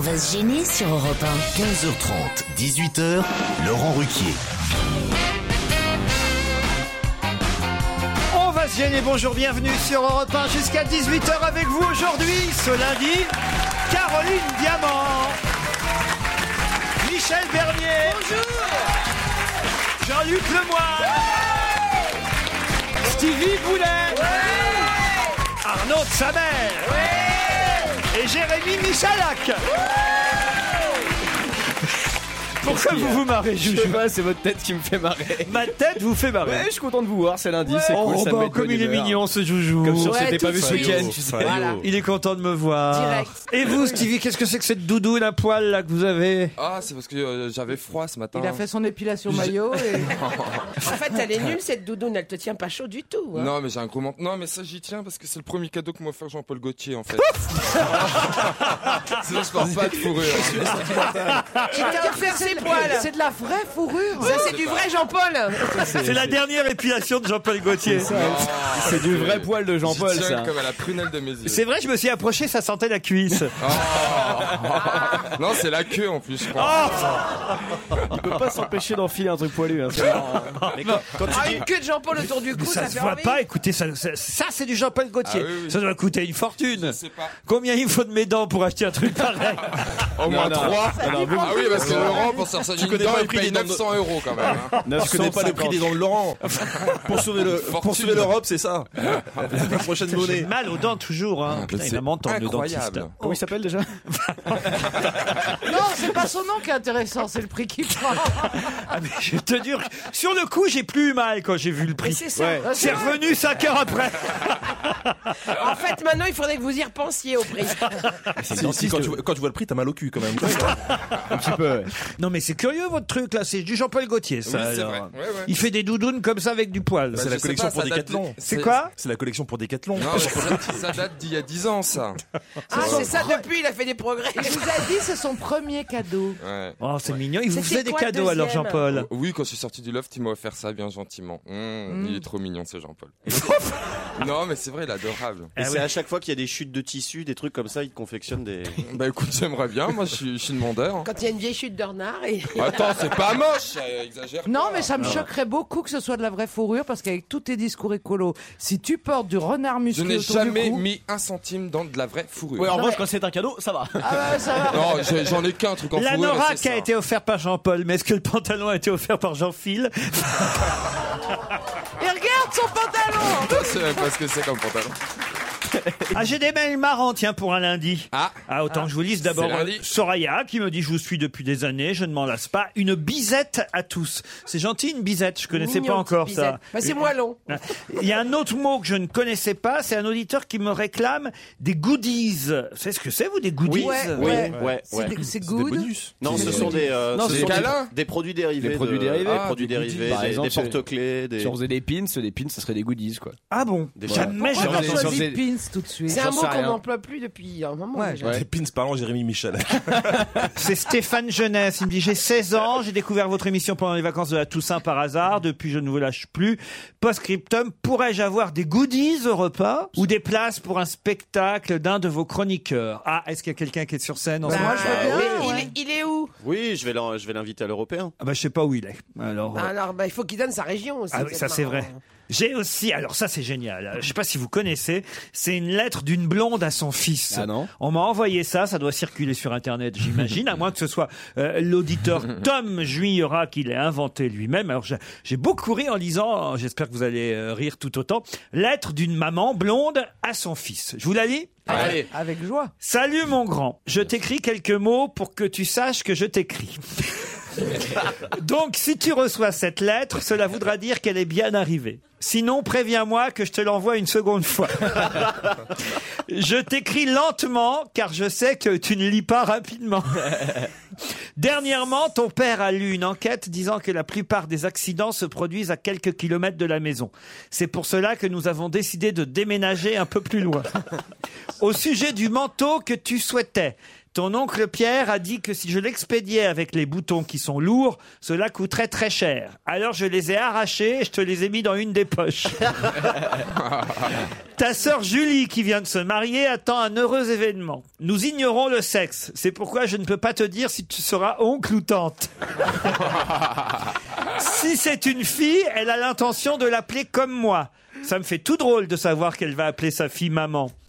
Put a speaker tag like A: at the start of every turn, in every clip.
A: va se gêner sur Europe 1.
B: 15h30, 18h, Laurent Ruquier.
C: On va se gêner, bonjour, bienvenue sur Europe 1 jusqu'à 18h avec vous aujourd'hui, ce lundi, Caroline Diamant, Michel Bernier, Jean-Luc Lemoyne, Stevie Boulet, Arnaud de sa et Jérémy Michalak. Pourquoi vous vous marrez,
D: hein. Je sais pas, c'est votre tête qui me fait marrer.
C: Ma tête vous fait marrer.
D: Ouais, je suis content de vous voir, c'est lundi, c'est cool.
C: Oh,
D: ça
C: bah,
D: me met de
C: comme
D: bonne
C: il est
D: humeur.
C: mignon ce joujou.
D: Comme si on
E: Ouais,
D: s'était
E: tout
D: pas vu ce
E: de suite.
D: week-end, tu sais.
E: Voilà.
C: Il est content de me voir.
E: Direct.
C: Et vous, Stevie, qu'est-ce que c'est que cette doudoune à poil là que vous avez
F: Ah, c'est parce que euh, j'avais froid ce matin.
E: Il a fait son épilation maillot et.
G: En fait, elle est nulle cette doudoune, elle te tient pas chaud du tout. hein.
F: Non, mais j'ai un gros menton. Non, mais ça, j'y tiens parce que c'est le premier cadeau que m'a offert Jean-Paul Gaultier, en fait. Sinon, je porte pas de fourrure. hein.
G: Il t'a offert ses poils.
E: C'est de la vraie fourrure.
G: Ça, c'est du vrai Jean-Paul. Ah,
C: C'est la dernière épilation de Jean-Paul Gaultier.
D: C'est du vrai poil de
F: J'y
D: Jean-Paul,
F: tiens
D: ça.
F: comme à la prunelle de mes yeux.
C: C'est vrai, je me suis approché, ça sentait la cuisse.
F: Ah. Non, c'est la queue en plus, je crois.
C: Ah.
D: On peut pas s'empêcher d'enfiler un truc poilu. hein, c'est marrant.
G: Ah, une queue de Jean-Paul autour du cou, ça,
C: ça se
G: fait
C: voit
G: envie.
C: pas, écoutez, ça, ça- ça, c'est du Jean-Paul Gaultier.
F: Ah oui, oui.
C: Ça doit coûter une fortune.
F: Je sais pas.
C: Combien il faut de mes dents pour acheter un truc pareil
F: Au moins
D: non.
F: trois.
D: Non, non, vous-
F: Ah oui, parce que Laurent, pour se ressortir une
H: connais
F: dent,
H: pas le
F: il
H: prix
F: paye
H: des dents de-
F: 900 euros quand même. hein.
H: Je connais pas le prix des dents de Laurent. pour sauver le-
F: Fortune.
H: pour sauver l'Europe, c'est ça. La prochaine
C: J'ai
H: monnaie.
C: mal aux dents toujours. Hein. Putain, il a
F: Ah, C'est
C: un menton, le dentiste.
F: incroyable.
D: Comment il s'appelle déjà
E: Non, c'est pas son nom qui est intéressant, c'est le prix qu'il prend.
C: Ah, mais je te jure, sur le coup, j'ai plus eu mal quand j'ai vu le
G: Mais
C: prix.
G: c'est ça.
D: Ouais.
C: C'est revenu 5 heures après.
G: En fait, maintenant, il faudrait que vous y repensiez au prix. Ah,
H: Si, si, quand, tu vois, quand tu vois le prix, t'as mal au cul quand même.
D: Un petit peu. ouais.
C: Non, mais c'est curieux votre truc là, c'est du Jean-Paul Gaultier ça.
F: Oui, c'est
C: alors.
F: vrai. Ouais, ouais. Bah,
C: Il fait des doudounes comme ça avec du poil.
H: C'est
F: Je
H: la
F: sais
H: collection
F: pas,
H: pour
F: ça date
H: Decathlon.
F: de-
C: C'est quoi
H: C'est la collection pour Décathlon.
F: Non, mais ça, ça date d'il y a 10 ans, ça.
G: Ah, c'est ça, depuis, il a fait des progrès.
E: Il vous a dit c'est son premier cadeau.
F: Ouais.
C: Oh, c'est mignon. Il vous
G: C'était
C: faisait des
G: quoi le
C: cadeaux alors,
G: deuxième
C: Jean-Paul.
F: Oui, quand je suis sorti du loft, il m'a offert ça bien gentiment. Mmh, Il est trop mignon, ce Jean-Paul. non, mais c'est vrai, il est adorable.
C: Ah
I: Et c'est
C: oui.
I: à chaque fois qu'il y a des chutes de tissu, des trucs comme ça, ils te confectionnent des.
F: Bah écoute, j'aimerais bien, moi je suis, je suis demandeur.
G: Quand il y a une vieille chute de renard et.
F: Attends, c'est pas moche, euh, exagère.
E: Non,
F: pas. Ah.
E: mais ça me choquerait beaucoup que ce soit de la vraie fourrure parce qu'avec tous tes discours écolos, si tu portes du renard
F: Je
E: musclé
F: n'ai
E: autour
F: jamais
E: du cou,
F: mis un centime dans de la vraie fourrure.
D: Ouais, en
E: Non,
D: revanche,
E: mais-
D: quand c'est un cadeau, ça va.
E: ah ouais, ça va.
F: Non, j'ai- j'en ai qu'un truc en
C: La
F: fourrure. et
C: Nora
F: c'est
C: qui a
F: ça.
C: été offerte par Jean-Paul, mais est-ce que le pantalon a été offert par Jean-Phil
E: Et regarde son pantalon.
F: Je sais même pas ce que c'est comme pantalon.
C: Ah, j'ai des mails marrants, tiens, pour un lundi.
F: Ah.
C: Ah, autant que je vous lise d'abord
F: C'est lundi.
C: euh, Soraya qui me dit Je vous suis depuis des années, je ne m'en lasse pas. Une bisette à tous. C'est gentil, une bisette, je connaissais
G: Mignon,
C: pas encore
G: petite
C: ça. Ah.
G: bisette. Bah, c'est moins long.
C: Il y a un autre mot que je ne connaissais pas, c'est un auditeur qui me réclame des goodies. C'est ce que c'est, vous, des goodies
E: Ouais,
I: Oui,
E: ouais.
I: ouais, ouais.
E: C'est des- C'est good.
I: Non, ce sont des, euh,
D: Non,
I: ce
D: c'est
I: sont
F: des
I: des,
F: câlins.
I: des produits dérivés.
D: Des produits
I: de-
D: dérivés.
I: Des
F: Ah,
I: produits
F: des
I: dérivés,
D: goodies. Par
I: des,
D: exemple,
I: des porte-clés, des.
D: Si on faisait des pins, des pins, ça serait des goodies, quoi.
C: Ah bon
I: Des-
C: Jamais
E: Pourquoi
C: j'avais
E: tu
D: j'en
C: entendu.
D: ai-
E: choisis pins tout de suite
G: C'est un
D: J'en
G: mot
D: sais
G: qu'on
D: rien.
G: n'emploie plus depuis un moment.
E: Ouais.
G: déjà.
H: Des pins parlant Jérémy Michel.
C: Ah, C'est Stéphane Jeunesse. Il me dit J'ai 16 ans, j'ai découvert votre émission pendant les vacances de la Toussaint par hasard. Depuis, je ne vous lâche plus. Post-scriptum, pourrais-je avoir des goodies au repas ou des places pour un spectacle d'un de vos chroniqueurs Ah, est-ce qu'il y a quelqu'un qui est sur scène en ce
E: Bah,
C: moment
E: moi, je veux
G: Ah,
E: bien,
G: mais
E: ouais.
G: il, est- il est où
I: Oui, je vais l'en- je vais l'inviter à l'européen.
C: Ah bah, je sais pas où il est. Alors,
E: Ah,
C: euh,
G: Alors, bah, il faut qu'il donne sa région aussi.
C: Ah oui, ça c'est
G: marrant.
E: hein.
C: vrai. J'ai aussi, alors ça c'est génial, euh, je sais pas si vous connaissez, c'est une lettre d'une blonde à son fils.
D: Ah non
C: On m'a envoyé ça, ça doit circuler sur internet j'imagine, à moins que ce soit euh, l'auditeur Tom Juillera qui l'ait inventé lui-même. Alors j'ai- j'ai beaucoup ri en lisant, j'espère que vous allez euh, rire tout autant, lettre d'une maman blonde à son fils. Je vous la lis
F: Allez.
E: Avec joie.
C: Salut mon grand, je t'écris quelques mots pour que tu saches que je t'écris. Donc si tu reçois cette lettre, cela voudra dire qu'elle est bien arrivée. Sinon, préviens-moi que je te l'envoie une seconde fois. je t'écris lentement car je sais que tu ne lis pas rapidement. Dernièrement, ton père a lu une enquête disant que la plupart des accidents se produisent à quelques kilomètres de la maison. C'est pour cela que nous avons décidé de déménager un peu plus loin. Au sujet du manteau que tu souhaitais, Ton oncle Pierre a dit que si je l'expédiais avec les boutons qui sont lourds, cela coûterait très cher. Alors je les ai arrachés et je te les ai mis dans une des poches. Ta sœur Julie, qui vient de se marier, attend un heureux événement. Nous ignorons le sexe. C'est pourquoi je ne peux pas te dire si tu seras oncle ou tante. si c'est une fille, elle a l'intention de l'appeler comme moi. Ça me fait tout drôle de savoir qu'elle va appeler sa fille maman.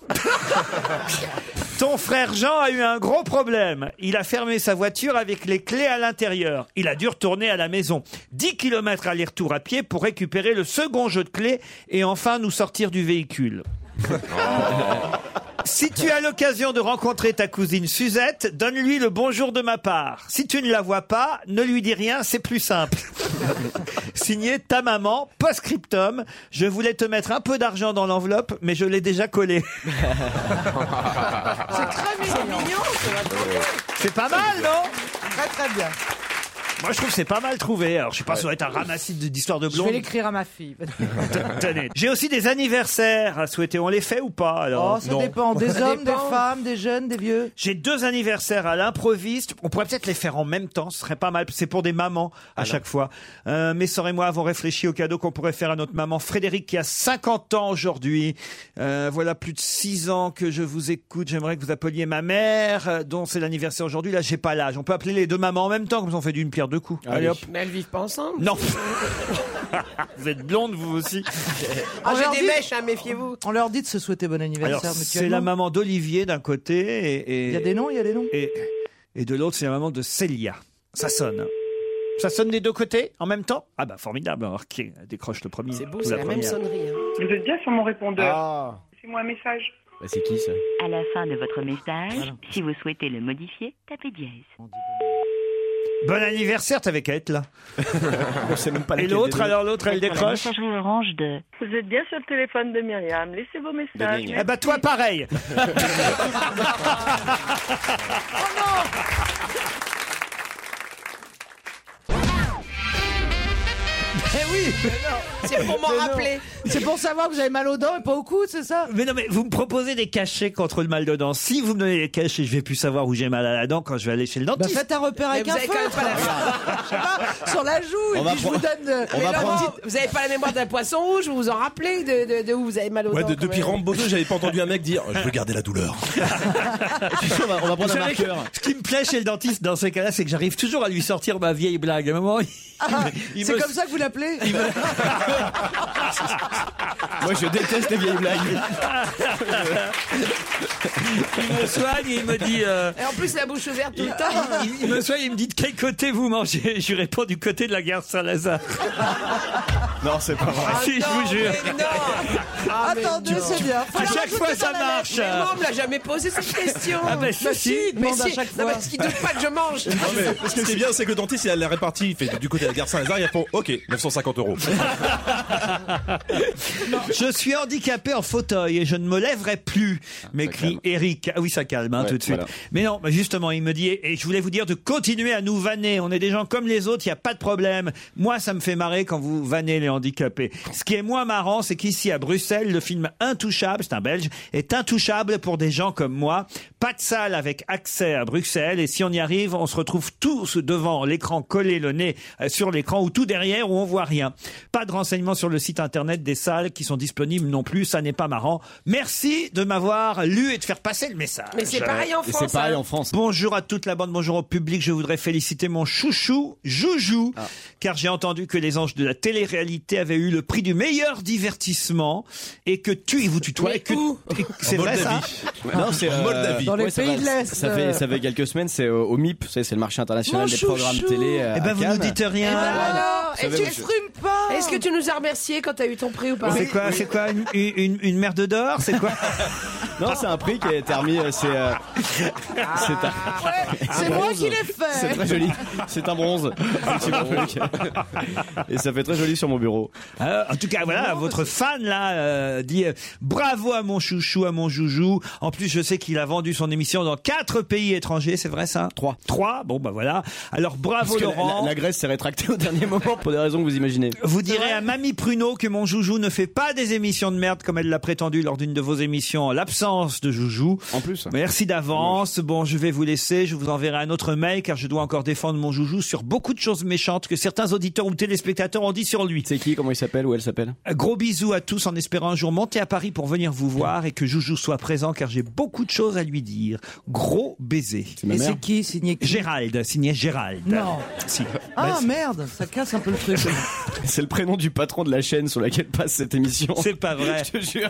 C: Ton frère Jean a eu un gros problème. Il a fermé sa voiture avec les clés à l'intérieur. Il a dû retourner à la maison. 10 km aller-retour à pied pour récupérer le second jeu de clés et enfin nous sortir du véhicule. Si tu as l'occasion de rencontrer ta cousine Suzette, donne-lui le bonjour de ma part. Si tu ne la vois pas, ne lui dis rien, c'est plus simple. Signé ta maman, post-scriptum. Je voulais te mettre un peu d'argent dans l'enveloppe, mais je l'ai déjà collé.
G: C'est mignon,
C: C'est pas mal, non
E: Très très bien.
C: Moi, je trouve que c'est pas mal trouvé. Alors, je sais pas, ça doit être un ramassis de- d'histoires de
E: Je vais
C: blonde.
E: l'écrire à ma fille.
C: Tenez. J'ai aussi des anniversaires à souhaiter. On les fait ou pas, alors
E: Oh, ça dépend. Des hommes, des femmes, des jeunes, des vieux.
C: J'ai deux anniversaires à l'improviste. On pourrait peut-être les faire en même temps. Ce serait pas mal. C'est pour des mamans à chaque fois. Euh, mes sœurs et moi avons réfléchi au cadeau qu'on pourrait faire à notre maman Frédéric qui a 50 ans aujourd'hui. Euh, voilà plus de 6 ans que je vous écoute. J'aimerais que vous appeliez ma mère euh, dont c'est l'anniversaire aujourd'hui. Là, j'ai pas l'âge. On peut appeler les deux mamans en même temps comme ça on fait d'une pierre deux coups. Allez hop.
G: Mais elles vivent pas ensemble.
C: Non. vous êtes blonde vous aussi.
G: Ah,
E: On leur
G: j'ai
E: dit-
G: des mèches, hein, méfiez-vous.
E: On leur dit de se souhaiter bon
C: Alors
E: anniversaire
C: c'est la
E: mutuellement.
C: maman d'Olivier d'un côté et, et-
E: Il y a des noms, il y a des noms.
C: Et, et de l'autre, c'est la maman de Célia. Ça sonne. Ça sonne des deux côtés en même temps Ah bah formidable, alors qui décroche le premier
G: C'est beau,
C: ou
G: c'est la, même
C: première
G: sonnerie. hein.
J: Vous êtes bien sur mon répondeur.
D: Ah.
J: Laissez-moi un message.
D: Bah, c'est qui ça
A: À la fin de votre message, si vous souhaitez le modifier, tapez dièse.
C: Bon anniversaire, t'avais qu'à être là.
D: On sait même pas
C: Et
D: laquelle
C: l'autre,
D: des deux.
C: alors l'autre, elle
A: Pour la
C: décroche
A: messagerie orange de
J: Vous êtes bien sur le téléphone de Myriam. Laissez vos messages.
I: Denis.
C: Eh bah toi pareil Eh oui
G: C'est pour m'en rappeler.
E: C'est pour savoir que j'avais mal aux dents et pas au coude, c'est ça
C: Mais non, mais vous me proposez des cachets contre le mal de dents. Si vous me donnez des cachets, je vais plus savoir où j'ai mal à la dent quand je vais aller chez le
E: bah
C: dentiste.
E: faites un repère avec
G: vous
E: un
G: avez quand même
E: feutre
G: pas la-
E: Je sais pas, sur la joue, et
H: On va
E: puis je vous donne... de-
H: On
G: Mais
H: va
G: Laurent,
H: prendre-
G: Vous avez pas la mémoire d'un poisson rouge, vous vous en rappelez de, de- de où vous avez mal aux
H: Ouais,
G: dents
H: de-
G: quand
H: depuis
G: même.
H: Rambo 2, j'avais pas entendu un mec dire Je veux garder la douleur.
D: on va, on va
C: Vous
D: prendre un
C: savez que-
D: marqueur.
C: ce qui me plaît chez le dentiste dans ces cas-là, c'est que j'arrive toujours à lui sortir ma vieille blague. À un moment, il, il
E: C'est
C: me-
E: comme ça que vous l'appelez
D: Moi, je déteste les vieilles blagues.
C: il me soigne et il me dit. euh,
G: Et en plus, la bouche ouverte tout
C: il,
G: le temps.
C: il- il me soigne, il me dit de quel côté vous mangez. Je lui réponds du côté de la gare Saint-Lazare.
D: Non, c'est pas vrai.
C: Ah, si, je
G: Non,
C: vous jure.
G: mais non Ah, mais
E: Attendez,
G: non.
E: c'est bien.
C: À chaque
G: Rajouter
C: fois,
G: dans
C: ça
G: la
C: marche.
G: lettre. Ah, Mais non, on me l'a jamais posé cette question.
C: Ah, bah, si,
G: Bah,
C: si.
G: il demande
E: Mais
G: à
E: si.
G: chaque
E: Non,
G: fois.
E: parce
G: parce qu'il doute pas que Oh, je mange.
H: Non, Ah, mais ce qui est bien, c'est que le dentiste, il a la répartie. Il fait du côté de la gare Saint-Lazare, il répond Ok, 950 euros.
C: Je suis handicapé en fauteuil et je ne me lèverai plus, m'écrit Eric. Ah oui, ça calme hein, tout de suite. Mais non, bah, justement, il me dit, et et je voulais vous dire de continuer à nous vanner. On est des gens comme les autres, il n'y a pas de problème. Moi, ça me fait marrer quand vous vannez les handicapés. Ce qui est moins marrant, c'est qu'ici à Bruxelles, le film Intouchable, c'est un Belge, est intouchable pour des gens comme moi. Pas de salle avec accès à Bruxelles et si on y arrive, on se retrouve tous devant l'écran collé le nez euh, sur l'écran ou tout derrière où on voit rien. Pas de renseignements sur le site internet des salles qui sont disponibles non plus, ça n'est pas marrant. Merci de m'avoir lu et de faire passer le message.
G: Mais c'est pareil en
D: Et
G: France.
D: c'est pareil
G: hein.
D: en France.
C: Bonjour à toute la bande, bonjour au public. Je voudrais féliciter mon chouchou, Joujou,
D: Ah.
C: car j'ai entendu que les anges de la télé-réalité avaient eu le prix du meilleur divertissement et que tu, ils vous tutoient.
G: Mais
C: et que,
G: où
C: et que- c'est vrai ça Ah.
D: Non, c'est euh,
H: Moldavie.
E: Dans les
D: ça
E: pays
D: va,
E: de l'Est,
D: Ça fait,
E: euh.
D: ça fait quelques semaines, c'est euh, au MIP, vous savez, c'est le marché international
E: Mon
D: des programmes
E: chouchou.
D: télé. euh,
C: Eh ben, vous ne dites rien.
E: Voilà
D: Vous
E: Et
D: savez,
E: tu
D: monsieur.
E: exprimes pas
G: Est-ce que tu nous as remercié quand t'as eu ton prix ou pas
C: C'est quoi, c'est quoi, une, une, une merde d'or C'est quoi
D: Non, c'est un prix qui a été remis. euh, C'est euh,
C: Ah.
D: c'est un-
E: Ouais, C'est
D: Ah, Un
E: moi
D: bronze.
E: qui l'ai
D: c'est
E: fait
D: très joli. C'est un bronze.
C: Ah,
D: Un petit bronze. Et ça fait très joli sur mon bureau.
C: Euh, En tout cas, voilà, votre fan là euh, dit euh, bravo à mon chouchou, à mon joujou. En plus, je sais qu'il a vendu son émission dans quatre pays étrangers. C'est vrai ça
D: Trois.
C: Trois. Bon bah voilà. Alors bravo
D: Parce que la-
C: Laurent.
D: la, la Grèce s'est rétractée au dernier moment pour des raisons que vous imaginez.
C: Vous direz à Mamie Pruneau que mon joujou ne fait pas des émissions de merde comme elle l'a prétendu lors d'une de vos émissions en l'absence. naissance de Joujou.
I: En plus.
C: Merci d'avance. Bon, je vais vous laisser. Je vous enverrai un autre mail car je dois encore défendre mon Joujou sur beaucoup de choses méchantes que certains auditeurs ou téléspectateurs ont dit sur lui.
I: C'est qui Comment il s'appelle Où elle s'appelle
C: Un Gros bisous à tous en espérant un jour monter à Paris pour venir vous voir et que Joujou soit présent car j'ai beaucoup de choses à lui dire. Gros baiser.
I: C'est ma
E: Et
I: mère.
E: c'est qui signé qui
C: Gérald, signé Gérald.
E: Non.
C: Si. Bah,
E: Ah merde, ça casse un peu le truc.
I: C'est le prénom du patron de la chaîne sur laquelle passe cette émission.
C: C'est pas vrai.
I: Je te jure.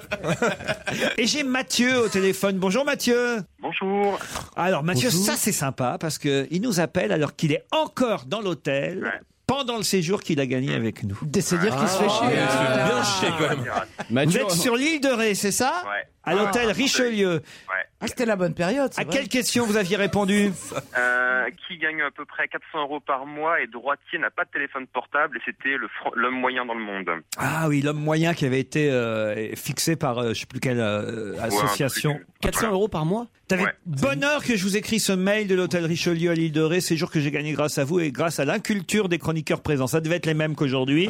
C: Et j'ai Mathieu au téléphone. Bonjour Mathieu.
F: Bonjour.
C: Alors Mathieu, ça c'est sympa parce que il nous appelle alors qu'il est encore dans l'hôtel pendant le séjour qu'il a gagné avec nous.
E: C'est-à-dire qu'il se
F: Ah,
E: fait chier.
D: Ah. bien chier quand même.
C: Vous
I: Mathieu,
C: êtes sur l'île de Ré, c'est ça
F: Ouais.
C: À l'hôtel Richelieu.
E: Ah, c'était la bonne période. c'est
C: À
E: vrai.
C: quelle question vous aviez répondu
F: Euh, qui gagne à peu près 400 euros par mois et droitier n'a pas de téléphone portable et c'était le fr- l'homme moyen dans le monde.
C: Ah oui, l'homme moyen qui avait été euh, fixé par euh, je sais plus quelle euh, association.
F: Ouais, un truc.
I: 400 euros par mois
C: T'avais
F: Ouais.
C: bonheur que je vous écris ce mail de l'hôtel Richelieu à l'île de Ré, séjour que j'ai gagné grâce à vous et grâce à l'inculture des chroniqueurs présents. Ça devait être les mêmes qu'aujourd'hui.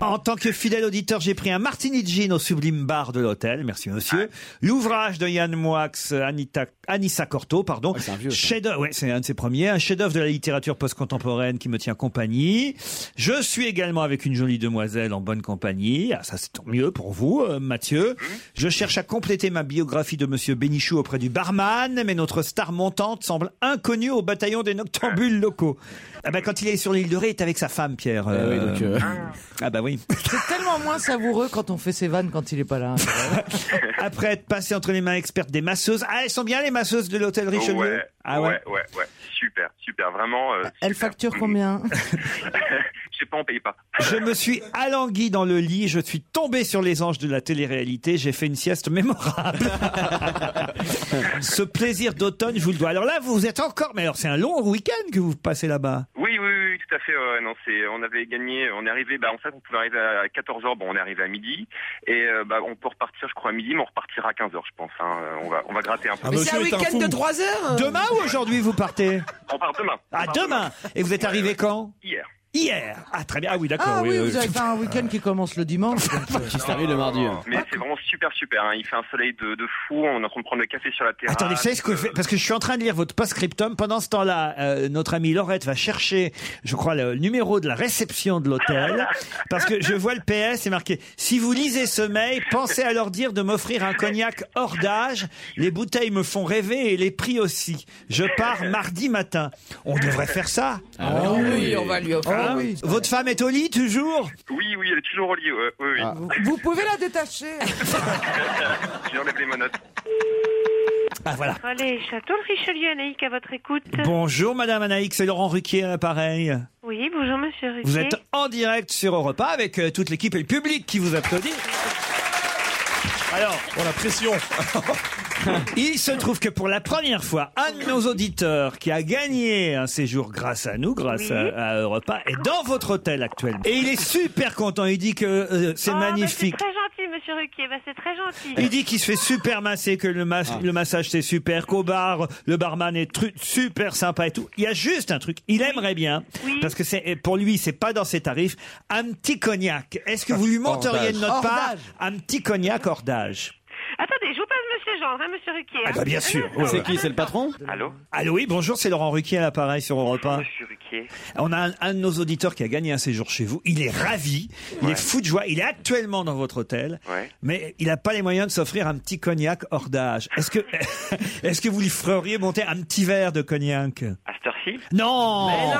C: en tant que fidèle auditeur, j'ai pris un martini gin au sublime bar de l'hôtel. Merci monsieur.
F: Ah.
C: L'ouvrage de Yann Moix, euh, Anita, Anissa Corto, pardon.
I: Ah, c'est un vieux, ça.
C: Chef-d'œuvre, ouais, c'est un de ses premiers. Un chef-d'œuvre de la littérature post-contemporaine qui me tient compagnie. Je suis également avec une jolie demoiselle en bonne compagnie. Ah, ça, c'est tant mieux pour vous, euh, Mathieu. Je cherche à compléter ma biographie de Monsieur Bénichou auprès du barman, mais notre star montante semble inconnue au bataillon des noctambules locaux. Ah bah, quand il est sur l'île de Ré, il est avec sa femme, Pierre.
I: Ah oui,
C: Euh,
I: donc, euh,
C: Ah bah oui.
E: C'est tellement moins savoureux quand on fait ses vannes quand il est pas là. hein.
C: Après être passé entre les mains expertes des masseuses. Ah, elles sont bien les masseuses de l'hôtel Richelieu.
F: Ouais,
C: ah
F: ouais, ouais, ouais. Super, super, vraiment. euh,
E: Elle
F: super.
E: facture combien
F: Je sais pas, on paye pas.
C: Je me suis alangui dans le lit, je suis tombé sur les anges de la télé-réalité, j'ai fait une sieste mémorable. Ce plaisir d'automne, je vous le dois. Alors là, vous êtes encore, mais alors c'est un long week-end que vous passez là-bas.
F: Oui, oui, oui, oui, tout à fait. ouais, non, c'est, on avait gagné, on est arrivé, bah, en fait, on pouvait arriver à 14h, bon, on est arrivé à midi, et euh, bah, on peut repartir, je crois, à midi, mais on repartira à 15h, je pense. hein, euh, on, va, on va gratter un peu.
D: Ah,
K: Mais
D: monsieur
K: c'est un
D: est un
K: week-end
D: fou.
K: de 3 heures
C: Demain ou aujourd'hui vous partez
F: On part demain.
C: Ah,
F: On part
C: demain Et vous êtes arrivé quand
F: Hier.
C: Hier Ah, très bien. Ah oui, d'accord.
E: Ah oui,
C: oui,
E: vous avez fait un week-end qui commence le dimanche. donc, euh,
I: qui s'arrive le mardi. hein.
F: Ah, Mais c'est vraiment super, super. hein, Il fait un soleil de, de fou, on est en train de prendre le café sur la terrasse.
C: Attendez, vous savez ce que je fais Parce que je suis en train de lire votre post-scriptum. Pendant ce temps-là, euh, notre amie Laurette va chercher, je crois, le numéro de la réception de l'hôtel. Parce que je vois le PS, c'est marqué « Si vous lisez ce mail, pensez à leur dire de m'offrir un cognac hors d'âge. Les bouteilles me font rêver et les prix aussi. Je pars mardi matin. » On devrait faire ça.
K: Ah oui, on va lui offrir.
C: Hein votre femme est au lit, toujours
F: Oui, oui, elle est toujours reliée. ouais, oui, oui.
E: vous-
C: Ah.
E: Vous pouvez la détacher.
F: J'enlève les menottes.
C: Ah, voilà.
G: Allez, Château le Richelieu, Anaïk, à votre écoute.
C: Bonjour, Madame Anaïk, c'est Laurent Ruquier à l'appareil.
G: Oui, bonjour, monsieur Ruquier. Bah,
C: Vous êtes en direct sur Europe 1 avec euh, toute l'équipe et le public qui vous applaudit. Alors,
D: Oh la pression.
C: il se trouve que pour la première fois, un de nos auditeurs qui a gagné un séjour grâce à nous, grâce à, à Europe 1, est dans votre hôtel actuellement. Et il est super content. Il dit que euh, c'est
G: Oh, bah,
C: magnifique.
G: c'est très gentil, monsieur Ruquier, bah, c'est très gentil.
C: Il dit qu'il se fait super masser, que le,
E: Ah.
C: mas- le massage c'est super, qu'au bar, le barman est tru- super sympa et tout. Il y a juste un truc, il aimerait bien,
G: Oui.
C: parce que c'est pour lui, c'est pas dans ses tarifs, un petit cognac. Est-ce que vous lui monteriez de notre
E: Ah, Hors
C: part
E: d'âge.
C: un petit cognac hors d'âge
G: Attendez, je vous passe monsieur Jean, hein, monsieur Ruquier.
C: Ah
G: hein.
C: bah bien sûr.
G: Un instant.
I: C'est qui C'est le patron
F: Allô
C: Allô oui, bonjour, c'est Laurent Ruquier à l'appareil sur Europe 1.
F: Monsieur Ruquier.
C: On a un, un de nos auditeurs qui a gagné un séjour chez vous. Il est ravi, il est fou de joie. Il est actuellement dans votre hôtel,
F: Ouais.
C: mais il n'a pas les moyens de s'offrir un petit cognac hors d'âge. Est-ce que, est-ce que vous lui feriez monter un petit verre de cognac
F: À cette heure-ci
C: Non,
K: non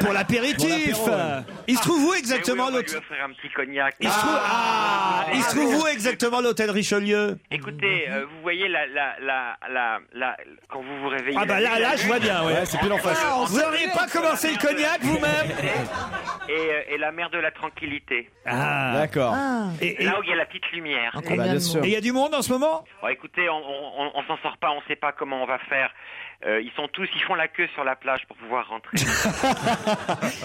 C: Pour l'apéritif
I: Pour l'apéro, ouais.
C: Il se trouve où
F: Eh
C: exactement
F: oui, on va lui
C: l'hôtel
F: offrir un petit cognac.
C: ah, il se trouve, ah, il se trouve où exactement l'hôtel Richelieu
F: Écoutez, euh, vous voyez la, la, la, la, la- quand vous vous réveillez.
C: Ah bah
F: la
C: là,
F: nuit,
C: là, je vois bien, ouais. Ah,
I: Ouais, c'est pile en face.
C: Vous n'auriez pas commencé le cognac vous-même
F: Et, euh, et la mer de la tranquillité.
C: Ah,
I: D'accord.
E: Ah,
C: et- et-
F: Là où il y a la petite lumière.
E: en
I: Ah bah,
E: combien de
I: bien
E: mots
I: sûr.
C: et il y a du monde en ce moment
F: Bon, écoutez, on, on, on- on s'en sort pas, on sait pas comment on va faire. Euh, ils sont tous, ils font la queue sur la plage pour pouvoir rentrer.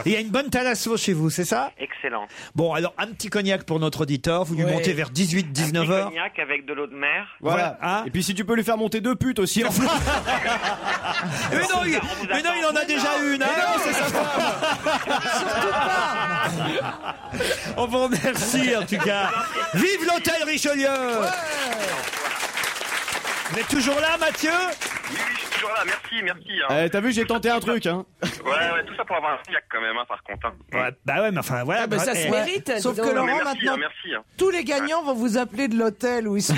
C: Il y a une bonne thalasso chez vous, c'est ça
F: Excellent.
C: Bon, alors un petit cognac pour notre auditeur. Vous lui
K: Ouais.
C: montez vers 18,
F: Un
C: 19
F: petit
C: heures.
F: cognac avec de l'eau de mer.
I: Voilà.
C: Voilà. Ah.
I: Et puis si tu peux lui faire monter deux putes aussi. en fait.
C: Mais non, il,
F: vous
C: mais non, il en a déjà une. hein. On vous remercie en tout cas. Vive l'hôtel Richelieu Vous êtes toujours là, Mathieu
K: Oui, oui, je suis toujours là, merci, merci. hein.
D: Eh, T'as vu, j'ai tenté un truc, hein.
K: Ouais, ouais, tout ça pour avoir un fiac quand même, hein, par contre. hein.
C: Ouais, Bah ouais, mais enfin, voilà.
K: Ah, bah, ça
C: Eh,
K: se
C: ouais.
K: mérite, dis
E: Sauf que
K: donc.
E: Laurent,
K: Mais merci,
E: maintenant,
K: hein, merci, hein.
E: tous les gagnants vont vous appeler de l'hôtel où ils sont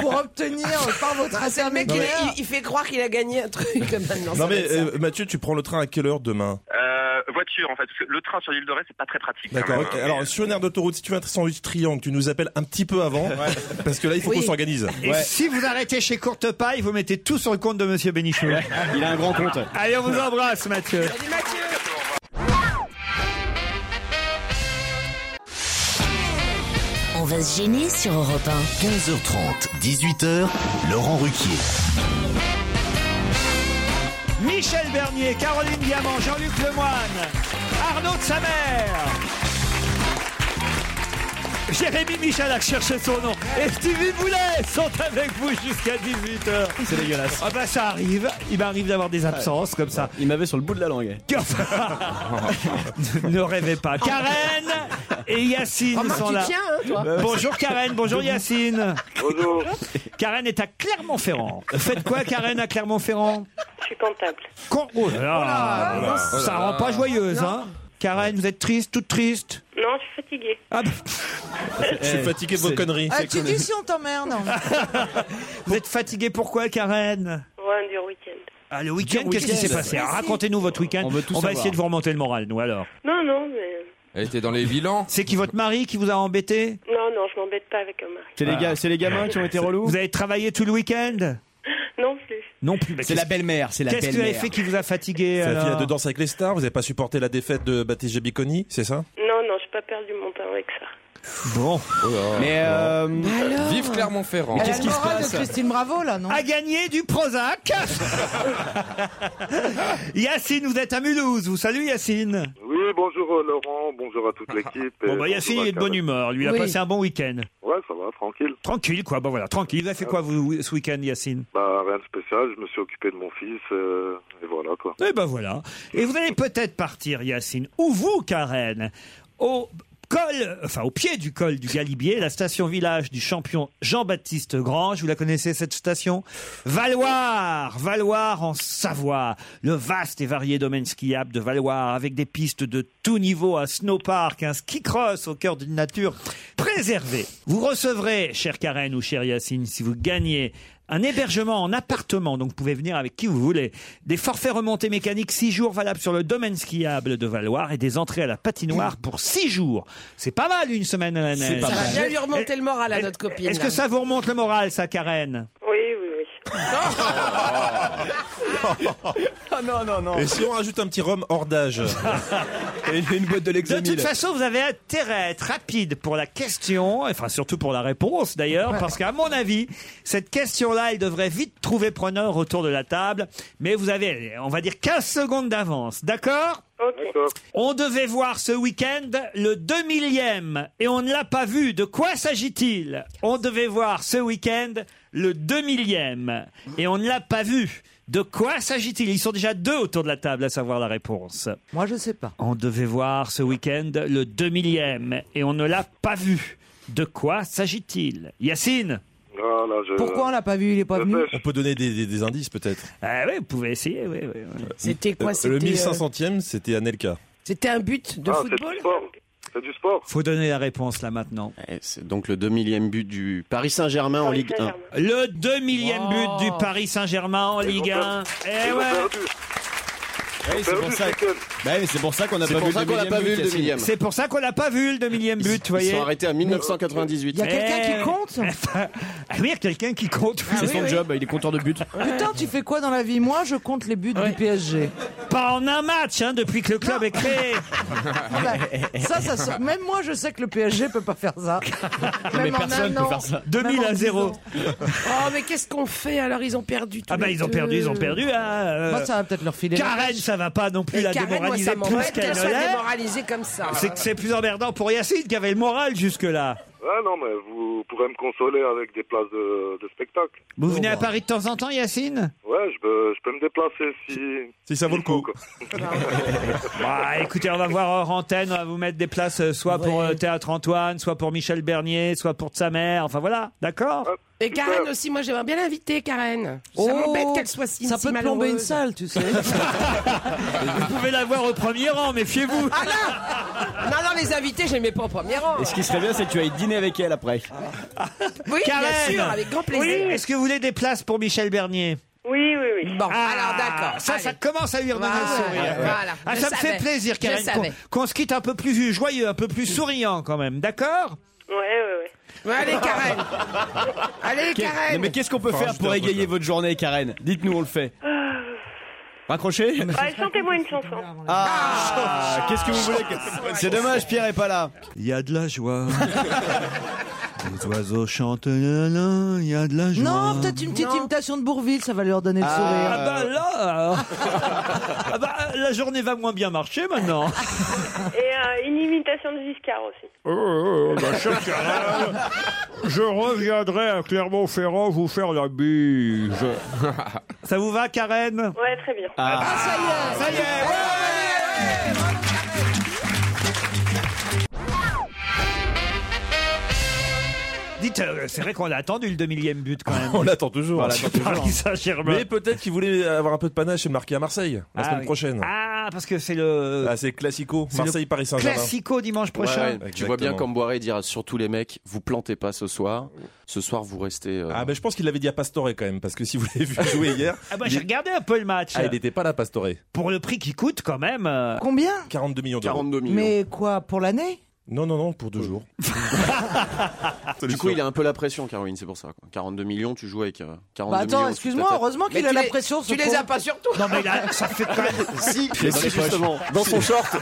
E: pour obtenir euh, par votre
G: Ah, C'est le mec, il,
E: intermédiaire.
G: il- il fait croire qu'il a gagné un truc maintenant. ça va
H: Non mais
G: être ça.
H: euh, Mathieu, tu prends le train à quelle heure demain
K: Euh, voiture, en fait, parce que le train sur l'île de Ré, c'est pas très pratique. quand
H: D'accord.
K: même,
H: ok.
K: hein.
H: Alors sur une aire d'autoroute, si tu veux un sandwich triangle, tu nous appelles un petit peu avant, parce que là il faut
C: Oui.
H: qu'on s'organise.
C: Et si vous arrêtez chez Courte Paille, vous mettez tout sur le compte de Monsieur Bénichou.
D: Il a un grand compte.
C: Allez, on vous embrasse, Mathieu.
B: On va se gêner sur Europe 1. 15h30, 18h, Laurent Ruquier.
C: Michel Bernier, Caroline Diamant, Jean-Luc Lemoine, Arnaud de sa mère. Jérémy Michel a cherché son nom. Et Stevie Boulet sont avec vous jusqu'à 18h.
D: C'est dégueulasse.
C: Ah bah ça arrive, il m'arrive d'avoir des absences comme ça.
D: Il m'avait sur le bout de la langue.
C: ne rêvez pas. Karen et Yacine
D: Oh,
G: Remarque,
C: sont
G: tu
C: là. Euh,
G: tiens, hein, toi.
C: bonjour Karen, bonjour Yacine. Bonjour. Karen est à Clermont-Ferrand. Faites quoi Karen à Clermont-Ferrand
J: Je suis comptable.
C: Con- Oh là là, ça rend pas joyeuse, hein Karen, vous êtes triste, toute triste
J: Non, je suis fatiguée.
C: Ah bah,
H: Je suis fatigué de vos conneries.
E: Ah, tu dis si on t'emmerde.
C: Vous êtes fatiguée pourquoi, Karen
J: Ouais, un dur week-end.
C: ah, le week-end,
D: Dur
C: qu'est-ce qui
D: week-end.
C: s'est passé Alors,
G: Mais si.
C: Racontez-nous votre week-end.
D: On veut tout
C: On va
D: savoir.
C: essayer de vous remonter le moral, nous alors.
J: Non, non, mais.
F: Elle était dans les bilans.
C: C'est qui votre mari qui vous a embêté
J: Non, non, je m'embête pas avec un mari.
D: C'est les, gars- c'est les gamins qui ont été relous
C: Vous avez travaillé tout le week-end
J: Non plus.
C: Non plus. mais
D: C'est la belle-mère, c'est la
C: Qu'est-ce que vous avez
D: belle-mère.
C: fait qui vous a fatigué
H: C'est la
C: alors
H: finale de Danse avec les stars. Vous n'avez pas supporté la défaite de Baptiste Jabiconi, c'est ça
J: Non, non, j'ai pas perdu mon temps avec ça.
C: Bon.
F: Oh là.
D: Mais euh,
F: Vive Clermont-Ferrand.
E: Elle a le moral de Christine Bravo, là, non
C: À gagner du Prozac Yacine, vous êtes à Mulhouse. Vous saluez Yacine
K: Oui, bonjour euh, Laurent, bonjour à toute l'équipe. et
C: Bon, bah,
K: bonjour
C: Yacine, il
K: à
C: est de bonne
K: Karen.
C: humeur. Lui, il a
E: Oui.
C: passé un bon week-end.
K: Ouais, ça va, tranquille.
C: Tranquille, quoi. Bon, voilà, tranquille. Vous avez fait quoi, vous, ce week-end, Yacine
K: Bah, rien de spécial, je me suis occupé de mon fils, euh, et voilà quoi.
C: Eh ben voilà. Et vous allez peut-être partir, Yacine, ou vous, Karen, au col, enfin au pied du col du Galibier, la station village du champion Jean-Baptiste Grange. Vous la connaissez cette station Valoir, Valoir en Savoie, le vaste et varié domaine skiable de Valoir, avec des pistes de tout niveau, un snowpark, un ski cross au cœur d'une nature préservée. Vous recevrez, chère Karen ou chère Yacine, si vous gagnez un hébergement en appartement, donc vous pouvez venir avec qui vous voulez. Des forfaits remontées mécaniques 6 jours valables sur le domaine skiable de Valoir et des entrées à la patinoire pour 6 jours. C'est pas mal une semaine à la neige.
G: Ça va bien lui remonter le moral à
C: Est-
G: notre copine.
C: Est-ce
G: là.
C: que ça vous remonte le moral, ça, Karen
J: Oui, oui, oui.
D: Oh non, non, non.
H: Et si on rajoute un petit rhum hors d'âge
D: Et il y a une boîte de
C: De toute
D: l'examil.
C: façon, vous avez intérêt à être rapide pour la question, enfin surtout pour la réponse d'ailleurs, parce qu'à mon avis, cette question-là, elle devrait vite trouver preneur autour de la table, mais vous avez, on va dire, 15 secondes d'avance, d'accord
J: Ok.
C: On devait voir ce week-end le 2000e et on ne l'a pas vu. De quoi s'agit-il On devait voir ce week-end le 2000e et on ne l'a pas vu. De quoi s'agit-il Ils sont déjà deux autour de la table à savoir la réponse.
E: Moi, je sais pas.
C: On devait voir ce week-end le 2000e et on ne l'a pas vu. De quoi s'agit-il Yacine
K: Voilà, je...
E: Pourquoi on l'a pas vu Il est pas
K: je
E: venu.
K: pêche.
H: On peut donner des, des- des indices peut-être.
C: Ah oui, vous pouvez essayer. Oui, oui, oui.
G: C'était quoi
H: Euh,
G: c'était,
H: le
G: euh,
H: 1500e, c'était Anelka.
G: C'était un but de
K: Ah, c'est
G: football
K: du sport. C'est du sport.
C: Faut donner la réponse là maintenant.
I: Eh, c'est donc le 2000e but du Paris Saint-Germain en
J: Paris
I: Ligue 1.
J: Saint-Germain.
C: Le 2000e
G: Oh.
C: but du Paris Saint-Germain en
K: Ils ont
C: Ligue 1. Eh
K: Ils ont
C: ouais.
K: perdu,
D: Oui, c'est
K: perdu
D: pour
K: ce
D: ça.
K: week-end.
D: Bah oui, c'est pour ça qu'on a
I: C'est
D: pas
I: pour
D: vu
I: ça
D: le
I: qu'on n'a pas vu le
D: Yacine.
I: 2000e.
C: C'est pour ça qu'on n'a pas vu le 2000e but, vous
I: Ils
C: voyez.
I: sont arrêtés à
E: Il y
I: 1998.
E: a quelqu'un
C: Eh.
E: qui compte
C: Ah oui, il y a quelqu'un qui compte.
E: Ah
D: C'est
G: oui,
D: son
G: oui.
D: job, il est compteur de but.
E: Putain, tu fais quoi dans la vie Moi, je compte les buts du PSG.
C: Pas en un match, hein, depuis que le club est créé.
E: Ah, bah, Ça, ça, se- même moi, je sais que le PSG peut pas faire ça.
D: Mais
E: Même en
D: personne
E: un
D: peut
E: an.
D: faire ça.
C: 2000
E: Même en
C: à 0.
E: dix ans.
G: Oh, mais qu'est-ce qu'on fait alors Ils ont perdu. tous
C: Ah bah
G: les
C: ils ont
G: deux.
C: perdu, ils ont perdu. hein, euh,
E: Moi, Bah, ça va peut-être leur filer. la
C: Karen,
E: pêche.
C: ça va pas non plus
G: Et
C: la
G: Karen, moi,
C: démoraliser
G: ça
C: plus
G: m'embête
C: qu'elle
G: qu'elle
C: ne
G: soit
C: l'est.
G: démoralisée comme ça.
C: C'est que c'est plus emmerdant pour Yacine qui avait le moral jusque-là.
K: Ah non, mais vous pourrez me consoler avec des places de, de spectacle.
C: Vous venez à Paris de temps en temps, Yacine
K: Ouais, je peux, je peux me déplacer si...
H: Si ça vaut le
K: il faut,
H: coup.
K: quoi.
C: Bah écoutez, on va voir hors antenne, on va vous mettre des places euh, soit pour euh, Théâtre Antoine, soit pour Michel Bernier, soit pour de sa mère, enfin voilà, d'accord
K: Ah,
G: Et Karen aussi, moi j'aimerais bien l'inviter, Karen.
E: Oh,
G: ça m'embête qu'elle soit si
E: ça
G: si
E: peut te plomber une
G: malheureuse.
E: salle, tu sais.
C: Vous pouvez la voir au premier rang, méfiez-vous.
G: Ah Non, non, les invités, je les mets pas au premier rang.
D: Et ce qui serait bien, c'est que tu ailles dîner avec elle après.
G: Oui, bien
C: Karen
G: sûr, avec grand plaisir.
C: Oui, est-ce que vous voulez des places pour Michel Bernier
J: Oui, oui, oui.
G: Bon,
C: Ah,
G: alors d'accord.
C: Ça, ça
G: Allez.
C: commence à lui redonner
G: Voilà,
C: le sourire.
G: voilà.
C: Ah,
G: Je
C: ça me fait
G: savais.
C: plaisir,
G: Je
C: Karen, qu'on-
G: savais.
C: qu'on se quitte un peu plus joyeux, un peu plus souriant quand même, d'accord
J: Ouais, ouais, ouais.
G: Ouais, allez, Karen. Allez,
D: Non,
G: Karen.
D: mais qu'est-ce qu'on peut faire pour égayer votre journée, Karen Dites-nous, on le fait. Raccroché
J: Bah, Ah, chantez-moi une chanson.
D: Ah, qu'est-ce que vous voulez que- C'est dommage, Pierre est pas là.
C: Il y a de la joie. Les oiseaux chantent, il y a de la
E: Non, peut-être une petite imitation de Bourville, ça va leur donner le
C: Ah
E: sourire.
C: bah là alors. Ah bah la journée va moins bien marcher maintenant
J: Et euh, une imitation de Giscard aussi.
C: Euh, bah, Je reviendrai à Clermont-Ferrand vous faire la bise. Ça vous va, Karen
J: Ouais, très bien.
D: Ah,
C: Ça y est Dites, euh, c'est vrai qu'on a attendu le demi-millième but quand même.
H: On l'attend toujours.
C: Du Paris Saint-Germain.
H: Mais peut-être qu'il voulait avoir un peu de panache et le marquer à Marseille la
C: Ah
H: semaine
C: oui.
H: prochaine.
C: Ah, parce que c'est le
H: Ah, c'est classico.
C: le
H: Marseille-Paris Saint-Germain.
C: classico dimanche prochain.
I: Ouais, ouais, tu vois bien
H: Exactement.
I: qu'Amboiré dira surtout les mecs, vous plantez pas ce soir. Ce soir, vous restez. euh,
H: Ah, ben je pense qu'il l'avait dit à Pastore quand même, parce que si vous l'avez vu jouer hier,
C: Ah bah j'ai regardé un peu le match.
H: ah, il n'était pas là, Pastore.
C: Pour le prix qui coûte quand même. euh,
E: Combien
H: 42 millions d'euros.
I: 42 millions.
D: hein.
E: Mais quoi, pour l'année
H: Non, non, non, pour deux jours.
I: Ah, Du coup, il a un peu la pression, Caroline, c'est pour ça. quoi. 42 millions, tu joues avec euh, 42
E: Bah attends,
I: millions au-dessus de ta
E: excuse-moi,
I: tête.
E: heureusement
G: Mais
E: qu'il a
G: tu
E: la
G: les-
E: pression. ce
G: Tu les
E: con.
G: as pas surtout.
C: Non mais là, ça fait quand même.
I: Si, mais si, justement, dans son short,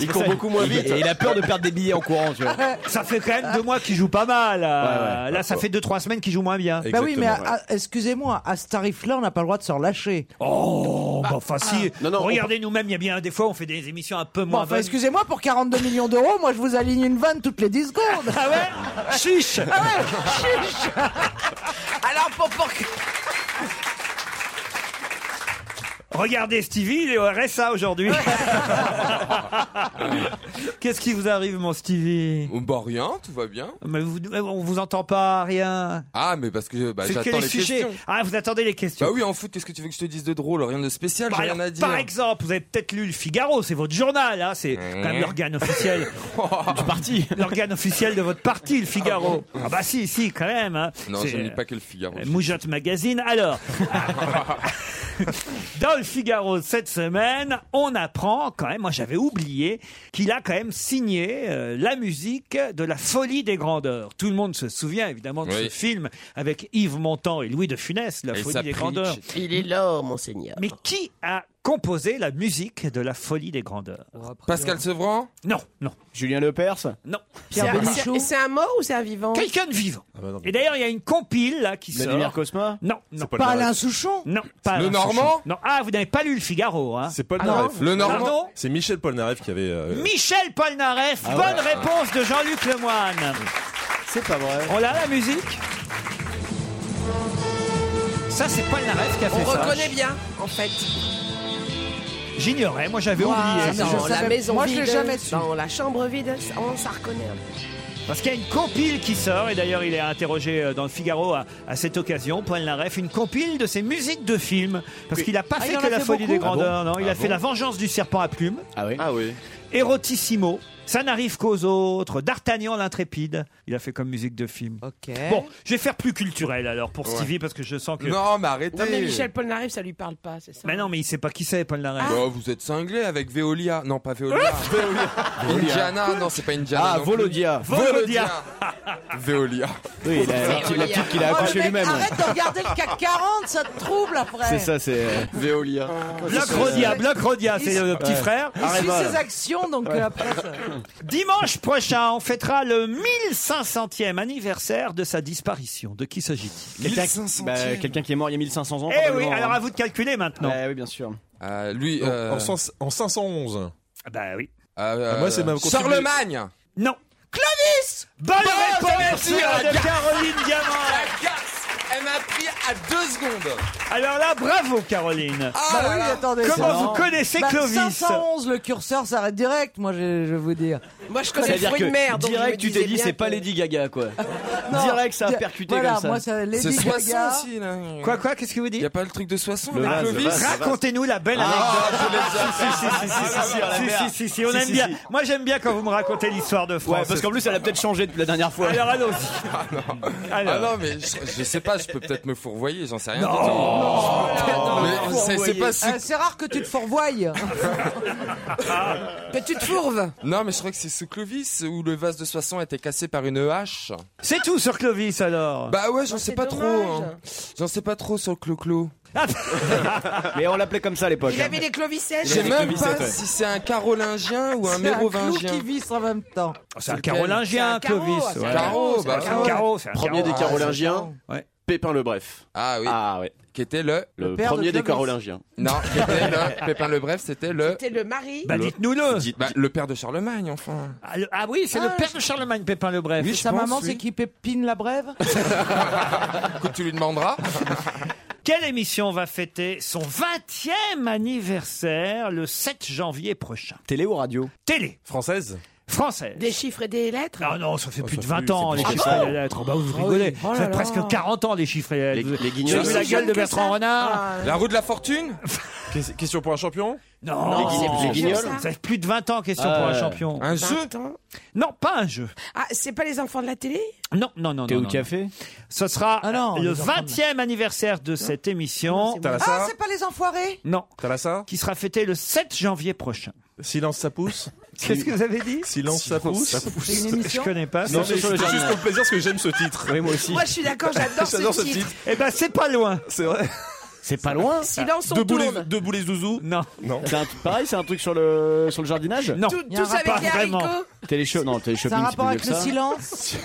I: il court beaucoup moins vite.
D: Et il a peur de perdre des billets en courant, tu vois.
C: Ça fait quand même deux mois qu'il joue pas mal. euh,
D: Ouais, ouais.
C: Là, ça fait deux trois semaines qu'il joue moins bien.
E: Bah oui, mais
H: Exactement.
E: à- à- excusez-moi, à ce tarif-là, on n'a pas le droit de s'en lâcher.
C: Oh, bah enfin si.
D: Ah,
I: Non, non, on-
C: Regardez nous-mêmes, il y a bien des fois on fait des émissions un peu
E: Bon,
C: moins.
E: enfin,
C: bonnes.
E: excusez-moi, pour 42 millions d'euros, moi, je vous aligne une vanne toutes les 10 secondes.
C: Ah ouais Chiche
E: Ah
G: Alors, pour, pour... que-
C: Regardez Stevie, il est au RSA aujourd'hui. Qu'est-ce qui vous arrive, mon Stevie
F: Oh, Bah rien, tout va bien.
C: mais vous, eh, on vous entend pas, rien.
F: Ah, mais parce que bah,
C: C'est que
F: j'attends
C: les,
F: les
C: sujets.
F: questions.
C: Ah, vous attendez les questions.
F: Bah oui, en foot, qu'est-ce que tu veux que je te dise de drôle Rien de spécial,
C: Par,
F: j'ai rien à dire.
C: Bah par exemple, vous avez peut-être lu le Figaro, c'est votre journal, hein, c'est quand même
F: Mmh.
C: l'organe officiel. du parti. L'organe officiel de votre parti, le Figaro. Ah bah si, si, quand même. hein.
F: Non,
C: C'est,
F: je ne lis
C: euh,
F: pas que le Figaro.
C: Moujotte Magazine. Alors, dans le Figaro cette semaine, on apprend quand même, moi j'avais oublié, qu'il a quand même signé euh, la musique de La Folie des Grandeurs. Tout le monde se souvient évidemment de
F: Oui.
C: ce film avec Yves Montand et Louis de Funès, La
F: Et
C: Folie
F: ça
C: des
F: preach.
C: Grandeurs.
G: Il est là, monseigneur.
C: Mais qui a composé la musique de La Folie des Grandeurs
F: Pascal Sevran
C: Non, non,
D: Julien Lepers
C: non.
G: C'est
E: Pierre
G: un- c'est
E: Bénichou.
G: un- c'est un mort ou c'est un vivant
C: Quelqu'un de vivant.
F: Ah
H: bah non, mais-
C: Et d'ailleurs, il y a une compile là qui
D: Vladimir
C: sort.
D: Cosma
C: Non, non,
E: Pas Alain Souchon
C: non, pas
F: Le
C: Alain Souchon.
F: Normand
C: Non, ah, vous n'avez pas lu le Figaro, hein
H: C'est Paul Naref.
F: Le Normand
C: Pardon
H: C'est Michel Polnareff qui avait. euh,
C: Michel Polnareff, bonne réponse de Jean-Luc Lemoine.
D: Ah C'est pas vrai.
C: On l'a la musique Ça c'est Polnareff qui a fait
G: On
C: ça.
G: reconnaît bien, en fait.
C: J'ignorais, moi j'avais oublié.
E: non.
C: ça.
G: Dans
E: je savais-
G: la maison
E: moi, je l'ai
G: vide,
E: jamais su.
G: dans la chambre vide, ça- on s'en reconnaît.
C: Parce qu'il y a une compile qui sort, et d'ailleurs il est interrogé euh, dans le Figaro à, à cette occasion, Polnareff, une compile de ses musiques de films. Parce qu'il n'a pas
E: Ah,
C: fait
E: il en
C: que
E: a
C: la
E: fait
C: folie des
E: beaucoup
C: grandeurs, non, il a fait la vengeance du serpent à plumes,
D: Ah oui.
I: Ah oui.
C: Erotissimo. Ça n'arrive qu'aux autres. D'Artagnan l'intrépide. Il a fait comme musique de film.
E: Ok.
C: Bon, je vais faire plus culturel alors pour Stevie parce que je sens que.
F: Non, mais arrêtez
G: Non, mais Michel Polnareff, ça lui parle pas, c'est ça
C: Mais non, mais il sait pas qui c'est, Paul Naref.
F: Bah, vous êtes cinglé avec Veolia. Non, pas Veolia. Indiana, non, c'est pas Indiana.
D: Ah,
F: non plus.
D: Volodia.
C: Volodia.
F: Veolia.
D: Oui, il a la petite, la petite qu'il a
E: Oh, le
D: accouché
E: mec,
D: lui-même. ouais.
E: Arrête de regarder le CAC 40, ça te trouble après.
D: C'est ça, c'est. euh,
I: Veolia.
C: Bloc Rodia, Bloc Rodia, c'est le petit frère.
E: Il suit ses actions, donc euh, après. ça-
C: Dimanche prochain, on fêtera le 1500e anniversaire de sa disparition. De qui s'agit-il
D: Quelqu'un bah, quelqu'un qui est mort il y a 1500 ans.
C: Eh oui,
D: probablement,
C: alors
D: hein.
C: à vous de calculer maintenant.
D: Eh oui, bien sûr.
F: Euh, lui.
H: en-
F: euh,
H: en, cent- en 511.
C: Ah Bah oui.
F: euh,
H: moi, c'est ma-
F: Charlemagne.
C: Non. Clovis Bonne réponse
F: j'allais dire, la
C: de
F: gaffe.
C: Caroline
F: La
C: Diamant.
F: casse. Elle m'a pris à deux secondes.
C: Alors là, bravo Caroline.
F: Ah
E: bah
F: là
E: oui,
F: là.
E: attendez. c'est
C: Comment
E: marrant.
C: vous connaissez
E: Bah,
C: Clovis
E: 511, le curseur s'arrête direct, moi je, je vais vous dire.
G: Moi, je connais le fruit de mer. donc je me
D: direct, tu t'es
G: disais
D: dit,
G: bien
D: c'est pas
G: que-
D: Lady Gaga, quoi.
E: Non.
D: Direct, ça a percuté
E: voilà,
D: comme ça.
E: moi, ça, Lady
D: C'est
E: Gaga.
D: Soissons aussi, là.
C: Quoi, quoi, qu'est-ce que vous dites Il n'y
F: a pas le truc de Soissons
D: Le
C: avec
D: vase,
C: Clovis
D: le vase, le vase.
C: Racontez-nous la belle
D: Ah,
C: anecdote.
D: je l'ai déjà fait. Ah, si, si, si, à la
C: Si,
D: mer.
C: si, si, si, on
D: Si,
C: aime
D: si,
C: bien.
D: si.
C: Moi, j'aime bien quand vous me racontez l'histoire de France.
D: Ouais, parce qu'en plus, elle a peut-être changé depuis la dernière fois.
C: Alors, allons-y.
F: Ah non.
C: Alors.
F: Ah non, mais je, je sais pas, je peux peut-être me fourvoyer, j'en sais rien.
C: Non.
F: du tout.
E: Non.
F: Je peux peut-être- Oh. mais c'est- c'est pas si.
E: Ah, c'est rare que tu te fourvoies. que tu te fourves.
F: Non, mais je crois que c'est sous Clovis où le vase de Soissons a été cassé par une hache.
C: C'est tout sur Clovis alors
F: Bah ouais,
E: Oh,
F: j'en sais pas trop. hein. J'en sais pas trop sur le clo-clo.
D: Mais on l'appelait comme ça à l'époque.
C: hein.
G: Il avait des clovicèges.
F: Je sais même pas si c'est un carolingien ou un
E: C'est un clou
F: mérovingien.
E: qui visse en même temps.
C: Oh, C'est
F: un carolingien,
E: C'est un carreau,
F: Clovis,
E: c'est
F: ouais.
E: un
F: Carreau,
E: c'est un
F: bah,
E: carreau.
F: c'est un carreau, c'est un
I: Premier des Carolingiens, Pépin le Bref.
F: Ah oui.
I: Ah ouais.
F: Qui était le.
I: Le,
F: père de
I: premier des
F: Clovis.
I: Carolingiens.
F: Non, qui était le. Pépin le Bref, c'était le.
G: C'était le mari.
C: Bah, dites-nous-le.
F: Bah, le père de Charlemagne, enfin.
C: Ah, le- ah oui, c'est le
E: Ah,
C: père de Charlemagne, Pépin le Bref.
E: Et sa maman, c'est qui pépine la brève
F: Écoute, tu lui demanderas.
C: Quelle émission va fêter son 20e anniversaire le 7 janvier prochain
D: Télé ou radio
C: Télé
H: Française
C: française.
G: Des chiffres et des lettres.
C: Ah non, ça fait plus de
H: ça
C: 20
H: fait-
C: ans,
H: c'est
C: les
H: pas
C: chiffres
H: possible.
C: et les lettres. Bah, vous rigolez.
G: Oh
C: ça
G: là
C: fait
G: là.
C: presque 40 ans, les chiffres et les lettres.
I: les
C: J'ai
I: guignols.
C: vu
G: Aussi
C: la gueule
G: jeune
C: de
G: que
C: Bertrand
G: ça.
C: Renard.
G: Ah.
F: La roue de la fortune
H: Ques- Question pour un champion
C: Non,
I: Les guignols.
C: Oh, c'est
I: Les guignols.
C: Ça fait plus de 20 ans, question
D: Ah
C: pour un
D: ouais.
C: champion.
F: Un jeu
G: Vingt ans.
C: Non, pas un jeu.
G: Ah, c'est pas les enfants de la télé
C: Non, non, non.
D: Thé
C: non,
D: ou
C: non.
D: café
C: Ce sera
E: Ah non,
C: le
E: les enfants de-
C: 20e anniversaire de cette émission.
H: T'as la
E: Ah,
H: ça
E: c'est pas les enfoirés
C: Non,
H: T'as la ça
C: qui sera fêté le 7 janvier prochain.
H: Silence ça pousse
C: Qu'est-ce que vous avez dit
H: Silence ça pousse
E: C'est une
C: Je
E: émission
C: connais pas.
H: Non
D: C'est
H: mais
D: sur le
H: c'est juste
D: jardin.
H: pour le plaisir parce que j'aime ce titre.
D: Oui, moi aussi.
G: Moi, je suis d'accord, j'adore ce,
H: J'adore ce
G: titre.
H: titre.
C: Eh ben, c'est pas loin.
H: C'est vrai.
D: C'est pas loin.
G: Silence, on
H: Debout les,
G: tourne.
H: debout les zouzous.
C: Non,
H: Non.
D: C'est un- pareil, c'est un truc sur le, sur le jardinage
C: non.
G: Tout-
E: Il y a un
G: Tous avec
C: rapport,
G: les
C: vraiment.
G: haricots.
D: Téléshow, non,
E: C'est
D: téléshopping,
E: un
D: c'est plus
E: rapport
D: vieux
E: avec
D: que
E: le
D: ça.
E: silence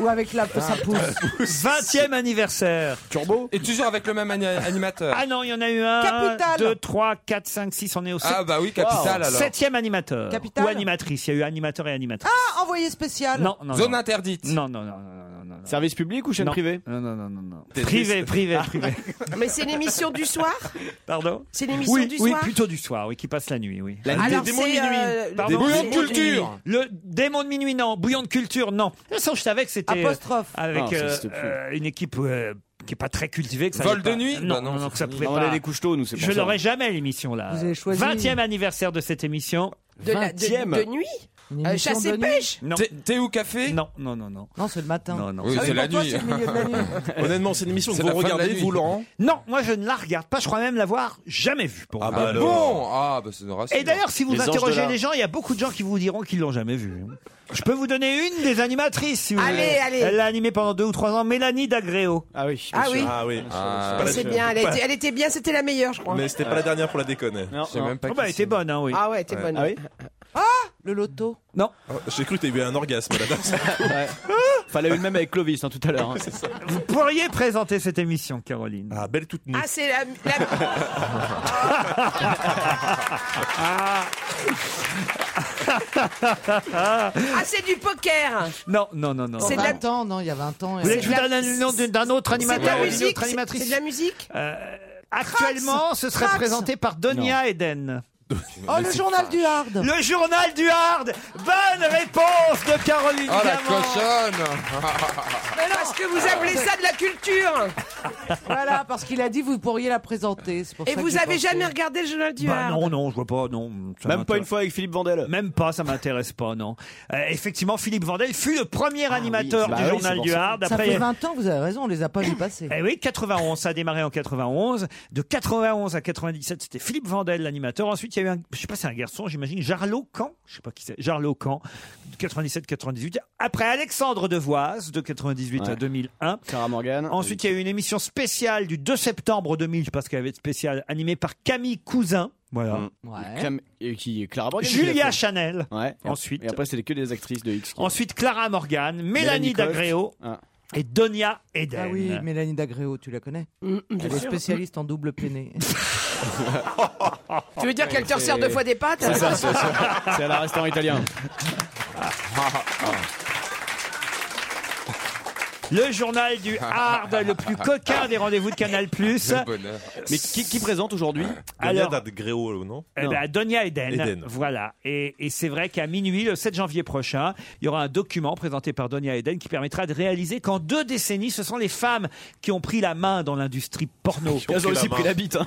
E: Ou avec la
F: Ah.
E: ça pousse
C: 20e anniversaire.
D: Turbo
F: Et toujours avec le même ani- animateur.
C: Ah non, il y en a eu un.
E: Capital.
C: 2, 3, 4, 5, 6, on est au 7.
F: Ah bah oui, capital alors.
C: Septième animateur.
E: Capital.
C: Ou animatrice. Il y a eu animateur et animatrice.
E: Ah, envoyé spécial
C: non, non.
F: Zone
C: non.
F: interdite.
C: non, non, non, non, non, non, non.
D: Service public ou chaîne
C: Non.
D: privée
C: Non, non, non, non, non. Privé,
F: Ah.
C: privé, privé.
G: Mais c'est l'émission du soir
C: Pardon
G: C'est l'émission
C: Oui,
G: du
C: oui,
G: soir
C: plutôt du soir, oui, qui passe la nuit, oui.
G: Alors
H: Des démons de
G: c'est euh,
H: minuit.
G: le-
C: Pardon,
G: c'est-
F: Bouillon de culture.
C: Le démon de minuit, non. Bouillon de culture, non. De toute façon, je savais que c'était. euh,
E: Apostrophe.
C: Avec
D: Ah, ça
C: euh,
D: existe plus.
C: euh, une équipe euh, qui est pas très cultivée. Que ça
F: Vol
C: allait
F: de
C: pas-
F: nuit
C: Non,
F: Bah non,
C: non, non,
F: c'est
C: que ça
F: fini.
C: pouvait
D: Non, on
C: pas.
D: a les couches tôt, nous, c'est pour
C: Je
D: ça.
C: l'aurais jamais l'émission là.
E: Vous avez choisi.
C: 20e anniversaire de cette émission.
G: de, la- de-
D: 20e.
G: de nuit
E: Une
G: Euh,
E: émission
G: Chasse
E: de
G: et
E: nuit.
G: pêche
C: Non.
F: Thé- Thé ou café
C: Non, non, non, non.
E: Non, c'est le matin.
C: Non, non.
F: Oui,
E: Ah oui,
F: c'est la
E: pour toi,
F: nuit.
E: c'est le milieu de la nuit.
H: Honnêtement, c'est une émission que
F: C'est
H: vous
F: la fin de la
H: regardez,
F: nuit.
H: vous, Laurent
C: Non, moi je ne la regarde pas. Je crois même l'avoir jamais vue. Pour
H: Ah
C: vous.
H: bah
F: Ah bon Ah bah c'est une race.
C: Et d'ailleurs, si vous
I: Les anges de
C: interrogez
I: la-
C: les gens, il y a beaucoup de gens qui vous diront qu'ils l'ont jamais vue. hein. Je peux vous donner une des animatrices, si vous
G: Allez,
C: voulez.
G: allez.
C: Elle l'a animée pendant deux ou trois ans, Mélanie D'Agréo.
D: Ah oui.
G: Ah oui,
H: Ah oui.
F: Ah,
H: Pas la-
G: c'est bien, elle était, elle était bien, c'était la meilleure, je crois. Euh.
H: Mais c'était pas la dernière pour la déconner.
D: Non,
F: je sais
D: non.
F: même pas
C: Oh bah,
F: qui
C: elle était
F: c'est.
C: bonne, hein, oui.
G: Ah ouais, t'es bonne.
D: Ah oui
E: Le loto.
H: Oh, J'ai cru que t'as eu un orgasme, la dame.
D: Fallait une même avec Clovis hein, tout à l'heure. hein.
C: Vous pourriez présenter cette émission, Caroline.
H: Ah, belle toute nue.
G: Ah, c'est la, la- ah, c'est du poker.
C: Non, non, non, non.
G: C'est de la-
E: 20 ans, non, il y a 20 ans.
G: euh.
C: Vous voulez
E: et-
C: que je vous donne le nom d'un- d'un autre
G: C'est de la
C: animateur ou d'une
G: musique.
C: autre
G: C'est c'est de
C: animatrice
G: la musique.
C: Euh, Actuellement, ce serait
E: Trax.
C: présenté par Donia Eden.
E: Oh, le journal du Hard
C: Le journal du Hard Bonne réponse de Caroline
F: Oh la
C: Diamant.
F: cochonne
G: Parce que vous appelez ça de la culture.
E: Voilà, parce qu'il a dit vous pourriez la présenter. c'est pour
G: Et
E: ça
G: vous
E: que
G: avez
E: j'ai pensé.
G: jamais regardé le journal du
C: Bah
G: Hard
C: non, non, je vois pas, non. ça
D: Même pas
C: m'intéresse.
D: une fois avec Philippe Vandel.
C: Même pas, ça m'intéresse pas, non. Euh, effectivement, Philippe Vandel fut le premier animateur
D: Bah
C: du
D: oui, c'est
C: journal
D: pour
C: du
D: ça.
C: Hard.
E: Ça
C: Après,
E: fait 20 ans, vous avez raison, on les a pas vu passer.
C: eh oui, 91, ça a démarré en 91. De 91 à 97, c'était Philippe Vandel, l'animateur. Ensuite, il y a eu un, je sais pas, c'est un garçon, j'imagine, Jarlot Camp. Je sais pas qui c'est, Jarlot Camp. De 97, 98. Après Alexandre Devoise, de 98 à
D: Ouais.
C: 2001.
D: Sarah Morgan.
C: Ensuite, il y a eu une émission spéciale du 2 septembre 2000, parce qu'elle avait été spéciale, animée par Camille Cousin. Voilà.
I: Hum.
D: Mm.
E: Ouais.
D: Cam- et qui Clara Morgan. qui l'a
C: Julia
D: fait.
C: Chanel.
D: Ouais.
C: Ensuite.
D: Et après, c'était que des actrices de X. qui-
C: Ensuite, Clara Morgan, Mélanie,
D: Mélanie Coste.
C: D'Agréo
D: Ah.
C: et Donia Eden.
E: Ah oui, Mélanie Mm, D'Agréo, tu la connais Elle est spécialiste en double peiné.
G: Tu veux
E: Ah,
G: dire qu'elle te resserre
D: c'est-
G: deux fois des pattes
D: C'est ça, c'est ça. C'est à la restaurant italien.
C: Le journal du hard, le plus coquin des rendez-vous de Canal+.
D: Mais qui, qui présente aujourd'hui
C: Alors-
H: Daniel Gréo, non
C: Eh ben, Donia Eden,
H: Eden.
C: voilà. Et, et c'est vrai qu'à minuit, le 7 janvier prochain, il y aura un document présenté par Donia Eden qui permettra de réaliser qu'en deux décennies, ce sont les femmes qui ont pris la main dans l'industrie porno.
D: Elles ont aussi pris la bite. hein.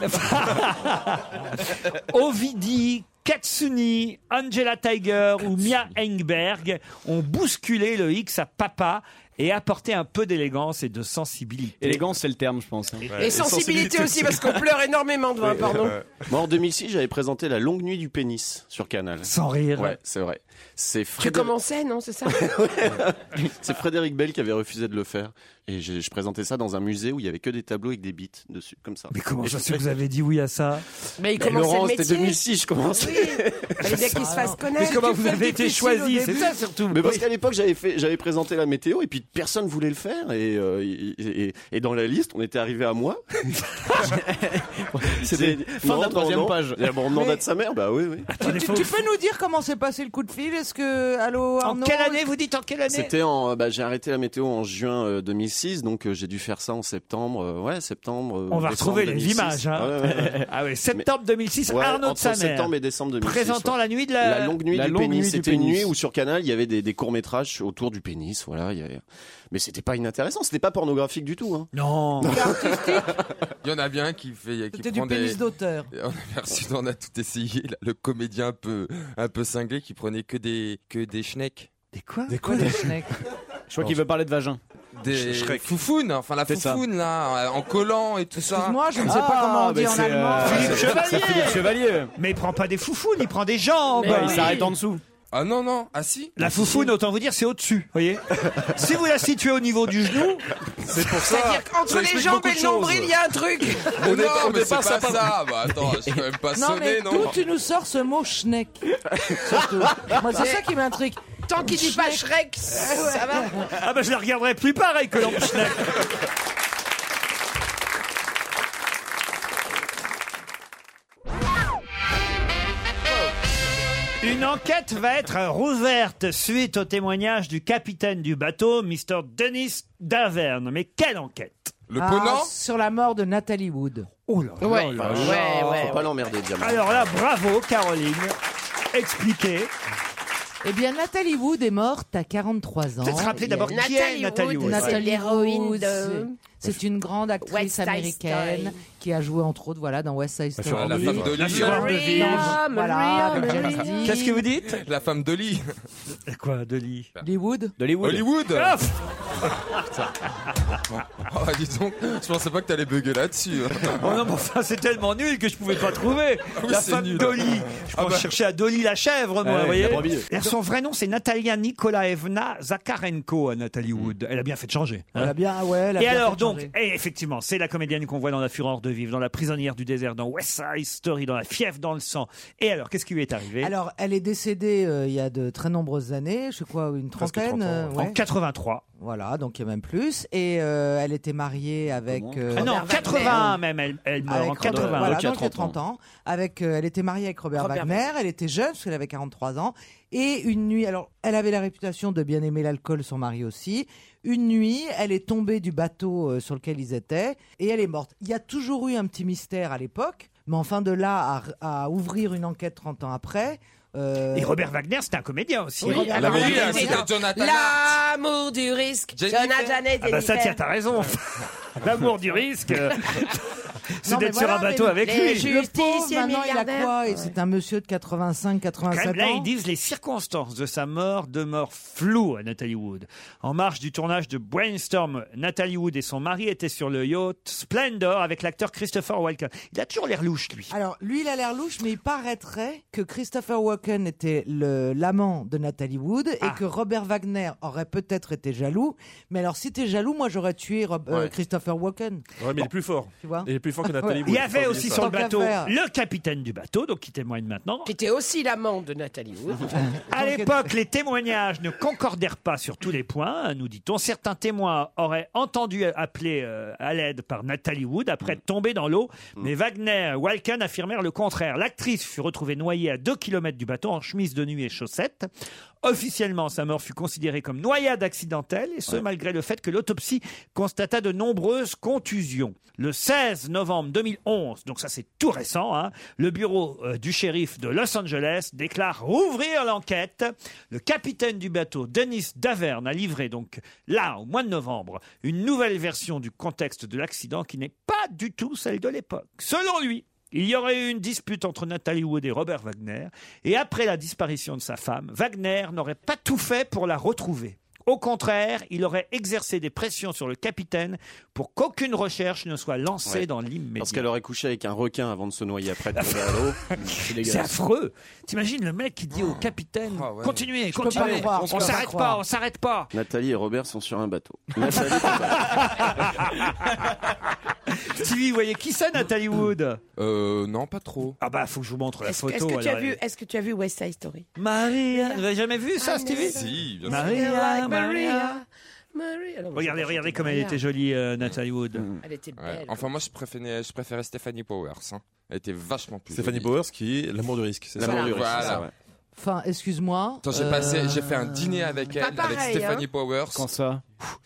C: Ovidi, Katsuni, Angela Tiger ou Mia Engberg ont bousculé le X à papa et apporté un peu d'élégance et de sensibilité.
D: Élégance, c'est le terme, je pense. hein.
G: Et sensibilité aussi, parce qu'on pleure énormément devant un porno.
I: Moi, en 2006, j'avais présenté La Longue Nuit du Pénis sur Canal.
C: Sans rire.
I: Ouais, c'est vrai. C'est
G: Tu
I: Frédéric...
G: commençais, non, c'est ça
I: C'est Frédéric Bell qui avait refusé de le faire. Et je, je présentais ça dans un musée où il y avait que des tableaux avec des bits dessus, comme ça.
C: Mais comment
I: Et
C: ça
I: je-
C: se fait que vous avez dit oui à ça
G: Mais il
I: Mais
G: commençait
I: Laurent,
G: le
I: c'était
G: métier.
I: 2006, je commençais.
G: Oui, fallait bien qu'il se fasse connaître.
C: Mais comment
G: Tu
C: vous
G: fais le
C: avez été
G: difficile au
C: choisi C'est
G: début.
C: ça surtout.
I: Mais parce qu'à l'époque, j'avais fait, j'avais présenté la météo et puis personne voulait le faire. Et, euh, et, et- et dans la liste, on était arrivé à moi.
D: C'était fin de la troisième page.
I: Et bon, on demandait
E: Mais-
I: de sa mère, bah oui,
C: Ah,
I: oui.
E: Tu, tu- tu peux nous dire comment s'est passé le coup de fil Est-ce que. Allô,
C: En
E: Arnaud
C: quelle année vous dites en quelle année
I: C'était en, bah, j'ai arrêté la météo en juin euh, 2006, donc euh, j'ai dû faire ça en septembre. euh, ouais, septembre. euh,
C: On va
I: décembre
C: retrouver les
I: 2006.
C: images, hein.
I: Ouais, ouais, ouais.
C: Ah oui, septembre 2006,
I: Ouais,
C: Arnaud de
I: entre
C: sa mère.
I: septembre et décembre 2006.
C: Présentant
I: ouais.
C: la nuit de la,
I: La longue nuit
D: La
I: du
D: longue nuit
I: pénis,
D: du
I: c'était une
D: pénis.
I: nuit où sur Canal il y avait des, des courts métrages autour du pénis, voilà. il y avait- Mais c'était pas inintéressant, c'était pas pornographique du tout. Hein.
C: Non.
F: Il y en a bien un qui fait, qui
E: C'était du
F: prend des.
E: pénis d'auteur.
F: On a, merci, on a tout essayé. là. Le comédien un peu, un peu cinglé qui prenait que des, que des schnecks.
C: Des quoi
E: Quoi, des schnecks
D: Je crois qu'il veut parler de vagin.
F: Des
H: Sch- Shrek.
F: foufounes, enfin la
D: C'est ça.
F: foufoune là, euh, en collant et tout ça.
E: Excuse-moi, je ne sais pas comment on dit en allemand.
C: Philippe Chevalier.
D: Philippe Chevalier.
C: Mais il prend pas des foufounes, il prend des jambes.
D: Ouais, Il s'arrête en dessous.
F: Ah non, non, ah si.
C: La foufoune, autant vous dire, c'est au-dessus, voyez. si vous la situez au niveau du genou,
H: C'est pour ça.
G: C'est-à-dire qu'entre
H: ça
G: les
H: explique
G: jambes et
H: beaucoup
G: le
H: de
G: nombril,
H: choses.
G: il y a un truc.
F: Mais non, mais c'est pas ça. Bah attends, je peux même pas
E: Non, mais
F: sonner,
E: d'où
F: non.
E: tu nous sors ce mot schneck Surtout. Moi, c'est ça qui m'intrigue.
G: Tant qu'il dit pas Shrek, ça va.
C: ah ben je la regarderai plus pareil que l'ambre Schneck. Une enquête va être rouverte suite au témoignage du capitaine du bateau, Mr. Denis Daverne. Mais quelle enquête
F: Le
E: Ah,
F: ponant
E: sur la mort de Nathalie Wood.
C: Oh là là là
G: Ouais,
C: là.
G: ouais, ouais.
I: Faut pas l'emmerder, diamant.
C: Alors là, bravo Caroline. Expliquez.
E: Eh bien, Nathalie Wood est morte à 43 ans.
C: Peut-être rappeler d'abord qui est
G: Nathalie
C: Nathalie
G: Wood,
C: Wood.
G: c'est
E: Nathalie
G: l'héroïne
E: Wood,
G: de-
E: c'est c'est une grande
G: West
E: actrice
G: Side
E: américaine
G: Story.
E: qui a joué entre autres voilà dans West Side Story.
H: Fureur
F: La
H: de
F: femme
H: vivre.
F: de
C: La
F: Lee.
C: fureur de vivre.
E: Voilà,
G: Maria,
E: avec James
G: Maria.
E: Dean.
C: Qu'est-ce que vous dites
F: La femme de Lee.
C: Quoi, de lit
E: Hollywood
D: D'Hollywood.
F: Hollywood
C: Ah,
F: Oh, dis donc, je pensais pas que t'allais bugger là-dessus. Ah
C: Oh non, mais enfin, c'est tellement nul que je pouvais pas trouver.
F: oui,
C: la
F: c'est
C: femme
F: nul. Ah bah.
C: d'Oli. Je pense chercher à Dolly la chèvre, moi,
D: Ah ouais,
C: vous voyez.
D: la brebis.
C: D'ailleurs, son vrai nom, c'est Natalia Nikolaevna Zakarenko, à Nathalie Wood. Elle a bien fait de changer. hein.
E: Elle a Ah, bien, ouais, elle a
C: Et
E: bien
C: alors
E: fait
C: donc,
E: changer.
C: et effectivement, c'est la comédienne qu'on voit dans La Fureur de Vivre, dans La Prisonnière du désert, dans West Side Story, dans La Fièvre dans le sang. Et alors, qu'est-ce qui lui est arrivé
E: Alors, elle est décédée euh, il y a de très nombreuses années, je crois une
H: Presque
E: trentaine.
H: 30 ans,
E: euh,
C: En
E: ouais.
C: 83.
E: Voilà, donc il y a même plus. Et euh, elle était mariée avec.
D: Comment
E: euh,
C: Ah non, en
G: Robert
C: 81 même, elle, elle meurt
E: avec
C: en
E: Robert-
C: 80.
E: Bah, voilà,
D: Ok, à
E: donc il y a
D: 30
E: 30 ans. Avec, euh, elle était mariée avec Robert,
G: Robert
E: Wagner. Elle était jeune parce qu'elle avait 43 ans. Et une nuit, alors elle avait la réputation de bien aimer l'alcool, son mari aussi. Une nuit, elle est tombée du bateau euh, sur lequel ils étaient et elle est morte. Il y a toujours eu un petit mystère à l'époque, mais enfin de là à, à ouvrir une enquête 30 ans après. euh,
C: Et Robert Wagner, c'était un comédien aussi.
E: Oui, Robert
F: La
E: Wagner,
C: hein,
F: oui,
E: hein, c'est
F: c'était
E: un-
F: Jonathan Hart.
G: L'amour du risque.
F: Jennifer.
G: Jonathan Janet
C: Ah bah ça, tiens,
G: Jennifer.
C: t'as raison. L'amour du risque, euh, c'est
E: Non, mais
C: d'être sur un
E: voilà,
C: bateau
E: mais
C: avec
G: les
C: lui.
G: ju-
E: Le
G: Justicier
E: pauvre, maintenant, il a
G: milliardaire.
E: quoi Et C'est un monsieur de
C: Quand même,
E: 85-87
C: là,
E: ans.
C: ils disent les circonstances de sa mort demeurent floues à Nathalie Wood. En marge du tournage de Brainstorm, Nathalie Wood et son mari étaient sur le yacht Splendor avec l'acteur Christopher Walken. Il a toujours l'air louche, lui.
E: Alors, lui, il a l'air louche, mais il paraîtrait que Christopher Walken était le- l'amant de Nathalie Wood et
C: Ah.
E: que Robert Wagner aurait peut-être été jaloux. Mais alors, si t'es jaloux, moi, j'aurais tué Rob- euh,
F: Ouais.
E: Christopher Walken,
H: Ouais, mais il est plus fort.
E: tu vois.
H: Il est plus fort que Nathalie
E: Ouais.
H: Wood.
C: Ah, Il y
H: faut
C: avait
H: pas
C: aussi
H: oublier
C: sur
E: ça.
C: le bateau
E: Tant qu'à faire.
C: le capitaine du bateau, donc qui témoigne maintenant.
G: Qui était aussi l'amant de Nathalie Wood.
C: À l'époque, les témoignages ne concordèrent pas sur tous les points, nous dit-on. Certains témoins auraient entendu appeler euh, à l'aide par Nathalie Wood après être tombée dans l'eau, mais Wagner et Walken affirmèrent le contraire. L'actrice fut retrouvée noyée à 2 km du bateau en chemise de nuit et chaussettes. Officiellement, sa mort fut considérée comme noyade accidentelle, et ce malgré le fait que l'autopsie constata de nombreuses contusions. Le 16 novembre 2011, donc ça c'est tout récent, hein, le bureau euh, du shérif de Los Angeles déclare rouvrir l'enquête. Le capitaine du bateau, Dennis Daverne, a livré donc là, au mois de novembre, une nouvelle version du contexte de l'accident qui n'est pas du tout celle de l'époque. Selon lui, il y aurait eu une dispute entre Nathalie Wood et Robert Wagner, et après la disparition de sa femme, Wagner n'aurait pas tout fait pour la retrouver. Au contraire, il aurait exercé des pressions sur le capitaine pour qu'aucune recherche ne soit lancée
I: Ouais.
C: dans l'immédiat.
I: Parce qu'elle aurait couché avec un requin avant de se noyer après de tomber à l'eau.
C: C'est affreux. T'imagines le mec qui dit au capitaine Continuez,
I: Je peux pas
C: continuez.
I: le croire, je
C: on
I: peux pas
C: s'arrête
I: croire.
C: pas, on s'arrête pas.
I: Nathalie et Robert sont sur un bateau. Nathalie,
C: Stevie, vous voyez qui c'est Nathalie Wood
F: Euh, non, pas trop.
C: Ah bah, faut que je vous montre la
G: Est-ce que-
C: photo.
G: est-ce que, tu as
C: alors.
G: vu- est-ce que tu as vu West Side Story
C: Maria, vous avez jamais vu
I: Ah,
C: ça, Stevie
F: Si, bien sûr.
C: Maria, Maria.
G: Like Maria, Maria. Non, mais
C: Regardez,
G: c'est pas
C: regardez
G: chanter
C: comme elle
G: Maria.
C: était jolie, euh, Nathalie Wood.
G: Elle était
F: Ouais.
G: belle.
F: Enfin, moi, je préférais, je préférais Stephanie Powers. hein. Elle était vachement plus.
H: Stéphanie
F: jolie.
H: Powers qui est l'amour du risque. c'est ça
F: L'amour du risque,
H: Voilà.
F: c'est ça, ouais.
E: Enfin, excuse-moi.
F: Attends, j'ai
E: euh,
F: passé, j'ai fait un dîner avec elle,
E: pareil,
F: avec Stéphanie
E: hein.
F: Powers.
D: Quand ça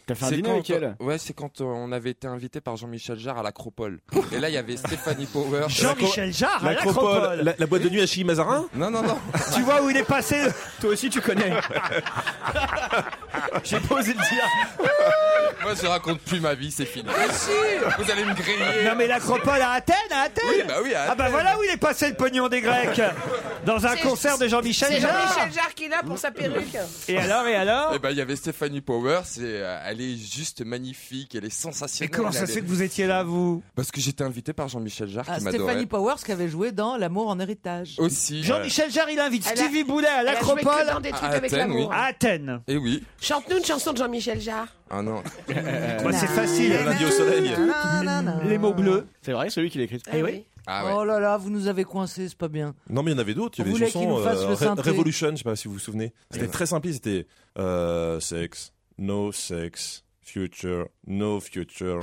D: T'as fait un
F: C'est
D: dîner
F: quand-
D: avec elle
F: Ouais, c'est quand euh, on avait été invité par Jean-Michel Jarre à l'Acropole. Et là, il y avait Stéphanie Powers.
C: Jean-Michel Jarre à
H: L'Acropole,
C: l'Acropole.
H: la, la boîte de nuit à Chili Mazarin
F: Non, non, non.
C: Tu vois où il est passé Toi aussi, tu connais. J'ai pas osé le dire. Ah,
F: Moi, je raconte plus ma vie, c'est fini. Vous allez me griller.
C: Non mais l'Acropole à Athènes, à Athènes.
F: Oui, bah oui, à
C: Ah bah
F: Athènes.
C: voilà où il est passé le pognon des Grecs. Dans un
G: C'est-
C: concert de Jean-Michel
G: C'est
C: Jarre.
G: Jean-Michel Jarre qui est là pour sa perruque.
C: Et alors, et alors
F: Eh ben, il y avait Stéphanie Powers et euh, elle est juste magnifique, elle est sensationnelle.
C: Et comment ça
F: elle
C: se
F: est-
C: fait que vous étiez là, vous
F: Parce que j'étais invité par Jean-Michel Jarre
E: Ah,
F: qui
E: Stéphanie
F: m'adorait.
E: Powers qui avait joué dans L'amour en héritage.
F: Aussi.
C: Jean-Michel Jarre, il invite
G: Elle a-
C: Stevie Boulet à
G: elle a joué que
C: l'Acropole.
G: dans des trucs
F: À
G: avec
F: Athènes,
G: l'amour.
C: À Athènes.
F: Et oui.
G: Chante-nous une chanson de Jean-Michel Jarre.
F: Ah non.
D: Euh,
C: Bah, c'est facile.
H: Lundi au soleil.
E: Ah,
C: Les mots bleus.
D: Euh, C'est vrai, c'est lui qui l'écrit.
G: Eh oui.
F: Ah ouais.
E: Oh là là, vous nous avez coincés, c'est pas bien.
H: Non, mais il y en avait d'autres. Il y
E: Vous
H: avait
E: voulez
H: des
E: qu'il
H: chansons. euh,
E: nous fasse le
H: Re-
E: synthé
H: Revolution, je sais pas si vous vous souvenez.
D: Eh
H: C'était très simple. C'était euh, sex, no sex, future, no future,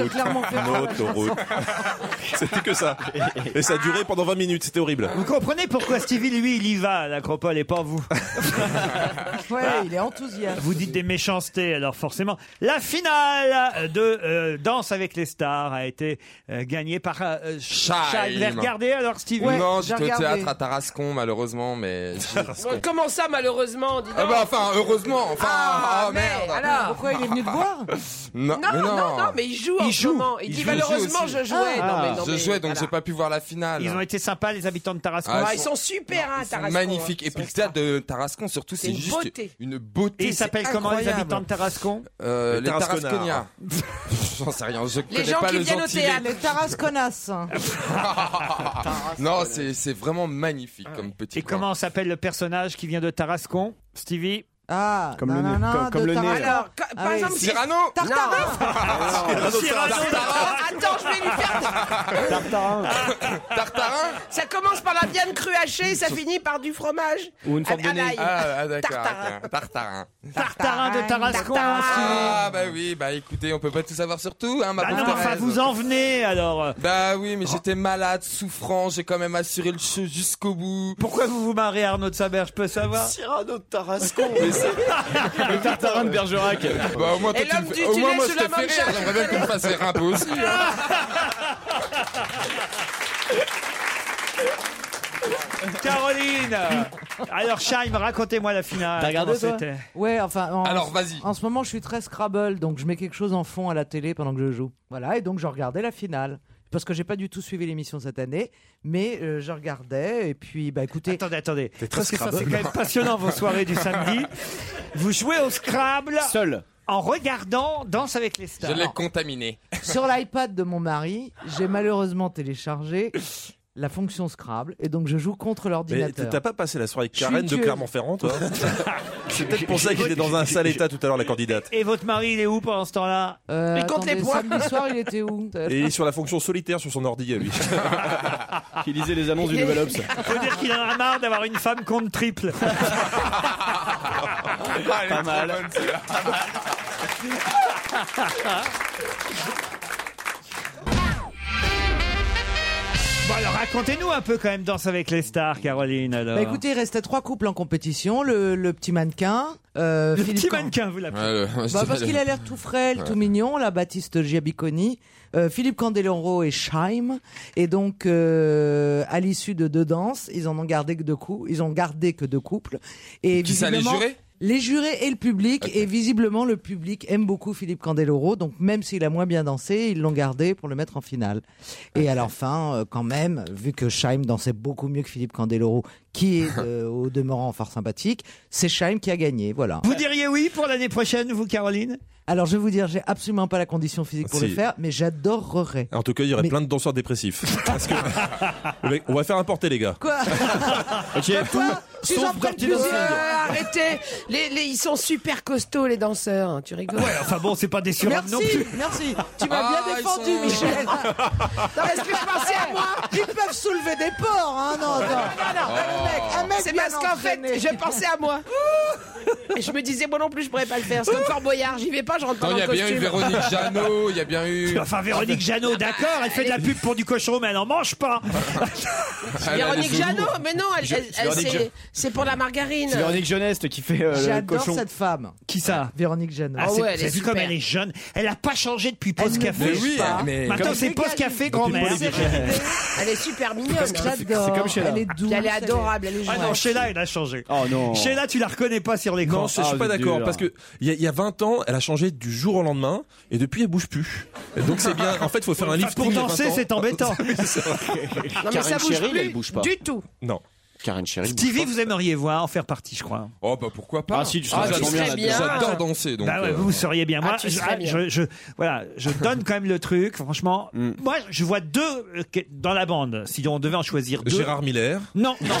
H: autoroute, no autoroute. C'était que ça. Et ça a duré pendant 20 minutes. C'était horrible.
C: Vous comprenez pourquoi Stevie, lui, il y va à l'Acropole et pas vous
E: Ouais, il est enthousiaste.
C: Vous dites des méchancetés, alors forcément. La finale de euh, Danse avec les stars a été euh, gagnée par euh, Ch-
F: Chaim.
C: Chaim. Vous l'avez regardé alors, Stevie
F: non,
E: j'ai
F: j'étais au
E: regardé.
F: théâtre à Tarascon, malheureusement, mais. j'y-
G: Bon, comment ça, malheureusement dis donc.
F: ah bah enfin, heureusement, enfin, ah,
G: Ah,
F: merde. Ah.
G: mais alors
E: Pourquoi il est venu te voir
F: Non,
G: non,
F: mais
G: non, non, mais il joue en
C: Il
G: ce
C: joue.
G: moment. Il,
F: Il
G: dit
F: joue.
G: malheureusement,
F: Je joue
G: je
F: aussi.
G: jouais.
E: Ah.
G: non, mais, non,
F: Je
G: mais
F: jouais donc
G: voilà.
F: j'ai pas pu voir la finale.
C: Ah. Ils ont été sympas, les habitants de Tarascon.
F: Ah,
G: Ah,
F: ils
G: ils sont super, hein,
F: Ils sont
G: Tarascon.
F: magnifiques.
G: hein.
F: Et puis le théâtre de Tarascon, surtout,
G: C'est
F: c'est
G: une
F: juste
G: beauté.
F: une beauté.
C: Et ils
F: c'est
C: s'appellent comment les
F: incroyable.
C: habitants de Tarascon
F: Euh,
H: Les
F: les Tarasconiens.
H: Tarasconnards.
F: J'en sais rien, je
G: Les
F: connais
G: gens
F: pas
G: qui
F: le
G: viennent au
F: gentilé.
G: théâtre.
E: Les Tarasconas. hein.
F: Non, c'est c'est vraiment magnifique
G: Ah
F: comme petit
C: Et
F: coin.
C: comment s'appelle le personnage qui vient de Tarascon Stevie
E: Ah,
D: Comme le
E: nanana,
D: nez, comme-
E: de
D: comme le nez,
E: Tarascon.
G: Alors, ca-
E: Ah
G: par
E: oui.
G: exemple, si-
F: Cyrano
E: Tartarin
C: Ah, Cyrano
G: Ah, Attends, je vais lui faire.
D: Tartarin.
F: Tartarin
G: Ça commence par la viande crue hachée, ça finit par du fromage.
D: Ou une forme de
G: à, à
D: nez.
G: l'ail.
F: Ah, ah, d'accord.
G: Tartarin.
F: tiens, Tartarin.
C: Tartarin de Tarascon
G: Ah,
C: hein,
G: Tartarin.
C: Stevie.
F: Ah, bah oui, bah écoutez, on peut pas tout savoir sur tout, hein, ma
C: Bah
F: pauvre
C: non, enfin,
F: Thérèse.
C: vous en venez alors
F: Bah oui, mais j'étais malade, souffrant, j'ai quand même assuré le show jusqu'au bout.
C: pourquoi vous vous marrez Arnaud de Saber, je peux savoir
I: Cyrano de Tarascon. mais c'est- Le Tartarin de Bergerac.
F: Bah au moins, toi,
G: Et l'homme
F: me
G: du
F: fais- au
G: tunnel
F: moins moi
G: sous
F: je
G: la
F: te fais
G: Manche,
F: rire, j'aimerais bien que tu me fasses rire un peu aussi. hein.
C: Caroline Alors Chaim, racontez-moi la finale.
D: T'as regardé,
C: Ah, Comment
D: toi
C: c'était
E: Ouais, enfin. en-
F: Alors, vas-y.
E: En ce moment, je suis très Scrabble, donc je mets quelque chose en fond à la télé pendant que je joue. Voilà, et donc je regardais la finale. Parce que j'ai pas du tout suivi l'émission cette année, mais euh, je regardais, et puis, bah écoutez.
C: Attendez, attendez.
H: T'es très
C: Parce que ça, c'est
H: Scrabble.
C: quand même passionnant vos soirées du samedi. Vous jouez au Scrabble
D: Seul.
C: en regardant Danse avec les
F: Je
C: stars.
F: l'ai contaminé.
E: Sur l'iPad de mon mari, j'ai malheureusement téléchargé la fonction Scrabble et donc je joue contre
H: Mais
E: l'ordinateur.
H: t'as pas passé la soirée avec
E: Je suis
H: Karen de
E: tueuse.
H: Clermont-Ferrand, toi C'est peut-être pour ça qu'il était dans un sale état tout à l'heure, la candidate.
C: Et votre mari, il est où pendant ce temps-là
E: Euh,
G: Mais compte les
E: attendez,
G: points.
E: Samedi soir, il était où
H: Et il est sur la fonction solitaire sur son ordi, lui.
D: Qui lisait les annonces du Nouvel Obs.
C: Faut dire qu'il en a marre d'avoir une femme contre triple.
F: Pas mal.
C: Bon, Alors racontez-nous un peu quand même Danse avec les stars, Caroline. Alors.
E: Bah écoutez, il restait trois couples en compétition. Le, le petit mannequin. euh,
C: le
E: Philippe
C: petit
E: Can-
C: mannequin, vous l'appelez.
E: Bah, parce qu'il a l'air tout frêle, tout
C: Ouais.
E: mignon, la Baptiste Giabiconi, euh, Philippe Candeloro et Scheim. Et donc, euh, à l'issue de deux danses, ils en ont gardé que deux coups. Ils ont gardé que deux couples. Et
F: Qui ça, les
E: visiblement-
F: jurés
E: les jurés et le public, et visiblement le public aime beaucoup Philippe Candeloro, donc même s'il a moins bien dansé, ils l'ont gardé pour le mettre en finale. Et à la fin, euh, quand même, vu que Scheim dansait beaucoup mieux que Philippe Candeloro, qui est euh, au demeurant fort sympathique, c'est Scheim qui a gagné, voilà.
C: Vous diriez oui pour l'année prochaine, vous, Caroline
E: Alors je vais vous dire, j'ai absolument pas la condition physique pour
H: Si.
E: le faire, mais j'adorerais.
H: En tout cas, il y aurait
E: Mais-
H: plein de danseurs dépressifs. Parce que. Le mec, on va faire importer, les gars.
E: Quoi Bah,
H: Ok, tout.
G: Tu
H: sauf
G: en prends
H: Dirty
G: plusieurs.
H: Dancing.
G: Arrêtez. Les, les- ils sont super costauds les danseurs. hein, Tu rigoles.
C: Enfin bon, c'est pas des surhommes
G: Merci,
C: non plus.
E: Merci.
G: Tu m'as
F: Ah,
G: bien défendu, Michel.
E: Non, mais est-ce que je pensais à moi Ils peuvent soulever des porcs, hein Non, non,
G: non,
E: un mec, un mec
G: C'est
E: bien
G: parce qu'en fait,
E: entraîné.
G: je pensais à moi. Et je me disais, moi non plus, je pourrais pas le faire. C'est comme Fort Boyard, j'y vais pas, je rentre pas
F: Non,
G: dans
F: il y a
G: le costume.
F: bien eu Véronique Jeannot, il y a bien eu.
C: Enfin, Véronique Jeannot, d'accord, elle fait de la pub pour du cochon, mais elle en mange pas.
F: Ah, là,
G: Véronique
F: les
G: Jeannot,
F: zouzous.
G: mais non, elle-
C: Je-
G: elle-
C: je
G: elle-
C: Véronique
G: c'est-
C: Je-
G: c'est pour la margarine.
D: C'est Véronique Jeunesse qui fait euh, le
E: J'adore
D: cochon.
E: cette femme.
C: Qui ça
E: Véronique Jeannot.
C: Ah,
E: Ah
C: c'est-
E: ouais, elle
C: c'est
E: est
C: vu comme
E: super.
C: elle est jeune. Elle a pas changé depuis
E: Elle
C: Pause
E: ne
C: Café.
E: bouge Mais oui, pas. mais-
C: Maintenant,
E: Comme-
C: c'est Pause Café grand-mère.
G: Elle est super mignonne.
E: Parce que c'est- J'adore. c'est comme Sheila. Elle est douce,
G: Puis Elle est
E: elle est-
G: adorable. Elle est
C: Ah non,
G: joueuse.
C: Sheila, elle a changé.
D: Oh Ah, non.
C: Sheila, tu la reconnais pas sur l'écran.
H: Non, je, je suis pas d'accord parce que il y, a- il y a 20 ans, elle a changé du jour au lendemain et depuis elle bouge plus. Et Donc c'est bien. En fait, faut faire un
C: Enfin,
H: lifting.
C: pour
H: il y a 20
C: danser,
H: ans.
C: c'est embêtant.
H: Oui, c'est vrai.
G: Non, mais ça
D: Karen
G: bouge
D: Cheryl,
G: plus
D: elle bouge pas.
G: Du tout.
H: non.
D: Karen Cheryl.
C: Stevie, vous aimeriez voir en faire partie, je crois.
F: Oh, bah pourquoi pas
D: Ah, si, tu
F: Ah,
D: serais
F: j'adore-
D: bien là-dedans.
F: J'adore danser donc.
C: Bah ouais,
F: euh,
C: vous seriez bien. Moi,
G: Ah, tu
C: je,
G: serais
C: ah,
G: bien.
C: je- je- voilà, je donne quand même le truc. Franchement,
D: Mm.
C: moi, je vois deux euh, que- dans la bande. Si on devait en choisir deux.
H: Gérard Miller.
C: Non, non,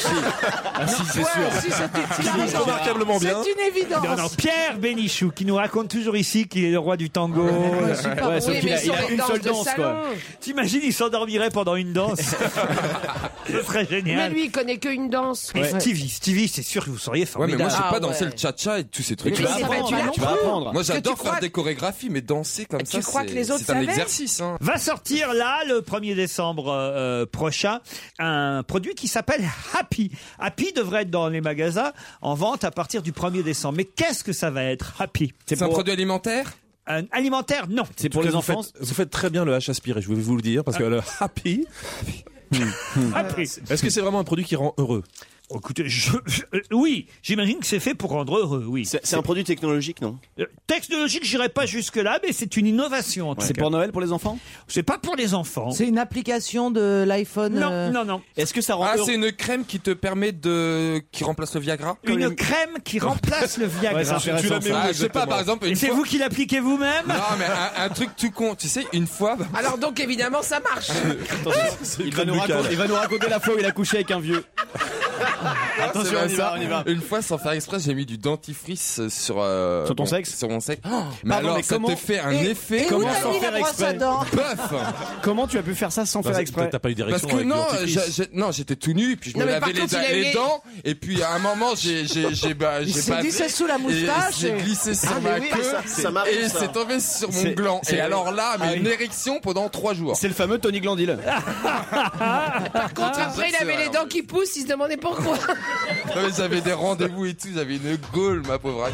D: Ah si, c'est sûr.
E: Si, c'est- il a
H: Il est
E: raison.
H: remarquablement bien.
E: C'est une
C: non, non,
E: évidence.
C: Pierre Bénichou qui nous raconte toujours ici qu'il est le roi du tango.
D: Ouais, sauf
G: Oui,
D: qu'il
G: mais
D: a,
G: sur
D: il a
G: les
D: une
G: danses
D: seule
G: de
D: danse, quoi.
G: salon.
C: T'imagines, il s'endormirait pendant une danse. Ce serait
G: Mais
C: génial.
G: lui, il connaît qu'une danse.
C: Et Stevie, Stevie, c'est sûr que vous seriez
F: Ouais, mais
C: formidable.
F: moi, je sais
G: Ah,
F: pas danser
G: ouais.
F: le cha-cha et tous ces trucs.
G: Mais
F: là
G: c'est pas- tu l'as
D: Tu vas
G: cru.
D: apprendre.
F: Moi,
G: Parce que
F: j'adore
G: tu
F: faire
G: crois-
F: des chorégraphies, mais danser comme ça,
G: Tu crois que
F: c'est-
G: les autres
F: c'est un
G: savaient
F: exercice. Hein.
C: Va sortir là, le 1er décembre euh, euh, prochain, un produit qui s'appelle Happy. Happy devrait être dans les magasins en vente à partir du 1er décembre. Mais qu'est-ce que ça va être, Happy
F: C'est un produit alimentaire
C: Un alimentaire, non.
D: C'est pour les
H: vous
D: enfants. Ah.
H: faites, vous faites très bien le H aspiré. Je vais vous le dire parce que le happy.
C: Happy.
H: Est-ce que c'est vraiment un produit qui rend heureux
C: Écoutez, je- je- euh, oui, j'imagine que c'est fait pour rendre heureux, oui.
I: C'est c'est un produit technologique, non
C: Euh, Technologique, j'irai pas jusque-là, mais c'est une innovation. en tout
D: C'est
C: cas.
D: pour Noël pour les enfants
C: C'est pas pour les enfants.
E: C'est une application de l'iPhone. euh,
C: Non, non, non.
D: Est-ce que ça rend
F: Ah,
D: heureux
F: c'est une crème qui te permet de. qui remplace le Viagra
C: Une crème qui remplace le
D: Ouais, c'est
C: Viagra.
H: Tu la
D: intéressant. ça.
H: mets où
F: Ah, je sais pas,
H: exactement
F: par exemple,
C: Et
F: une
C: c'est
F: fois.
C: vous qui l'appliquez vous-même
F: Non, mais un, un truc tout con. Tu sais, une fois. bah,
G: Alors donc, évidemment, ça marche.
H: C'est
D: Il va,
H: Claude
D: nous
H: Lucas.
D: raconter, il va nous raconter la fois où il a couché avec un vieux.
F: c'est
D: Attention,
F: vrai,
D: on y
F: ça.
D: va, on y va.
F: Une fois, sans faire exprès, j'ai mis du dentifrice sur. euh,
D: Sur ton sexe
F: Sur mon sexe. mais
D: Pardon,
F: alors,
D: mais
F: ça
D: comment-
F: te fait un
E: Et,
F: effet.
E: et où
F: Comment
E: t'as
D: sans
E: mis la
D: faire
E: brosse à
D: exprès
E: dents
F: Puff
D: Comment tu as pu faire ça sans
H: Non,
D: faire
H: c'est-
D: exprès
H: T'as pas eu
F: Parce
H: direction
F: Bah, que
H: avec
F: non,
H: le dentifrice.
F: j'a- j'a- non, j'étais tout nu, puis je
G: Non,
F: me
G: mais par
F: lavais les,
G: contre, il a eu
F: les
G: les-
F: dents, et puis à un moment, j'ai, j'ai, j'ai, bah, j'ai
E: s'est
F: bavé,
E: glissé sous la
F: et
E: moustache,
F: J'ai
E: et-
F: glissé sur
I: Ah, mais
F: ma
I: oui,
F: queue,
I: ça- ça m'arrive,
F: et
I: ça.
F: c'est tombé sur mon
D: C'est-
F: gland.
D: c'est-
F: Et alors là, mais
D: Ah oui.
F: une érection pendant trois jours.
D: C'est le fameux Tony Glandil.
C: Ah,
G: Par contre, après, il
F: c'est
G: avait
F: vrai,
G: les
F: en
G: dents
F: fait.
G: qui poussent, il se demandait pourquoi.
F: Non, mais j'avais des rendez-vous et tout, j'avais une gaule, ma pauvre. Anne.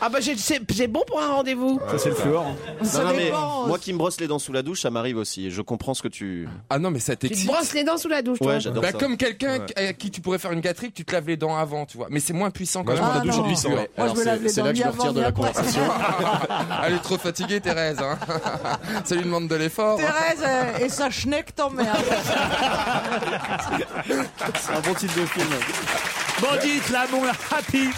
G: Ah bah, j'ai- c'est c'est bon pour un rendez-vous.
D: Ça, c'est le fluor. hein.
E: Ça
I: Non, non, mais
E: dépend.
I: moi qui me brosse les dents sous la douche, ça m'arrive aussi. Et je comprends ce que tu.
F: Ah non, mais ça
G: Tu te
F: t'excite.
G: brosses les dents sous la douche, toi.
I: Ouais, j'adore
F: Bah,
I: ça.
F: comme quelqu'un à qui tu pourrais faire une gâterie, que tu te laves les dents avant, tu vois. Mais c'est moins puissant
H: Moi,
F: quand
H: je
F: même.
H: prends la douche en
E: non.
H: glissant.
E: Moi, je me lave les
I: c'est
E: dents
I: là que je
E: ni
I: me
E: avant,
I: retire de
E: ni
I: la
E: après.
I: conversation.
F: Elle est trop fatiguée, Thérèse. Hein. ça lui demande de l'effort.
E: Thérèse euh, et sa schneck t'emmerde.
D: C'est un bon titre de film.
C: Bandit, la bon, la happy.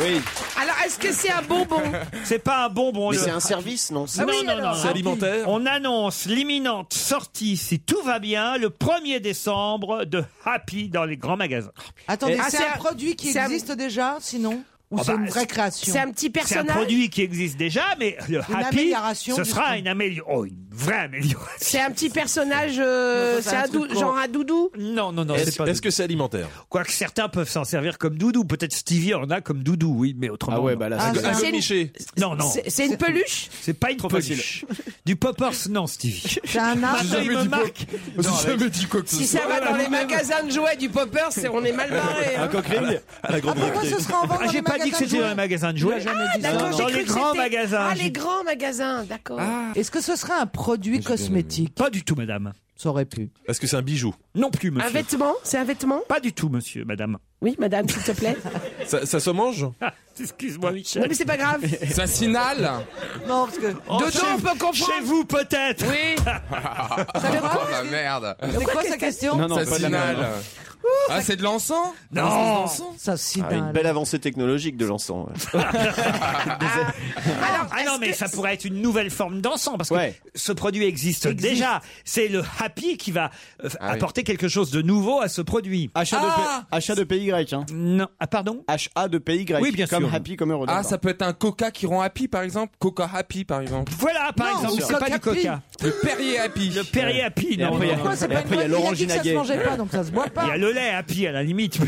I: Oui,
G: Alors, est-ce que c'est un bonbon
C: C'est pas un bonbon.
I: mais
C: le- Ah
I: c'est un service, non
E: Ah
C: Non, non, non,
H: C'est alimentaire.
C: On annonce l'imminente sortie, si tout va bien, le 1er décembre de Happy dans les grands magasins.
E: Attendez,
G: Ah,
E: c'est
G: c'est
E: un
G: un-
E: produit qui
G: c'est un- Ah bah,
E: existe déjà, sinon Ou Ah bah, c'est une vraie création
G: C'est un petit
C: C'est
G: personnage
C: un produit qui existe déjà, mais le
G: Une
C: Happy,
G: amélioration
C: ce
G: du
C: sera
G: truc.
C: une amélioration. Oh, une vraie amélioration.
G: C'est un petit personnage, euh,
C: Non, ça, c'est
G: c'est
C: un
G: un dou-
C: truc con.
G: genre un doudou
C: Non, non, non,
G: Est-ce-
C: c'est pas.
G: est-ce
C: que c'est alimentaire Quoique certains peuvent s'en servir comme doudou. Peut-être Stevie en a comme doudou, oui, mais autrement. Ah ouais, bah
D: là, Ah, c'est- c'est un
G: c'est une-
C: miché. Non, non.
G: C'est- c'est une peluche
C: C'est pas une
D: Trop
C: peluche.
D: facile.
C: Du poppers, non, Stevie.
E: C'est un arbre.
C: Maintenant, il me marque. Non,
D: J'ai jamais dit quoi que
G: Si ça va dans les magasins de jouets du popper, c'est- on est mal barré. hein.
E: pourquoi ce sera en
C: bah,
E: vente
C: Ah,
E: dans
C: j'ai
E: les
C: pas dit que
E: magasins de
C: c'était dans les
E: jouets
C: magasins de jouets. Ah,
E: Il a jamais dit ça.
G: D'accord, j'ai
C: Dans
G: cru
C: les
G: que
C: grands
G: c'était-
C: magasins.
G: Ah,
C: j'ai
G: les grands magasins, d'accord.
E: Est-ce que ce serait un produit cosmétique
C: Pas du tout, madame.
E: Ça aurait pu.
C: Est-ce que c'est un bijou Non plus, monsieur.
G: Un vêtement C'est un vêtement
C: Pas du tout, monsieur, madame.
G: Oui, madame, s'il te plaît.
C: Ça, se mange Excuse-moi, Michel.
G: Non, mais c'est pas grave.
F: Ça signale
E: Non, parce que.
G: Dedans, on peut comprendre.
C: Oh, Chez vous, peut-être
G: Oui
F: Ça
G: fait quoi,
F: Oh, la merde
E: C'est quoi sa question
F: Non, non, ça
I: pas de la
F: signale.
I: merde.
F: Ah, c'est de l'encens
I: Non.
E: Ça c'est
I: Ah, une belle avancée technologique de l'encens. ouais.
C: Ah, non, mais ça pourrait être une nouvelle forme d'encens parce que ce produit existe, déjà. C'est le Happy qui va
D: oui.
C: euh, apporter quelque chose de nouveau à ce produit.
D: Achat,
C: Ah
D: de, P- achat de PY. Hein.
C: Non, ah pardon
D: HA de PY.
C: Oui, bien
D: comme
C: sûr.
D: Happy, comme Euro.
F: Ah, ça peut être un coca qui rend happy par exemple Coca happy par exemple.
C: Voilà, par
F: Non,
C: exemple,
F: ou
C: c'est pas du
F: Coca-Pi.
C: coca.
F: Le Perrier happy.
C: Le Perrier Happy,
F: Et
C: non.
F: après, il y a-
C: non,
F: Pourquoi
C: non.
F: c'est pas Et une après, il y a bonne
E: Laurent idée Il a dit que ça se Ginaguet. mangeait pas, donc ça se boit pas.
C: Il y a le lait Happy à la limite.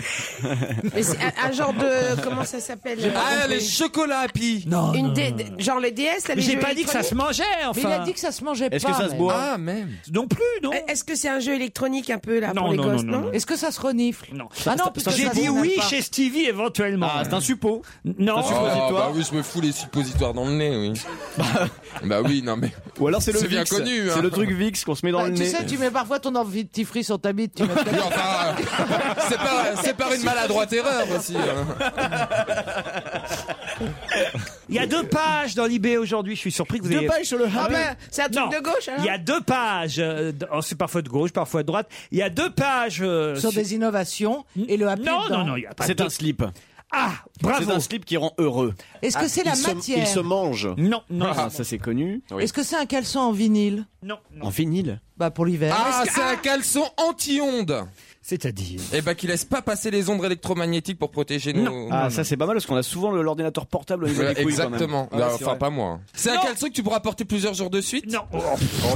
G: Mais c'est un, un genre de. Comment ça s'appelle
C: J'ai pas
F: Ah, les chocolats happy
C: Non
G: Une dé- dé- Genre les DS, là, les jeux électroniques
E: Mais il a dit que ça se mangeait pas. mais-
F: Ah, même.
C: Non plus, non.
G: Eh, Est-ce que c'est un jeu électronique un peu là
C: Non,
G: pour les
C: non,
G: gosses,
C: non, non,
G: non,
C: non.
E: Est-ce que ça se renifle
C: Non.
E: Ah non, puisque
C: J'ai
E: ça
C: dit
E: s'en
C: oui
E: va pas.
C: chez Stevie éventuellement.
D: Ah, c'est un suppôt.
C: Non.
F: Oh, bah oui, je me fous les suppositoires dans le nez, oui. bah oui, non mais.
D: Ou alors c'est le
F: C'est bien
D: Vicks.
F: connu, hein.
D: C'est le truc VIX qu'on se met dans
E: Bah,
D: le
E: tu
D: nez.
E: sais, tu mets parfois ton dentifrice sur ta bite. Tu mets
F: C'est par, c'est par une maladroite erreur aussi. hein.
C: Il y a deux pages dans l'IB aujourd'hui, je suis surpris que vous
G: Deux
C: ayez...
G: pages sur le Ah Hub. ben, c'est un truc
C: Non.
G: de gauche, alors
C: Il y a deux pages, euh, d- oh, c'est parfois de gauche, parfois de droite. Il y a deux pages... euh, Oh,
E: sur des innovations et le happy
C: Non, non,
E: dedans.
C: non, il y a pas
D: C'est
C: de-
D: un slip.
C: Ah, bravo
D: C'est un slip qui rend heureux.
E: Est-ce que
D: Ah,
E: c'est la
D: il se-
E: matière
D: Il se mange.
C: Non, non.
D: Ah, ça c'est connu.
E: Est-ce que c'est un caleçon en vinyle
C: Non, non.
D: En vinyle.
E: Bah pour l'hiver.
F: Ah, c'est un caleçon anti-ondes
C: C'est-à-dire
F: Eh ben, qui laisse pas passer les ondes électromagnétiques pour protéger nos.
D: Ah, ça c'est pas mal parce qu'on a souvent le- l'ordinateur portable au niveau
F: Voilà,
D: des couilles. quand même.
F: exactement.
I: Ah
D: Ouais,
F: Non,
D: c'est
F: enfin,
D: vrai.
F: pas moi. hein. C'est un
C: Non.
F: caleçon que tu pourras porter plusieurs jours de suite
C: Non. Oh,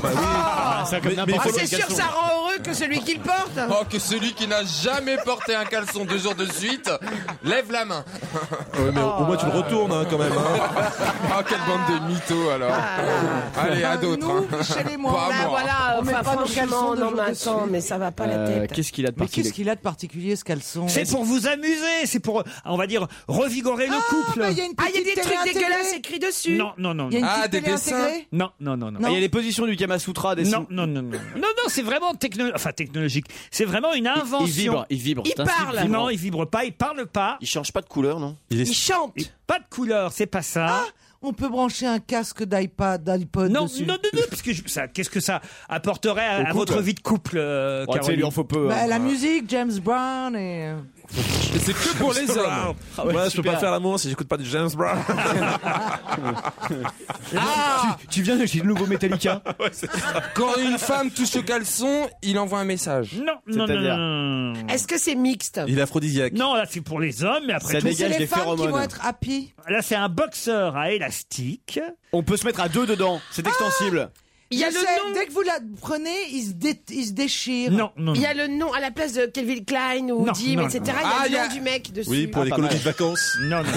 D: Ah, ça, comme
G: Ah,
D: n'importe
G: c'est
D: quel
G: sûr,
D: son.
G: ça rend heureux que celui qui le porte.
F: Oh, que celui qui n'a jamais porté un caleçon deux jours de suite, lève la main.
H: Ouais, mais au- au moins tu le retournes hein, quand même. hein.
F: Oh, quelle bande de mythos alors. Allez, à d'autres. hein.
E: Nous, Michel et moi,
F: Pas
E: on a-
G: Bah
F: moi.
G: voilà,
E: On met
G: enfin,
E: pas nos caleçons
G: franchement,
E: de
G: non,
E: jour
G: mais
E: dessus.
G: attends, mais ça va pas la
D: Euh,
G: tête.
D: Qu'est-ce qu'il a de
E: Mais qu'est-ce
D: particulier
E: qu'il a de particulier ce caleçon
C: C'est pour vous amuser, c'est pour, on va dire, revigorer le couple.
E: bah, il y a une
G: Ah, il y a
E: petite
G: des
E: télé
G: trucs
E: intégrée.
G: dégueulasses écrits dessus.
C: Non, non, non,
E: Il y a
C: non.
E: une
F: Ah,
E: petite
F: des
E: télé
F: dessins.
E: intégrée
C: Non, non, non, non.
D: Ah, Il y a les positions du Kama Sutra des
C: Non, non, non, non. Non, non, c'est vraiment techno... enfin, technologique. C'est vraiment une invention.
D: Il vibre, il vibre.
G: Il
D: C'est un slip
G: parle.
D: vibrant.
C: Non, il vibre pas, il parle pas.
I: Il change pas de couleur, non
G: Il chante.
C: Il- Pas de couleur, c'est pas ça.
E: On peut brancher un casque d'iPad, d'iPod
C: non,
E: dessus.
C: non, non, non, parce que je- ça, qu'est-ce que ça apporterait à, à votre vie de couple, euh,
D: Oh, tu sais,
C: Caroline
D: lui en faut peu.
E: Bah,
D: hein.
E: la musique, James Brown et. euh,
F: Mais C'est que pour les hommes.
D: Ah ouais,
H: Moi, je peux
D: super. Ah,
H: pas faire l'amour si j'écoute pas du James Brown.
D: Tu, tu viens de chez le nouveau Metallica
F: Quand une femme touche le caleçon, il envoie un message.
C: Non, non, non,
D: C'est-à-dire
C: non, non.
G: Est-ce que c'est mixte
H: Il est aphrodisiaque.
C: Non, là c'est pour les hommes, mais après
D: Ça
C: tout,
D: dégage.
E: C'est
D: Dégage
E: les
D: des
E: femmes qui
D: phéromones.
E: vont être happy.
C: là c'est un boxeur à élastique. Ah
D: On peut se mettre à deux dedans. C'est extensible.
G: Il y a
E: Je
G: le
E: sais,
G: nom.
E: Dès que vous la prenez, ils se, dé- ils se déchirent.
C: Non, non, non.
G: Il y a le nom à la place de Kelvin Klein ou
C: Non,
G: Dim,
C: non,
G: etc.
F: Ah,
G: Il
F: il y
G: y a
F: a-
G: le nom du mec dessus.
H: Oui, pour
D: Ah,
H: les
D: pas
H: colonies
D: mal.
H: de vacances.
C: Non, non.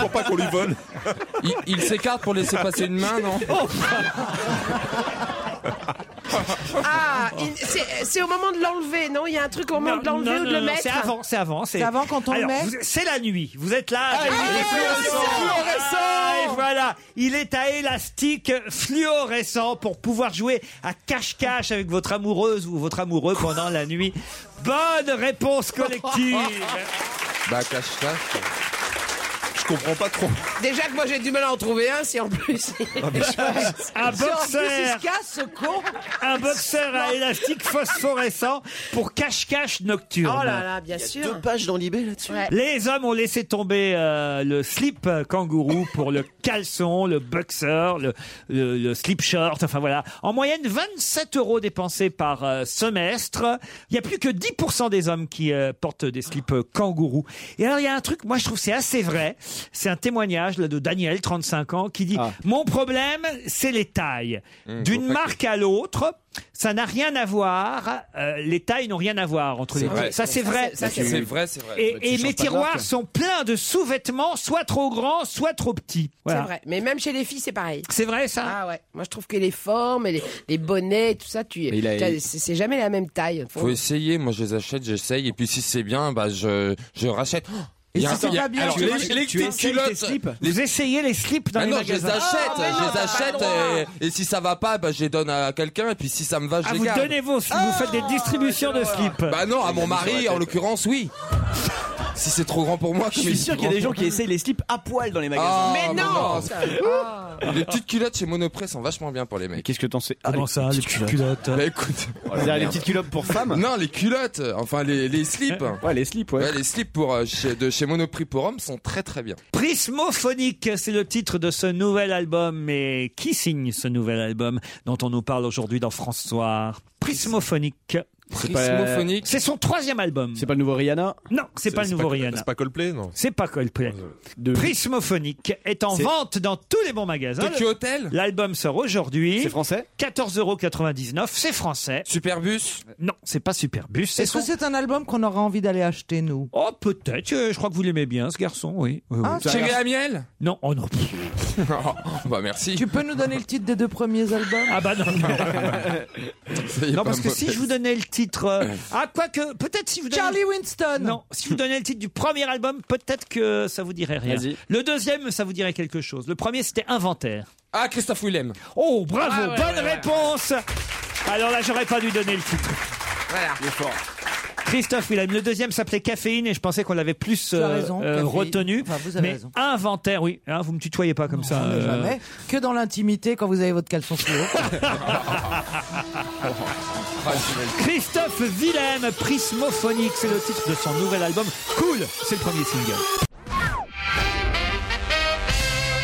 H: Pour pas qu'on lui vole.
F: Il, il s'écarte pour laisser passer une main, non
G: Ah, il- c'est c'est au moment de l'enlever, non Il y a un truc au moment
C: Non,
G: de l'enlever
C: non,
G: ou de
C: non,
G: le
C: non,
G: mettre.
C: C'est avant, c'est avant. C'est
E: avant quand on le
C: Alors,
E: met
C: vous- C'est la nuit. Vous êtes là.
D: Ah,
C: avec
G: il
C: les
G: est
C: fluorescents.
G: fluorescent
C: Ah, et voilà. Il est à élastique fluorescent pour pouvoir jouer à cache-cache avec votre amoureuse ou votre amoureux pendant la nuit. Bonne réponse collective.
F: Bah, cache ça.
H: Je comprends pas trop.
G: Déjà que moi j'ai du mal à en trouver un, si en plus.
C: Un
E: Si en plus, il
C: Ah, boxeur,
E: se casse, ce con.
C: un boxeur à élastique phosphorescent pour cache-cache nocturne.
G: Oh là là, bien
I: Deux
G: sûr.
I: pages dans l'IB là-dessus.
G: Ouais.
C: Les hommes ont laissé tomber euh, le slip kangourou pour le caleçon, le boxer, le, le- le slip short. Enfin voilà. En moyenne, 27 euros dépensés par euh, semestre. Il n'y a plus que 10% des hommes qui euh, portent des slips kangourou. Et alors, il y a un truc, moi, je trouve c'est assez vrai. C'est un témoignage là, de Daniel, 35 ans, qui dit Mon problème, c'est les tailles. D'une marque à l'autre, ça n'a rien à voir. euh, les tailles n'ont rien à voir entre les
F: C'est vrai.
C: deux. Ça, c'est
F: Ça,
C: vrai.
F: c'est- ça, c'est C'est vrai, c'est vrai. Bah, tu
C: Et, et
F: changes
C: mes
F: pas de marque.
C: tiroirs sont pleins de sous-vêtements, soit trop grands, soit trop petits. Voilà.
G: C'est vrai. Mais même chez les filles, c'est pareil.
C: C'est vrai, ça
G: Ah ouais. Moi, je trouve que les formes, et les, les bonnets, tout ça, tu,
F: Mais il a-
G: t'as- c'est c'est jamais la même taille. Faut-
F: Faut essayer, moi je les achète, j'essaye, et puis si c'est bien, bah je, je rachète.
G: Et
F: Il y a-
G: si c'est
F: il y a-
G: pas bien,
F: alors,
G: tu
F: les-
G: rachètes-
F: les-
G: tu
F: les
G: essayes
F: culottes-
G: tes slips.
C: Vous essayez les slips dans
F: Mais
C: les
F: non, je les
C: magasins
F: achète,
C: Ah, mais non,
F: je les
C: t'as pas le
F: achète,
C: droit.
F: et, et si ça va pas, bah je les donne à quelqu'un, et puis si ça me va, je
C: Ah,
F: les
C: vous
F: garde. Ah,
C: donnez vos slips, vous faites des distributions de slips.
F: Bah non, à mon mari, en l'occurrence, oui. si c'est trop grand pour moi,
D: Je suis sûr qu'il y a des gens qui essayent les slips à poil dans les magasins.
F: Ah,
D: Mais
F: mais
D: non
F: non, c'est-
C: Ah,
F: Les petites culottes chez Monoprix sont vachement bien pour les mecs.
D: Qu'est-ce que t'en sais
C: Comment ça, les petites culottes
F: Bah écoute.
D: C'est-à-dire les petites culottes pour femmes
F: Non, les culottes, enfin les, les slips.
D: Ouais, les slips, ouais.
F: les slips pour, euh, chez- de chez Monoprix pour hommes sont très très bien.
C: Prismophonique, c'est le titre de ce nouvel album. Mais qui signe ce nouvel album dont on nous parle aujourd'hui dans France Soir Prismophonique.
D: C'est pas- Prismophonique
C: C'est son troisième album. C'est
D: pas le nouveau Rihanna
C: Non, c'est pas le nouveau Rihanna.
H: C'est pas Coldplay, non
C: C'est pas Coldplay. Prismophonique est en
H: C'est-
C: vente dans tous les bons magasins.
F: Tokyo Hotel
C: L'album sort aujourd'hui. C'est
D: français
C: 14,99€. C'est français.
F: Superbus
C: Non, c'est pas Superbus. C'est
E: Est-ce
C: son...
E: que c'est un album qu'on aurait envie d'aller acheter, nous
C: Oh, peut-être. euh, Je crois que vous l'aimez bien, ce garçon, oui. Euh, Oui,
E: Ah,
C: oui.
E: Thierry
F: Amiel
C: Non, oh non.
F: bah merci.
E: Tu peux nous donner le titre des deux premiers albums
C: Ah bah non. Non, parce que si je vous donnais le titre. euh, Ah, quoique, peut-être si vous donnez.
E: Charlie Winston
C: Non, si vous donnez le titre du premier album, peut-être que ça vous dirait rien.
F: Vas-y.
C: Le deuxième, ça vous dirait quelque chose. Le premier, c'était Inventaire.
F: Ah, Christophe Willem.
C: Oh, bravo,
F: Ah ouais,
C: bonne
F: ouais, ouais.
C: réponse Alors là, j'aurais pas dû donner le titre.
F: Voilà.
C: Christophe Willem. Le deuxième s'appelait Caféine et je pensais qu'on l'avait plus
E: Tu as
C: euh,
E: raison,
C: euh,
E: Caféine.
C: retenu.
E: Enfin, vous avez
C: mais
E: raison.
C: Inventaire, oui. Hein, vous me tutoyez pas comme ça. euh.
E: Jamais. Que dans l'intimité, quand vous avez votre caleçon sous l'eau.
C: Christophe Willem, Prismophonique, c'est le titre de son nouvel album. Cool, c'est le premier single.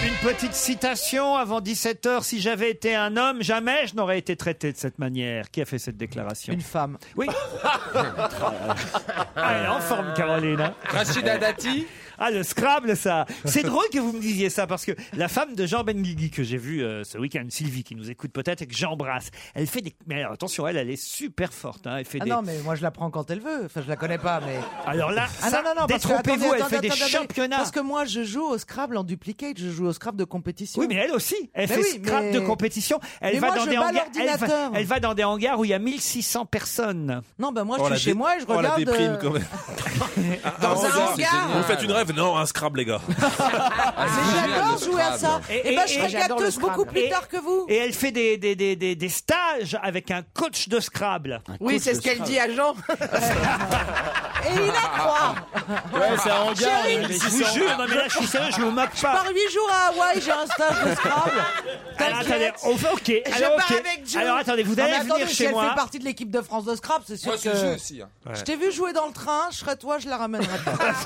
C: Une petite citation avant 17h. Si j'avais été un homme, jamais je n'aurais été traité de cette manière. Qui a fait cette déclaration
E: Une femme.
C: Oui. Ah, elle est en forme, Caroline. hein.
F: Rachida Dati
C: Ah, le Scrabble, ça. C'est drôle que vous me disiez ça parce que la femme de Jean Benguigui que j'ai vue euh, ce week-end, Sylvie, qui nous écoute peut-être et que j'embrasse, elle fait des. Mais alors, attention, elle, elle est super forte. hein. Elle fait
E: Ah
C: des.
E: non, mais moi je la prends quand elle veut. Enfin, je la connais pas, mais.
C: Alors là,
E: Ah
C: ça,
E: non, non, non, parce que-
C: détrompez-vous,
E: attendez,
C: elle
E: attendez,
C: fait des
E: attendez,
C: championnats.
E: Parce que moi je joue au Scrabble en duplicate, je joue au Scrabble de compétition.
C: Oui, mais elle aussi. Elle
E: Mais
C: fait
E: oui,
C: scrap
E: mais-
C: de compétition. Elle
E: Mais
C: va
E: moi,
C: dans
E: je
C: des
E: bats
C: hangars. Elle va,
E: l'ordinateur.
C: elle va dans des hangars où il y a 1600 personnes.
E: Non, bah moi je
H: Oh,
E: suis
H: la
E: chez
H: dé-
E: moi et je
H: oh, la
E: regarde.
H: déprime,
E: euh,
H: quand même. Ah, oh,
E: Dans
D: Ah,
E: un hangar. Ah,
H: Vous faites une ah, rêve Non, un Scrabble, les gars.
E: J'adore jouer à ça. Et, ben je serai
G: j'adore le
E: gâteuse beaucoup
G: Scrabble.
E: plus
C: Et-
E: tard que vous.
C: Et elle fait des, des, des, des, des stages avec un coach de Scrabble.
G: Oui, c'est ce qu'elle dit à Jean.
E: Et il a trois.
D: Ouais, c'est un hangar.
E: Chérie,
D: on a
C: Mais
D: mis
C: je vous
D: 600.
C: jure, non mais là je suis sérieux, je vous moque pas.
E: Par huit jours à Hawaï, j'ai un stage de Scrabble.
C: Alors, Ah, attendez,
E: T'inquiète.
C: on fait- ok.
G: Je
C: Alors,
G: pars
C: ok.
G: avec Joe.
C: Alors attendez, vous
E: Non, mais
C: allez
E: attendez,
C: venir
E: si
C: chez
E: elle
C: moi.
E: fait partie de l'équipe de France de Scrabble, c'est sûr
F: Moi,
E: que.
F: c'est jeu aussi. hein.
E: Je t'ai vu jouer dans le train, je serais toi, je la ramènerais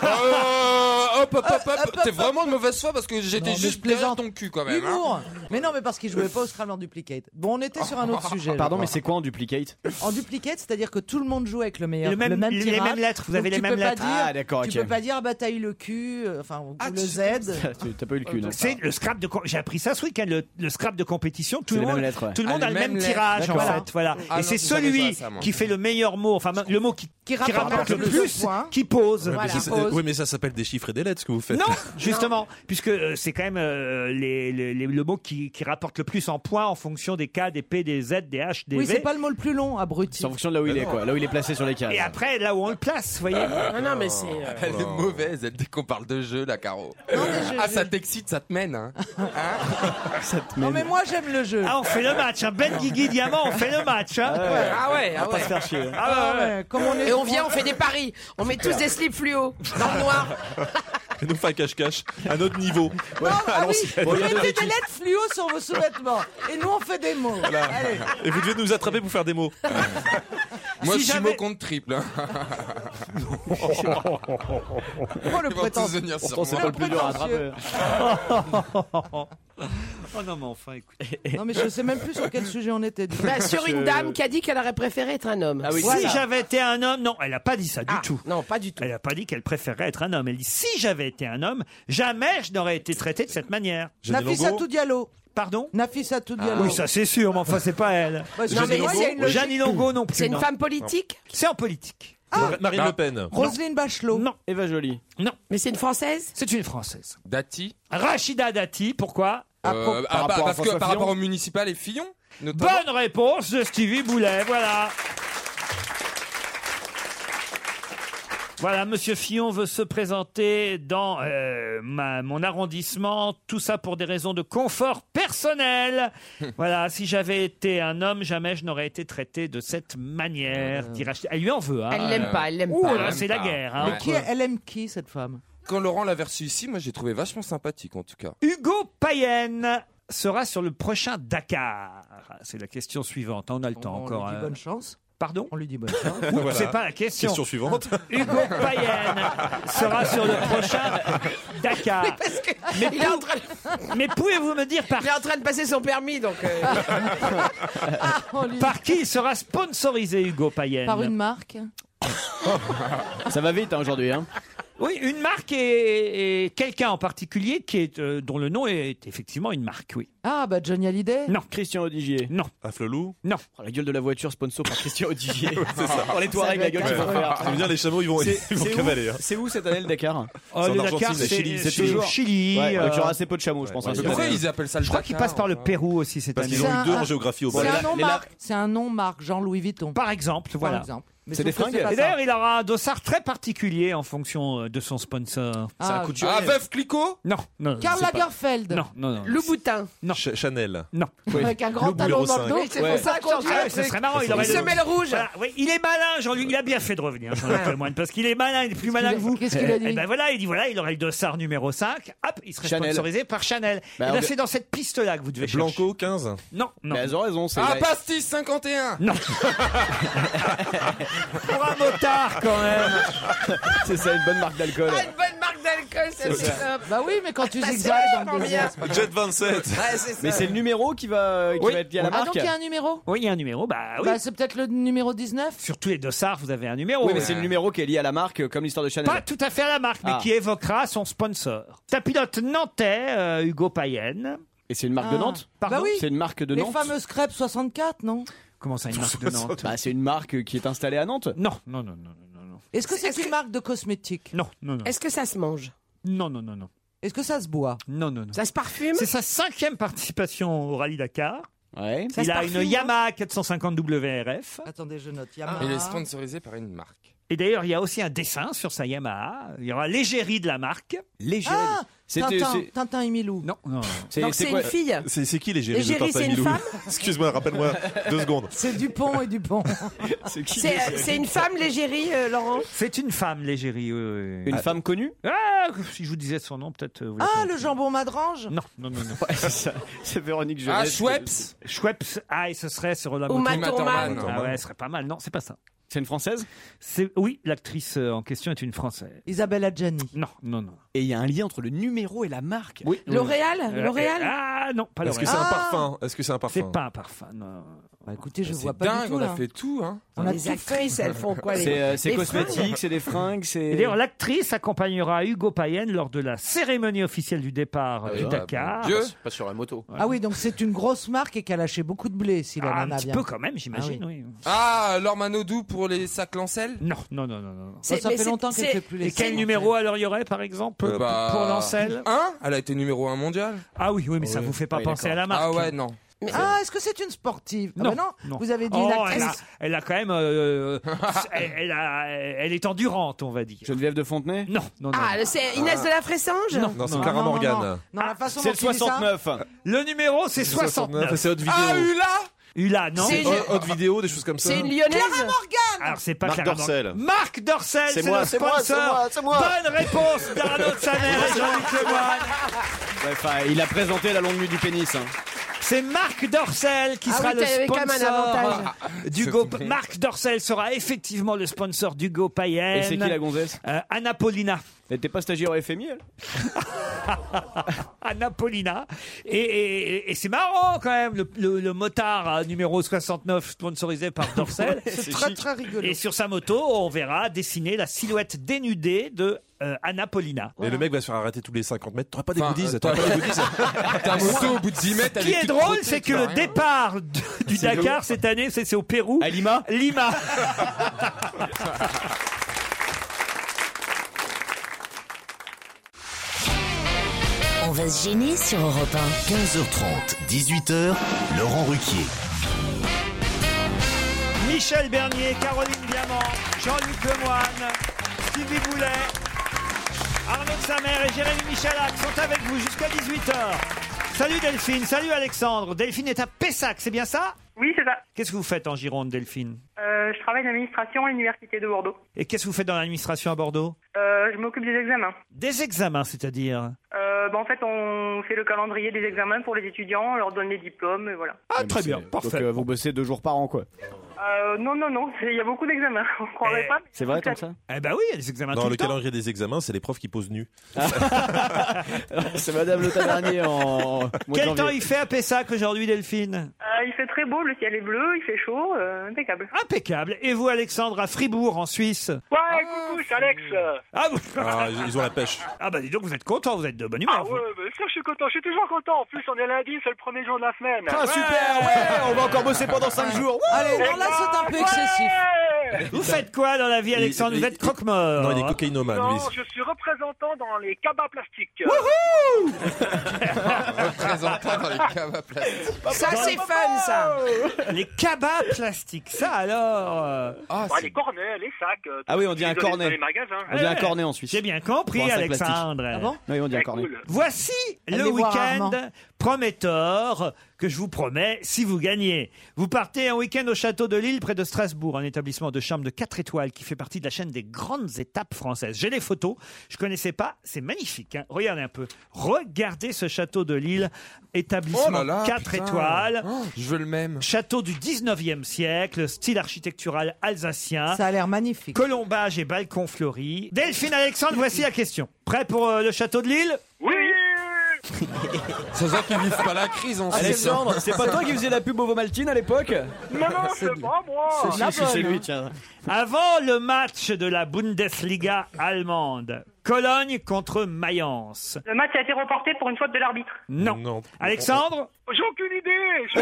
E: pas.
F: Euh, hop, hop, hop,
E: hop,
F: hop.
E: hop,
F: T'es
E: hop.
F: vraiment de mauvaise foi parce que j'étais
E: mais je
F: juste derrière ton cul quand même. hein.
E: Humour Mais non, mais parce qu'il jouait pas au Scrabble en duplicate. Bon, on était sur un autre sujet. là.
D: Pardon, mais c'est quoi en duplicate
E: En duplicate, c'est-à-dire que tout le monde joue avec le meilleur.
C: Le même- les
E: tirage.
C: mêmes lettres, vous
E: Donc
C: avez les
E: tu
C: mêmes
E: peux pas
C: lettres.
E: dire-
D: Ah, d'accord,
E: Tu
D: ok.
E: peux pas dire, bah t'as eu le Q, euh, enfin, ou
F: Ah,
E: le
F: tu-
E: Z.
D: Tu- T'as pas eu le cul, non
C: C'est le scrap de com- j'ai appris ça ce week-end le, le scrap de compétition
D: C'est
C: tout le
D: les
C: monde
D: mêmes lettres, ouais.
C: tout le
F: Ah,
C: monde a
F: les
C: le même
F: mêmes lettres,
C: tirage en
D: d'accord.
C: fait voilà
F: Ah
C: et
F: non,
C: c'est
F: je savais
C: celui
F: pas ça, moi.
C: qui fait le meilleur mot enfin le mot qui,
E: Qui rapporte
C: le
E: le plus de
C: plus
E: points.
C: qui pose
E: Voilà.
H: Mais ça-
E: Pause.
H: Oui, mais ça s'appelle des chiffres et des lettres, ce que vous faites.
C: non justement puisque euh, c'est quand même euh, les, les- les- le mot qui, qui rapporte le plus en points en fonction des K des P des Z des H des
E: Oui, c'est
C: V
E: pas le mot le plus long, abruti.
D: C'est en fonction de là où il est, quoi. Là où il est placé sur les cases.
C: et après là où on le place vous voyez
G: Non, non, mais c'est. euh,
F: Ah, Elle est mauvaise, elle, dès qu'on parle de jeu, la Caro. ah, ça t'excite, ça te mène. Hein.
E: Non, mais moi j'aime le jeu.
C: ah on fait le match hein. Ben Guigui Diamant on fait le match hein.
G: Ah ouais, ah ouais.
D: Faire chier.
C: Ah ouais, ouais.
E: Ouais, Comme on est.
G: Et on vient, on fait des paris. On met tous des slips fluo dans le noir.
H: Nous, fait un cache-cache, un autre niveau.
E: Non, ah oui,
H: l'ancienne.
E: vous mettez des lettres fluo sur vos sous-vêtements. Et nous, on fait des mots. Allez.
H: Et vous devez nous attraper pour faire des mots.
F: Moi,
C: Si
F: je suis
C: jamais-
F: mot contre triple. hein.
E: Pourquoi le
F: Ils vont tous
E: prétentieux
F: venir sur
D: Pourtant, c'est
F: moi.
D: pas le plus dur à attraper.
C: Oh non, mais enfin, écoutez.
E: Non, mais je sais même plus sur quel sujet on était. du coup.
G: Bah, sur une dame qui a dit qu'elle aurait préféré être un homme.
C: si j'avais été un homme, non, elle n'a pas dit ça du tout. Ah, Non, pas du tout. Elle n'a pas dit qu'elle préférait être un homme. Elle dit si j'avais été un homme, jamais je n'aurais été traité de cette manière.
E: Nafisa tout Diallo.
C: Pardon Ah
E: Nafisa tout Diallo.
C: Oui, ça c'est sûr, mais enfin c'est pas elle.
E: Bah, non, mais moi, il y a une logique.
C: Jeanne Hidalgo non plus.
E: C'est une
C: non.
E: femme politique Ah
C: C'est en politique.
H: Marine
C: Non.
H: Le Pen.
E: Roselyne Bachelot.
C: Non.
D: Eva Jolie.
C: Non.
G: Mais c'est une Française
C: C'est une Française.
F: Dati
C: Rachida Dati, pourquoi
F: Euh, ah, bah, parce que par rapport au municipal et Fillon notamment.
C: Bonne réponse de Stevie Boulet, voilà. Voilà, Monsieur Fillon veut se présenter dans euh, ma- mon arrondissement, tout ça pour des raisons de confort personnel. voilà, si j'avais été un homme, jamais je n'aurais été traité de cette
F: Ah.
C: manière. dit Rachid. Elle lui en veut. Hein.
G: Elle l'aime pas, elle l'aime
C: Ouh
G: pas.
C: là,
G: Elle
C: c'est
G: l'aime
C: la
G: pas.
C: guerre. hein,
F: Mais
E: Qui
C: entre-
E: est- elle aime qui cette femme
F: Quand Laurent l'a reçu ici, moi j'ai trouvé vachement sympathique en tout cas.
C: Hugo Payenne sera sur le prochain Dakar. C'est la question suivante. On a le temps
E: On
C: encore.
E: lui dit
C: hein.
E: bonne chance.
C: Pardon
E: On lui dit bonne chance.
C: Ouh, C'est pas la question.
H: Question suivante.
C: Hugo Payenne sera sur le prochain Dakar. Mais,
G: Il est en train de-
C: mais pouvez-vous me dire par,
G: il est en train de passer son permis, donc. euh,
E: Ah,
C: par qui il sera sponsorisé Hugo Payenne
E: Par une marque
D: Ça va vite hein, aujourd'hui. Hein.
C: Oui, une marque et, et quelqu'un en particulier qui est, euh, dont le nom est effectivement une marque, oui.
E: Ah, bah Johnny Hallyday.
C: Non,
D: Christian Odigier.
C: non,
H: Afflelou.
C: non.
D: Oh, la gueule de la voiture sponsor par Christian Odigier. c'est ça. Oh, les Touaregs, la gueule qu'ils vont faire.
H: Ça veut dire les chameaux, ils vont,
D: C'est-
H: ils vont
D: c'est où-
H: cavaler. hein.
D: C'est où cette année le Dakar
C: Oh,
H: C'est en
C: le
H: Argentine,
C: Dakar,
H: c'est
C: c'est
H: Chili, c'est
C: c'est
H: toujours.
C: au Chili.
D: Ouais, donc il y
C: euh,
D: aura assez peu de chameaux, je pense. hein,
H: Ouais,
D: cette
F: Pourquoi
D: année.
F: ils appellent ça le
C: je crois qu'il passe par le Pérou aussi cette
H: Parce
C: année.
H: qu'ils ont
E: C'est
H: eu
E: un-
H: deux en géographie au
E: C'est
H: bol.
E: un nom
D: hein. les
E: marque. C'est un nom marque. Jean-Louis Vuitton.
C: Par exemple,
E: Par
C: voilà.
E: exemple. Mais
D: C'est
E: sauf
D: des
E: que
D: fringues
E: pas
C: Et
E: ça.
C: d'ailleurs, il aura un dossard très particulier en fonction euh, de son sponsor.
D: C'est un
E: Ah,
D: couturier.
F: Ah, Veuve Clicquot
C: Non, non.
E: Karl
C: c'est pas-
E: Lagerfeld.
C: Non, non, non.
G: Louboutin.
C: Non.
H: Ch- Chanel.
C: Non.
E: Avec un grand
H: Lobo
E: talon
H: numéro
E: dans le
H: cinq.
E: dos.
G: Oui, c'est
D: Ouais.
G: pour ça qu'on dit
C: Ah
G: le
C: ouais, ce
G: truc.
C: serait marrant. Il
G: Il
C: aurait
G: se met le rouge.
C: Voilà, oui, il est malin, Jean-Luc. Il a bien fait de revenir, Jean-Luc Lemoyne, parce qu'il est malin, il est plus malin que vous.
E: Qu'est-ce qu'il a
C: Et
E: dit
C: ben voilà, il dit voilà, il aurait le dossard numéro 5. Hop, il serait
D: Chanel.
C: sponsorisé par Chanel.
D: Bah,
C: Et là,
D: on-
C: c'est dans cette piste-là que vous devez chercher.
H: Blanco, 15.
C: Non, non.
D: Mais elles ont raison. c'est
F: Ah,
D: la-
F: Pastis 51
C: Non. Pour un motard, quand même.
D: C'est ça, une bonne marque d'alcool.
G: Ah, une bonne marque d'alcool, ça, c'est top.
E: Bah oui, mais quand tu
G: Ça, c'est
E: zigzags dans
G: vachement
E: le
G: bien.
E: désert. c'est pas grave.
H: Jet 27.
G: Ouais, c'est ça.
D: Mais c'est le numéro qui va, qui
C: Oui.
D: va être lié à la
E: Ah
D: marque.
E: donc il y a un numéro
C: Oui, il y a un numéro. Bah oui.
E: Bah c'est peut-être le numéro 19
C: Sur tous les dossards, vous avez un numéro.
D: Oui, mais c'est le numéro qui est lié à la marque, euh, comme l'histoire de Chanel.
C: Pas tout à fait à la marque, mais
D: Ah.
C: qui évoquera son sponsor. C'est un pilote nantais, euh, Hugo Payenne.
D: Et c'est une marque de
E: Ah.
D: Nantes
C: Pardon
E: Bah oui.
D: C'est une marque de
E: Les
D: Nantes
E: fameuses crêpes 64, non
C: Comment ça, une marque de Nantes
D: Bah, c'est une marque qui est installée à Nantes.
C: Non, non, non, non, non, non,
E: Est-ce que c'est
G: Est-ce
E: une
G: que-
E: marque de cosmétiques
C: non, non, non,
G: Est-ce que ça se mange
C: non, non, non, non,
E: Est-ce que ça se boit
C: Ah. non, non, non.
G: Ça se parfume
C: C'est sa cinquième participation au Rallye Dakar.
D: Ouais.
G: Ça
C: il
G: se
C: a
G: parfume,
C: une
G: non
C: Yamaha 450 WRF.
E: Attendez, je note.
F: Il est
E: Yamaha.
F: sponsorisé par une marque.
C: Et d'ailleurs, il y a aussi un dessin sur sa Yamaha. Il y aura l'égérie de la marque.
D: Léger.
E: Ah,
D: C'était-
E: Tintin,
D: c'est-
E: Tintin et Milou.
C: Non, non.
D: c'est
G: Donc
D: c'est
G: c'est
D: quoi
G: une fille.
H: C'est c'est qui les
G: Et
H: géris de
G: Géry,
H: Tintin
G: c'est
H: et
G: une
H: Milou
G: femme
H: Excuse-moi, rappelle-moi deux secondes.
E: C'est Dupont et Dupont.
D: c'est qui
G: C'est euh, c'est une femme légérie, euh, Laurent
C: C'est une femme, l'égérie. oui, oui.
D: Une femme connue
C: Ah, si je vous disais son nom, peut-être. euh, vous
E: Ah,
C: la
E: le jambon madrange
G: Ah.
C: connaissez. Non, non, non, non.
D: Ouais, c'est ça. C'est Véronique Jeunesse.
F: Ah, Schweppes
C: Schweppes, ah, et ce serait sur la
G: Ou
C: moto.
G: Matorman
F: Matterman.
C: Ah ouais, ce serait pas mal. Non, c'est pas ça.
D: C'est une française
C: C'est oui, l'actrice euh, en question est une française.
E: Isabelle Adjani.
C: Non, non, non.
D: Et il y a un lien entre le numéro et la marque.
C: Oui.
G: L'Oréal L'Oréal
C: Ah non, pas
H: Est-ce que
C: L'Oréal.
H: c'est
E: Euh,
H: un
E: Ah.
H: parfum Est-ce que c'est un parfum
C: C'est pas un parfum. non.
E: Bah écoutez, je
F: C'est
E: vois pas
F: dingue,
E: du tout
F: on
E: là.
F: a fait tout, hein.
E: On a
G: Les
E: tout fait.
G: actrices, elles font quoi les-
D: C'est euh, c'est
G: les
D: cosmétique, c'est des fringues, c'est.
C: Et D'ailleurs, Eh l'actrice accompagnera Hugo Payenne lors de la cérémonie officielle du départ euh, du
F: Ah,
C: Dakar.
F: bon Dieu
I: Pas sur la moto.
E: Ah oui, donc c'est une grosse marque et qu'elle a lâché beaucoup de blé si la
C: Ah, un
E: nana
C: petit
E: vient.
C: peu quand même, j'imagine. oui.
F: Ah, Lormanodou pour les sacs Lancel
C: Non, non, non, non, non. non.
E: Ça,
G: C'est-
E: ça
G: mais
E: fait
G: c'est-
E: longtemps qu'elle
G: c'est-
E: fait plus les
C: Et quel
E: scènes,
C: numéro
E: en fait.
C: alors il y aurait par exemple euh,
F: Bah,
C: pour Lancel
F: Hein Elle a été numéro 1 mondial
C: Ah oui, oui, mais ça vous fait pas
D: Oui,
C: penser à la marque.
F: Ah ouais, non.
G: Mais-
E: Ah, est-ce que c'est une sportive Ah bah non, vous avez dit
C: Oh, elle, a,
E: l'actrice.
C: elle a quand même. euh, elle, elle a- elle est endurante, on va dire.
D: Geneviève de Fontenay
C: Non, non, non.
G: Ah, c'est Inès de la Fressange
H: Non, c'est
E: Ah,
H: Clara
E: non, non,
H: Morgan.
E: non. Non,
G: Ah.
E: la
C: Ah,
E: façon
D: C'est
E: dont
D: le
E: il dit ça-
D: 69.
C: Le numéro, c'est 69.
H: C'est haute vidéo.
F: Ah, Ula
C: Ula, non
G: C'est une-
H: Haute- Haute vidéo, des choses comme ça.
G: C'est une lyonnaise
C: Alors, c'est pas
I: Marc
C: Clara
I: Dorcel.
C: Morgan. Marc Dorcel,
I: C'est
C: c'est
I: moi,
C: le
I: c'est moi, c'est
C: sponsor.
I: moi, c'est moi.
C: Bonne réponse d'Arnaud de Saner et Jean-Luc Lemoyne.
D: Ouais, enfin, ah, il a présenté la longue nuit du pénis. hein.
C: C'est Marc Dorcel qui
G: Ah
C: sera
G: oui,
C: le
G: t'avais quand même un
C: sponsor Ah,
G: avantage.
D: Ah,
C: d'Hugo. Marc Dorcel sera effectivement le sponsor d'Hugo Payenne.
D: Et c'est qui la gonzesse
C: Euh, Anna Paulina.
D: Elle n'était pas stagiaire au FMI, elle
C: Anapolina. Et, et- et c'est marrant quand même, le, le- le motard à numéro 69 sponsorisé par Dorsel.
E: C'est C'est très, chic. très rigolo.
C: Et sur sa moto, on verra dessiner la silhouette dénudée de euh, Anapolina.
H: Et le mec va se faire arrêter tous les 50 mètres. T'aurais pas des
C: Enfin,
H: goodies
C: euh,
H: T'auras pas des goodies
C: Ta moto, au bout de 10 mètres, Ce qui est drôle, c'est que le départ de- du
H: C'est
C: Dakar
H: où
C: cette année, c'est c'est au Pérou. À Lima Lima.
B: On va se gêner sur Europe 1. 15h30, 18h, Laurent Ruquier.
C: Michel Bernier, Caroline Diamant, Jean-Luc Lemoine, Stevie Boulet, Arnaud de Samer et Jérémy Michalak sont avec vous jusqu'à 18h. Salut Delphine, salut Alexandre. Delphine est à Pessac, c'est bien ça
J: Oui, c'est ça.
C: Qu'est-ce que vous faites en Gironde, Delphine
J: Euh, je travaille en administration à l'université de Bordeaux.
C: Et qu'est-ce que vous faites dans l'administration à Bordeaux
J: Euh, je m'occupe des examens.
C: Des examens, c'est-à-dire
J: Euh, bah, en fait, on fait le calendrier des examens pour les étudiants, on leur donne les diplômes, et voilà.
C: Ah, très bien, parfait.
D: Donc, euh, vous bossez deux jours par an, quoi.
J: Euh, non, non, non, il y a beaucoup d'examens, on croirait pas. mais-
D: C'est vrai, comme ça
C: Eh ben oui, il y a des examens
H: Dans
C: tout
H: le
C: le temps.
H: calendrier des examens, c'est les profs qui posent nus.
D: C'est Madame Le
C: Ah,
D: Tavernier en.
C: Quel temps il fait à Pessac aujourd'hui, Delphine
J: Euh, il fait très beau, le ciel est bleu, il fait chaud, euh, impeccable.
C: Impeccable. Et vous, Alexandre, à Fribourg, en Suisse
J: Ouais, coucou, c'est Alex.
C: Ah, vous-
H: Ah, ils ont la pêche.
C: Ah bah dis donc, vous êtes content, vous êtes de bonne
J: Ah,
C: humeur. vous.
L: mais ça, je suis content, je suis toujours content. En plus, on est lundi, c'est le premier jour de la semaine.
C: Ah, super, ouais, on va encore bosser pendant cinq
L: cinq
C: jours. Wouh Ah. Allez, non, là, c'est un peu excessif. Vous faites quoi dans la vie, Alexandre Vous êtes croque-mort.
H: Non, il est cocaïnomane,
L: Non,
H: lui.
L: je suis représentant dans les cabas plastiques.
F: Représentant dans Oh, les caves à plastique.
G: Ça, c'est fun, ça.
C: Les cabas plastiques, ça alors euh,
H: Ah,
F: Ah,
L: Ouais, Ah, les cornets, les sacs. euh,
D: Ah oui, on dit
L: dans
D: un
L: les-
D: cornet.
L: Dans les magasins. hein. Eh,
D: On dit un cornet en Suisse.
C: J'ai bien compris,
D: Pour un sac
C: Alexandre.
D: plastique. Ah bon Oui, on dit un cornet.
C: Voici
D: Elle
C: le
D: les voit rarement.
C: week-end prometteur que je vous promets si vous gagnez. Vous partez un week-end au château de Lille près de Strasbourg, un établissement de chambre de 4 étoiles qui fait partie de la chaîne des grandes étapes françaises. J'ai les photos, je connaissais pas, c'est magnifique. hein. Regardez un peu. Regardez ce château de Lille, établissement
F: Oh là là,
C: 4
F: putain. Oh,
C: étoiles.
F: je veux le même.
C: Château du 19e siècle, style architectural alsacien.
E: Ça a l'air magnifique.
C: hein. Colombage et balcon fleuri. Delphine Alexandre, voici la question. Prêt pour euh, le château de Lille
L: Oui
F: Ça sent qu'ils vivent pas la crise en Suisse.
D: Alexandre, c'est pas toi qui faisais la pub au Vomaltine à l'époque
L: Non, non, c'est pas moi.
D: Si, si, c'est lui, tiens.
C: Avant le match de la Bundesliga allemande, Cologne contre Mayence.
J: Le match a été reporté pour une faute de l'arbitre.
C: Non. Alexandre
L: J'ai aucune idée. Je-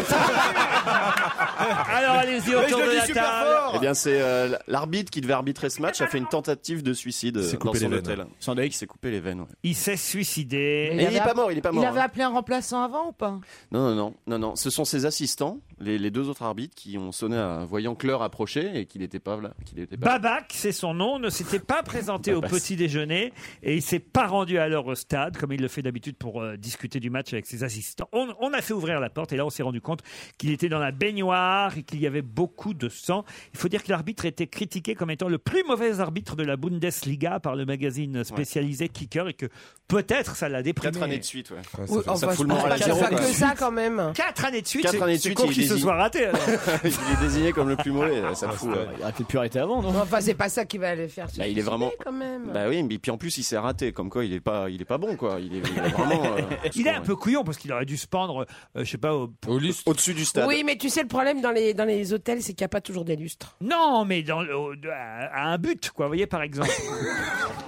C: Alors allez-y autour de la table.
I: Eh bien, c'est euh, l'arbitre qui devait arbitrer ce match a fait une tentative de suicide euh, dans
D: coupé
I: son
D: les veines.
I: hôtel. Sandek s'est coupé les veines. ouais.
C: Il s'est suicidé.
I: Mais il est pas mort, il est pas mort,
E: Il avait
I: hein.
E: appelé un remplaçant avant ou pas
I: Non, non, non, non, non. Ce sont ses assistants, les, les deux autres arbitres, qui ont sonné à voyant que l'heure approchait et qu'il n'était pas là. Qu'il était pas.
C: Babac, c'est son nom, ne s'était pas présenté au
I: Babas.
C: petit déjeuner et il s'est pas rendu à l'heure au stade comme il le fait d'habitude pour euh, discuter du match avec ses assistants. On, on a fait ouvrir la porte et là on s'est rendu compte qu'il était dans la baignoire et qu'il y avait beaucoup de sang. Il faut dire que l'arbitre était critiqué comme étant le plus mauvais arbitre de la Bundesliga par le magazine spécialisé Kicker et que peut-être ça l'a déprimé.
I: Quatre années de suite, ouais.
H: Ouais,
I: ça, ça fout le moral à
G: Ça
I: zéro.
G: fait
I: quoi.
G: que ça, quand même.
C: Quatre années de suite,
I: Quatre années de
C: c'est
I: suite,
C: con
I: il
C: qu'il se
I: désigne.
C: soit raté. alors.
I: il est désigné comme le plus mauvais, ça me fout. ouais.
D: Il aurait peut-être pu arrêter avant, non
G: Enfin, c'est pas ça qui va le faire. se
I: Là, il est vraiment.
G: suicider, Quand même.
I: Bah oui, mais puis en plus, il s'est raté. Comme quoi, il est pas, il est pas bon, quoi. Il est, il est vraiment. euh,
C: Il est un peu couillon parce qu'il aurait dû se pendre, euh, je sais pas, au,
I: Au-dessus du stade.
G: Oui, mais tu sais, le problème dans les, dans les hôtels, c'est qu'il n'y a pas toujours des lustres.
C: Non, mais dans le- au- à, à un but, quoi. Vous voyez, par exemple.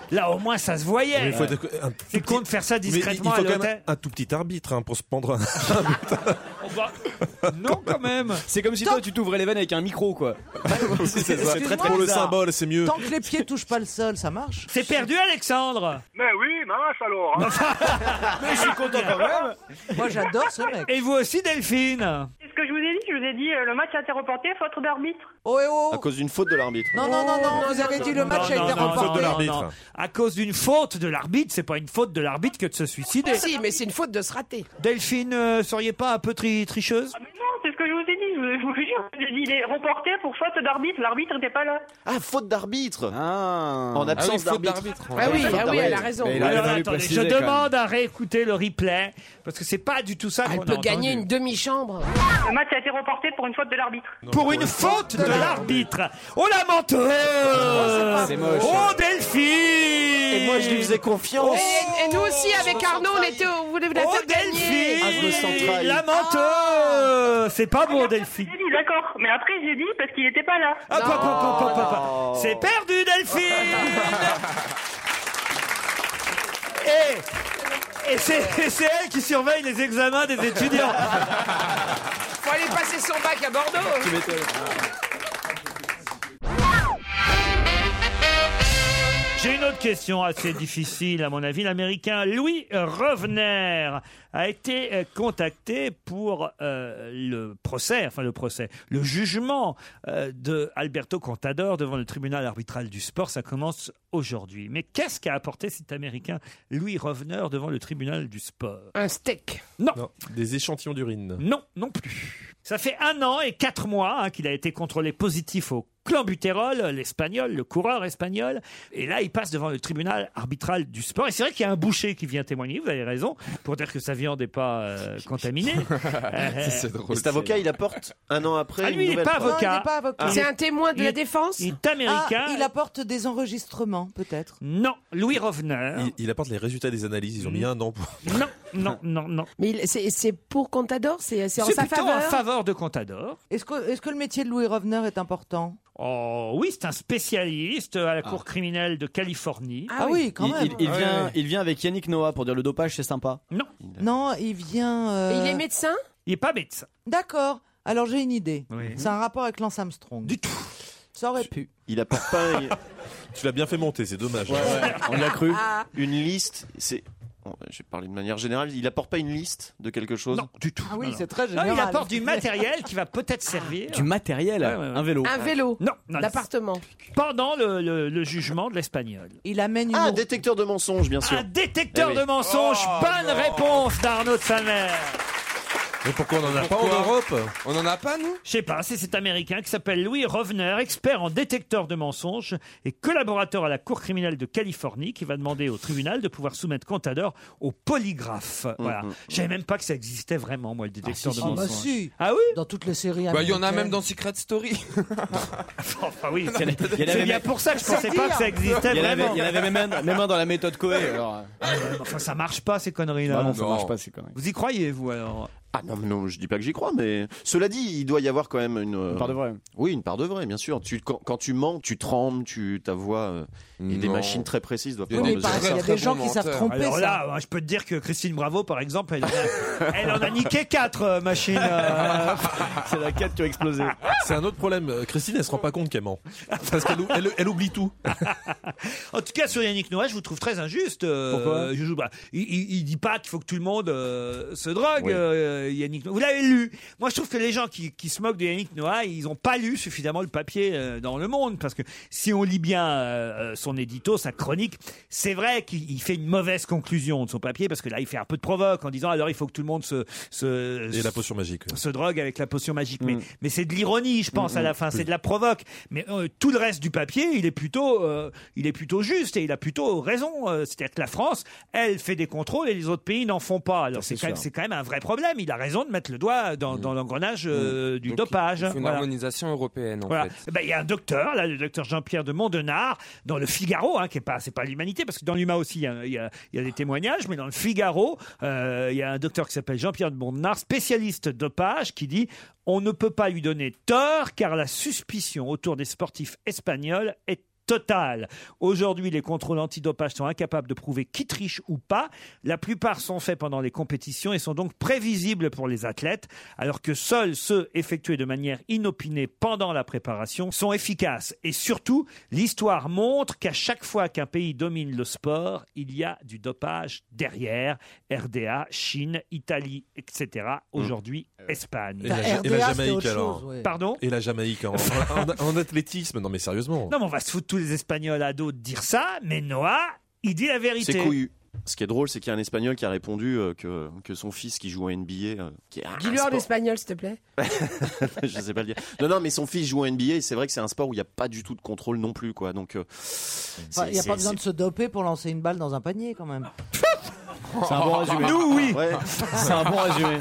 C: Là, au moins, ça se voyait. Euh,
H: Mais il faut être un tout
C: C'est con de faire ça
H: Mais il-
C: discrètement
H: il faut
C: à
H: quand même
C: l'hôtel.
H: un tout petit arbitre hein, pour se pendre. un-
C: Oh, bah, non, quand même.
D: C'est comme si toi tu t'ouvrais les veines avec un micro, quoi. c'est
H: ça. Pour le symbole, c'est mieux.
E: Tant que les pieds touchent pas le sol, ça marche.
C: C'est perdu, Alexandre.
L: Mais oui, mince alors. hein.
D: Mais je suis content quand
E: Ah,
D: même.
E: Moi, j'adore ce mec.
C: Et vous aussi, Delphine.
J: C'est ce que je vous ai dit, je vous ai dit, euh, le match a été reporté, faute d'arbitre.
E: Oh, eh oh
I: À cause d'une faute de l'arbitre.
E: Non, non, non, non, vous avez dit le match a été remporté.
H: l'arbitre.
C: À cause d'une faute de l'arbitre, c'est pas une faute de l'arbitre que de se suicider.
G: Ah, Si, mais c'est une faute de se rater.
C: Delphine, euh, seriez pas un peu tri- tricheuse
J: Mais non, c'est ce que je vous ai dit, je vous, je vous jure, je vous ai dit, il est reporté pour faute d'arbitre, l'arbitre n'était pas là.
I: Ah, faute d'arbitre.
D: Ah.
I: En absence
F: Ah oui, faute d'arbitre.
I: d'arbitre.
G: Ah oui, ah
I: Faute
G: oui,
I: d'arbitre.
G: elle a raison.
D: Mais il
C: Alors,
D: aurait fallu
C: attendez,
D: préciser,
C: je
D: quand même.
C: demande à réécouter le replay parce que c'est pas du tout ça
G: Elle
C: qu'on
G: peut
C: a
G: gagner
C: entendu.
G: une demi-chambre.
J: Le match a été reporté pour une faute de l'arbitre.
C: pour une faute de l'arbitre. Oh la menteuse
G: hein.
C: hein.
D: C'est moche.
C: Oh Delphine
I: Et moi, je lui faisais
C: Oh.
I: confiance.
G: Et, et nous aussi, avec Arnaud, on était au- on voulait la faire gagner.
I: Ah, je me sens trahi.
C: La menteuse C'est pas bon, Delphine.
J: J'ai dit d'accord, mais après j'ai dit parce qu'il n'était pas là.
C: Hop, hop, hop, hop, hop, hop, hop. C'est perdu, Delphine Et, et c'est et c'est elle qui surveille les examens des étudiants.
G: Faut aller passer son bac à Bordeaux. hein.
C: J'ai une autre question assez difficile, à mon avis. L'Américain Louis Revener a été euh, contacté pour euh, le procès, enfin le procès, le jugement euh, de Alberto Contador devant le tribunal arbitral du sport. Ça commence aujourd'hui. Mais qu'est-ce qu'a apporté cet Américain Louis Revener devant le tribunal du sport
G: Un steak.
C: Non.
H: Des échantillons d'urine.
C: Non, non plus. Ça fait un an et quatre mois hein, qu'il a été contrôlé positif au clambutérol, l'espagnol, le coureur espagnol. Et là, il passe devant le tribunal arbitral du sport. Et c'est vrai qu'il y a un boucher qui vient témoigner, vous avez raison, pour dire que sa viande n'est pas euh, contaminée. Euh,
I: C'est drôle. Et cet avocat, il apporte un an après.
C: Ah, lui,
I: une
C: il est
I: nouvelle
C: pas
I: preuve.
C: avocat.
G: C'est un témoin
C: Ah.
G: de
C: Il
G: la
C: est-
G: défense
C: il est américain.
E: Ah, il apporte des enregistrements, peut-être.
C: Non, Louis Revener.
H: Il, il apporte les résultats des analyses. Ils ont mis un an pour.
C: Non, non, non, non.
G: Mais il- c'est c'est pour Contador C'est c'est en
C: C'est
G: sa
C: plutôt
G: faveur
C: en faveur de Contador.
E: Est-ce que, est-ce que le métier de Louis Revener est important
C: Oh oui, c'est un spécialiste à la Cour criminelle de Californie.
E: Ah oui, quand
D: il,
E: même.
D: il- il
E: Ah
D: vient,
E: ouais.
D: il vient avec Yannick Noah pour dire le dopage, c'est sympa.
C: Non.
E: Non, il vient. euh,
G: Et il est médecin
C: Il est pas médecin.
E: D'accord. Alors j'ai une idée. C'est un rapport avec Lance Armstrong.
C: Du tout.
E: Ça aurait pu.
I: Il apporte pas. une-
H: Tu l'as bien fait monter, c'est dommage.
I: On y a cru.
G: Ah.
I: Une liste, c'est. bon, J'ai parlé de manière générale. Il apporte pas une liste de quelque chose. Non,
C: du tout.
E: Ah oui, c'est très
C: Non,
E: génial.
C: il apporte du matériel qui va peut-être servir.
D: Du matériel, un vélo.
G: Un vélo
C: Non, non,
G: L'appartement
C: Pendant le, le- le jugement de l'espagnol.
E: Il amène une.
I: Ah, un détecteur de mensonges, bien sûr.
C: Un détecteur
I: Eh oui.
C: de mensonges.
F: Oh,
C: Bonne réponse d'Arnaud de Samer.
H: Mais pourquoi on en a
F: Pourquoi
H: pas en Europe
F: On en a pas, nous
C: Je sais pas, c'est cet Américain qui s'appelle Louis Rovner, expert en détecteur de mensonges et collaborateur à la Cour criminelle de Californie, qui va demander au tribunal de pouvoir soumettre Contador au polygraphe.
D: Mhm.
C: Voilà. Je savais même pas que ça existait vraiment, moi, le détecteur
E: si,
C: de
E: si. Ah bah
C: mensonges.
I: hein.
E: si.
C: Ah oui
E: Dans toutes les séries.
F: Bah, il y en a
E: américaines.
F: même dans Secret Story.
C: Enfin oui,
D: Ah, Il y en a- il y en
C: c'est
D: avait
C: bien
D: même-
C: pour ça que je pensais pas que ça existait
D: Il y en avait,
C: vraiment.
D: il y en avait même, un, même un dans la méthode Coé. Alors,
C: Enfin, ça marche pas, ces conneries-là.
D: Bah non, ça
F: non.
D: marche pas, c'est conneries.
C: Vous y croyez, vous, alors
I: Ah non, mais non, je dis pas que j'y crois, mais cela dit, il doit y avoir quand même une, euh,
D: Une part de vrai.
I: Oui, une part de vrai, bien sûr. Tu, quand, quand tu mens, tu trembles, tu ta voix euh, et des
F: Non.
I: machines très précises doivent
F: Oui,
I: prendre
E: mais
I: mesure.
E: pareil, il y a
F: Très
E: des gens
F: bon
E: qui savent
F: menteur.
E: tromper
C: Alors
E: ça.
C: là, ouais, je peux te dire que Christine Bravo, par exemple, elle, euh, elle en a niqué 4 machines. euh,
D: C'est la 4 qui a explosé.
H: C'est un autre problème. Euh, Christine, elle se rend pas compte qu'elle ment. Parce qu'elle ou- elle- elle oublie tout.
C: En tout cas, sur Yannick Noah, je vous trouve très injuste. euh,
D: Pourquoi
C: je- bah, il, il- il dit pas qu'il faut que tout le monde euh, se drogue,
I: Oui.
C: euh, Yannick Noah. Vous l'avez lu. Moi, je trouve que les gens qui, qui se moquent de Yannick Noah, ils n'ont pas lu suffisamment le papier euh, dans Le Monde. Parce que si on lit bien euh, son édito, sa chronique, c'est vrai qu'il il fait une mauvaise conclusion de son papier. Parce que là, il fait un peu de provoque en disant alors il faut que tout le monde se. se-
H: Et la potion magique.
C: se drogue avec la potion magique.
F: Mm.
C: Mais, mais c'est de l'ironie, je pense, à la fin. C'est de la provoque. Mais euh, tout le reste du papier, il est plutôt, euh, il est plutôt juste et il a plutôt raison. Euh, C'est-à-dire que la France, elle fait des contrôles et les autres pays n'en font pas. Alors c'est quand, même- c'est quand même un vrai problème. Il a raison de mettre le doigt dans, dans l'engrenage euh, du
F: Mm. Donc,
C: dopage.
F: Il faut une
C: Voilà.
F: harmonisation européenne, en
C: Voilà.
F: fait.
C: Eh ben, il y a un docteur, là, le docteur Jean-Pierre de Mondenard, dans le Figaro, hein, qui est pas, c'est pas l'Humanité, parce que dans l'Humain aussi, il y a- il y, a, il y a des témoignages, mais dans le Figaro, euh, il y a un docteur qui s'appelle Jean-Pierre de Mondenard, spécialiste dopage, qui dit on ne peut pas lui donner tort, car la suspicion autour des sportifs espagnols est totale. Aujourd'hui, les contrôles antidopage sont incapables de prouver qui triche ou pas. La plupart sont faits pendant les compétitions et sont donc prévisibles pour les athlètes, alors que seuls ceux effectués de manière inopinée pendant la préparation sont efficaces. Et surtout, l'histoire montre qu'à chaque fois qu'un pays domine le sport, il y a du dopage derrière. RDA, Chine, Italie, etc. Aujourd'hui,
H: Et
C: Espagne.
H: la, Ja- et la
E: RDA, c'était
H: Jamaïque
E: autre
H: alors.
E: chose, ouais.
C: Pardon
H: Et la Jamaïque en, en- en- en athlétisme. Non mais sérieusement.
C: Non, mais on va se foutre tous les Espagnols à dos de dire ça, mais Noah, il dit la vérité.
I: C'est couillu. Ce qui est drôle, c'est qu'il y a un Espagnol qui a répondu euh, que, que son fils qui joue à NBA, euh, qui est un
G: Dis-le en
I: sport-
G: espagnol, s'il te plaît.
I: je sais pas le dire. Non, non, mais son fils joue à NBA. et C'est vrai que c'est un sport où il n'y a pas du tout de contrôle non plus, quoi. Donc, euh,
E: Enfin,
I: c'est-
E: Il n'y a
I: c'est-
E: pas besoin
I: c'est-
E: de se doper pour lancer une balle dans un panier, quand même.
I: C'est un bon résumé.
C: Nous, oui.
I: Ouais, c'est un bon résumé.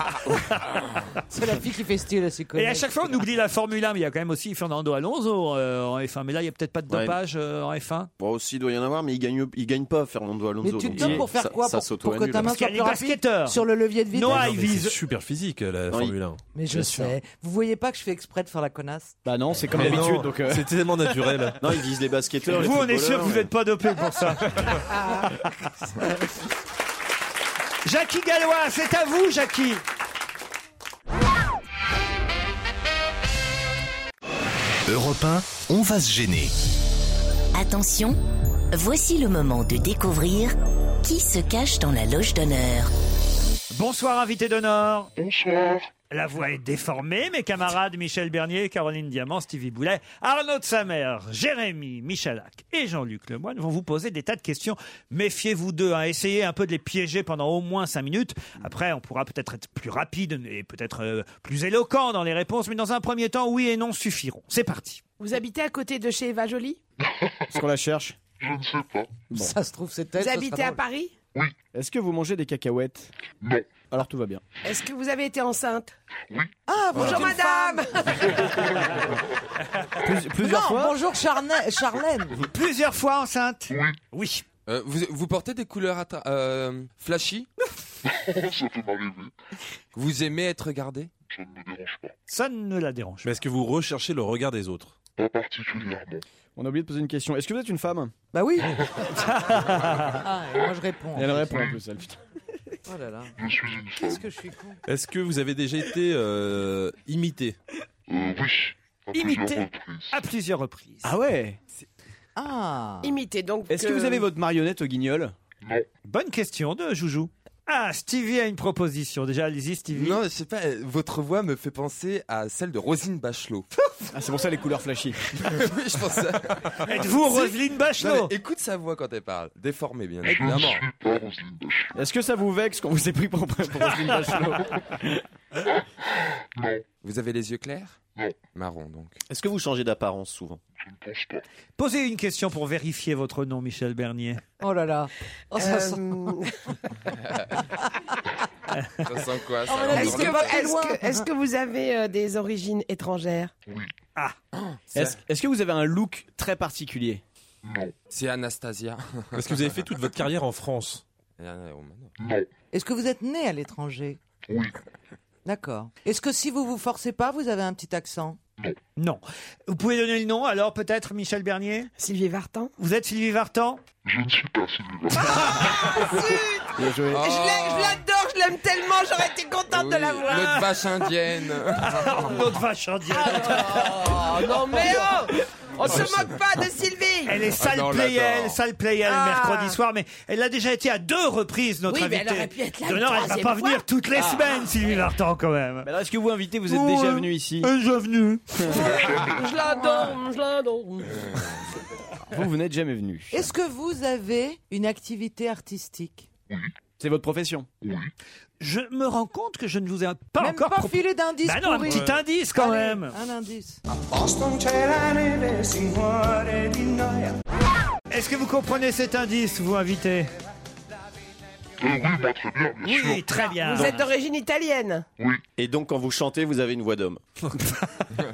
E: C'est la fille qui fait style, c'est
C: Et à chaque fois, on oublie la Formule 1, mais il y a quand même aussi Fernando Alonso euh, en F1. Mais là, il n'y a peut-être pas de
I: Ouais.
C: dopage euh, en F1.
I: Bon, aussi, il doit y en avoir, mais il gagne, il gagne pas, Fernando Alonso.
E: Mais tu te
I: donc,
E: donnes pour faire
I: ça-
E: quoi
I: ça
E: pour-
I: sauto-
E: pour que
I: annule.
E: ta main
I: Parce
E: soit
I: qu'il
E: plus
I: y a des
E: rapide
C: basketteur.
E: sur le levier de vitesse
H: Non, mais C'est super physique, la
I: Non, il-
H: Formule 1.
E: Mais je
H: Bien sûr.
E: sais. Vous voyez pas que je fais exprès de faire la connasse
I: Bah non, c'est comme
H: Mais
I: d'habitude.
H: non,
I: donc, euh,
H: c'est tellement naturel.
I: non, ils visent les basketteurs. les
C: vous, on est sûr que
I: footballeurs,
C: vous n'êtes pas dopé pour ça. Jackie Gallois, c'est à vous, Jackie.
B: Europe 1, on va se gêner.
M: Attention, voici le moment de découvrir qui se cache dans la loge d'honneur.
C: Bonsoir, invité d'honneur. Bonsoir. La voix est déformée. Mes camarades Michel Bernier, Caroline Diamant, Stevie Boulet, Arnaud de Samer, Jérémy Michalak et Jean-Luc Lemoyne vont vous poser des tas de questions. Méfiez-vous d'eux. hein. Essayez un peu de les piéger pendant au moins cinq minutes. Après, on pourra peut-être être plus rapide et peut-être euh, plus éloquent dans les réponses. Mais dans un premier temps, oui et non suffiront. C'est parti.
G: Vous habitez à côté de chez Eva Jolie
I: Est-ce qu'on la cherche
N: Je ne sais pas.
E: Ça se trouve, c'est
G: Vous habitez à Paris
N: Oui.
I: Est-ce que vous mangez des cacahuètes
N: Non.
I: Alors tout va bien.
G: Est-ce que vous avez été enceinte
N: Oui.
E: Ah,
G: bonjour
E: Voilà.
G: madame
E: plusieurs Non, fois bonjour Charna- Charlène.
C: Plusieurs fois enceinte Oui.
F: Euh, vous, vous portez des couleurs atta- euh, flashy
N: Ça peut m'arriver.
F: Vous aimez être regardé
N: Ça ne me dérange pas.
C: Ça ne la dérange
H: Mais est-ce que vous recherchez le regard des autres
N: Pas particulièrement.
I: On a oublié de poser une question. Est-ce que vous êtes une femme
E: Bah oui. Ah, et moi je réponds.
I: Et elle répond
H: hein.
I: en plus, elle, putain.
E: Oh là là.
N: Je suis une femme.
E: Qu'est-ce que je suis con
H: Est-ce que vous avez déjà été euh, imité
N: Euh, oui. À plusieurs
C: Imité
N: reprises.
C: à plusieurs reprises.
I: Ah ouais
E: Ah
G: Imitez donc.
I: Est-ce que vous avez votre marionnette au guignol
C: Bonne question de Joujou. Ah, Stevie a une proposition. Déjà, allez-y, Stevie.
F: Non, je sais pas, euh, votre voix me fait penser à celle de Rosine Bachelot.
I: Ah, c'est pour ça les couleurs flashy.
F: oui, je pense ça.
I: Êtes-vous
F: Si.
I: Roselyne Bachelot
F: Non, mais Écoute sa voix quand elle parle. Déformée, bien
N: Je ne
F: évidemment.
N: suis pas Roselyne Bachelot.
I: Est-ce que ça vous vexe qu'on vous ait pris pour, pour Roselyne Bachelot
N: Non.
F: Vous avez les yeux clairs
N: Non.
F: Marron, donc.
I: Est-ce que vous changez d'apparence souvent
N: Je ne pense pas.
C: Posez une question pour vérifier votre nom, Michel Bernier.
E: Oh là là. Oh, ça
N: Euh,
E: sent-
F: Ça sent quoi ça
E: Oh, mais la
F: On
G: Est-ce
F: sent
G: que,
F: pas-
G: est-ce que- est-ce que vous avez euh, des origines étrangères
C: Ah
I: Est-ce est-ce que vous avez un look très particulier
F: C'est Anastasia.
H: Est-ce que vous avez fait toute votre carrière en France
N: Non.
E: Est-ce que vous êtes né à l'étranger
N: Oui.
E: D'accord. Est-ce que si vous vous forcez pas, vous avez un petit accent
C: Non. Vous pouvez donner le nom, alors peut-être, Michel Bernier
G: Sylvie Vartan.
C: Vous êtes Sylvie Vartan
N: Je ne suis pas Sylvie Vartan.
I: Bien joué.
F: Oh,
G: Je l'ai- je l'adore, je l'aime tellement, j'aurais été contente de la voir.
F: L'autre vache indienne.
C: Notre vache indienne.
G: Oh non mais oh On se moque pas de Sylvie
C: Elle est
F: Ah
C: salle
F: non, on
C: Playel,
F: l'adore.
C: salle Playel
G: Ah.
C: mercredi soir, mais elle a déjà été à deux reprises, notre
G: Oui, mais
C: invitée.
G: elle aurait pu être là
C: Non,
G: une
C: non, elle va
G: troisième
C: pas
G: fois.
C: venir toutes les
I: Ah.
C: semaines, Sylvie Vartan, quand même.
I: Mais alors, est-ce que vous invitez, vous êtes
C: Ouais. Euh,
I: déjà venu ici
C: Elle est déjà venue.
G: Je l'adore, je l'adore
I: Vous, vous n'êtes jamais venu.
E: Est-ce que vous avez une activité artistique
I: C'est votre profession.
C: Je me rends compte que je ne vous ai pas
E: Même
C: encore
E: pas
C: proposé-
E: filé d'indice
C: Bah non, un
E: pourri.
C: petit indice quand
E: Allez,
C: même.
E: Un indice.
C: Est-ce que vous comprenez cet indice, vous invité
N: Euh, oui, bah, très bien, bien sûr.
C: Oui, très bien.
G: Vous êtes d'origine italienne
I: Et donc, quand vous chantez, vous avez une voix d'homme.
N: Bon,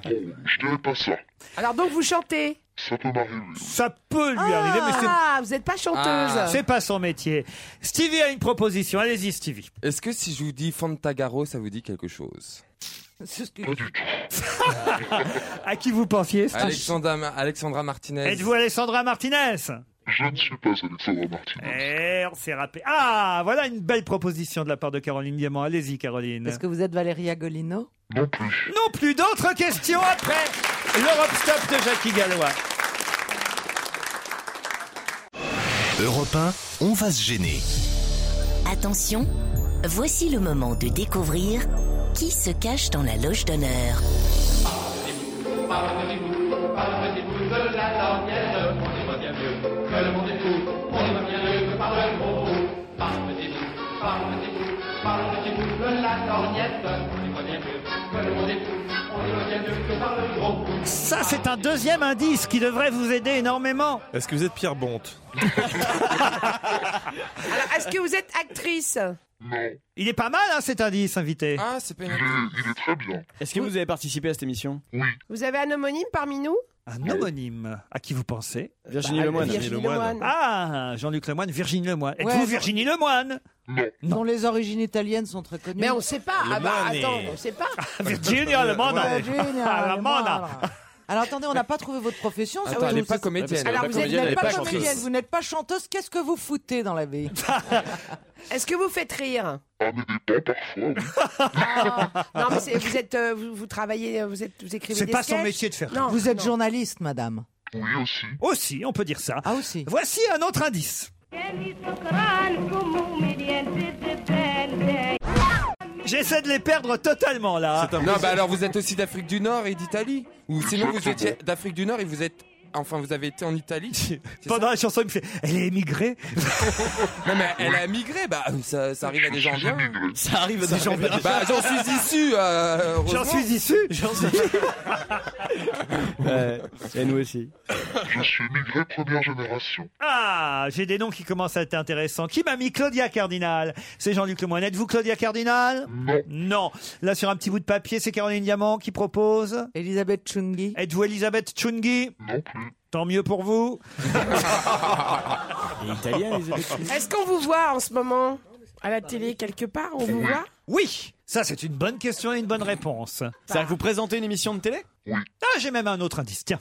N: je dirais pas ça.
G: Alors donc vous chantez
N: Ça peut m'arriver.
C: Ça peut lui arriver, mais c'est
G: Ah, vous n'êtes pas chanteuse
F: Ah.
C: C'est pas son métier. Stevie a une proposition. Allez-y, Stevie.
F: Est-ce que si je vous dis Fantagaro, ça vous dit quelque chose
E: C'est ce que-
C: À qui vous pensiez Stevie
F: Alexandra, Ma- Alexandra Martinez.
C: Êtes-vous Alessandra Martinez
N: Je ne suis pas Alexandra Martinez.
C: Eh, on s'est rappelé. Ah, voilà une belle proposition de la part de Caroline Diamant. Allez-y, Caroline.
E: Est-ce que vous êtes Valéria Golino
N: Non plus.
C: Non plus d'autres questions après l'Europe Stop de Jackie Gallois.
B: Europe 1, on va se gêner.
M: Attention, voici le moment de découvrir qui se cache dans la loge d'honneur.
O: Parle-moi-vous, parle-moi-vous de la lorgnette. On y voit bien
C: Ça, c'est un deuxième indice qui devrait vous aider énormément.
H: Est-ce que vous êtes Pierre Bonte
G: Alors, Ah, est-ce que vous êtes actrice
C: Il est pas mal, hein, cet indice, invité.
G: Ah, c'est pas
N: Il est très bien.
D: Est-ce que vous avez participé à cette émission
N: Oui.
G: Vous avez un homonyme parmi nous
C: Un homonyme. À qui vous pensez
D: Virginie Bah, Lemoine. Virginie Virginie Lemoine. Lemoine.
C: Ah, Jean-Luc Lemoine, Virginie Lemoine. Êtes-vous
E: Ouais.
C: Virginie Lemoine
E: dont les origines italiennes sont très connues.
G: Mais on sait pas.
E: Le
G: Ah bah,
E: money.
G: attends, on sait pas.
C: Virginia Lemoine.
E: Virginia
C: Ah, Lemoine.
E: Lemoine. Alors attendez, on n'a pas trouvé votre profession.
C: Attends,
E: surtout,
C: elle est pas
E: c'est-
C: comédienne, elle est
E: Alors
C: pas
E: vous
C: comédienne, elle
E: n'êtes
C: est
E: pas,
C: pas
E: comédienne,
C: chanteuse.
E: vous n'êtes pas chanteuse. Qu'est-ce que vous foutez dans la vie
G: Est-ce que vous faites rire
N: parfois, oui.
G: Non, mais c'est- vous êtes, euh, vous, vous travaillez, euh, vous êtes, vous écrivez. des sketchs Non,
E: Vous êtes
G: non.
E: journaliste, madame.
N: Oui aussi.
C: Aussi, on peut dire ça. Ah aussi. Voici un autre indice. J'essaie de les perdre totalement là.
F: Non, bah alors vous êtes aussi d'Afrique du Nord et d'Italie Ou sinon vous étiez d'Afrique du Nord et vous êtes. Enfin, vous avez été en Italie
C: Pendant la chanson, il me fait Elle est émigrée
F: Non, mais elle a migré, bah ça, ça arrive à des gens bien.
D: Ça arrive
C: à des gens bien.
F: Bah j'en suis issu euh,
C: J'en
F: heureusement.
C: suis issu J'en suis
D: Et nous aussi.
N: Je suis migré première génération.
C: Ah, j'ai des noms qui commencent à être intéressants. Qui m'a mis Claudia Cardinal C'est Jean-Luc Lemoyne. Êtes-vous Claudia Cardinal Non. Là, sur un petit bout de papier, c'est Caroline Diamant qui propose.
E: Elisabeth Chungi.
C: Êtes-vous Elisabeth Chungi Non plus. Tant mieux pour vous.
D: Italien,
G: Est-ce qu'on vous voit en ce moment à la télé quelque part On vous voit
C: Oui, ça c'est une bonne question et une bonne réponse.
D: Ça vous présentez une émission de télé
C: Ah, j'ai même un autre indice, tiens.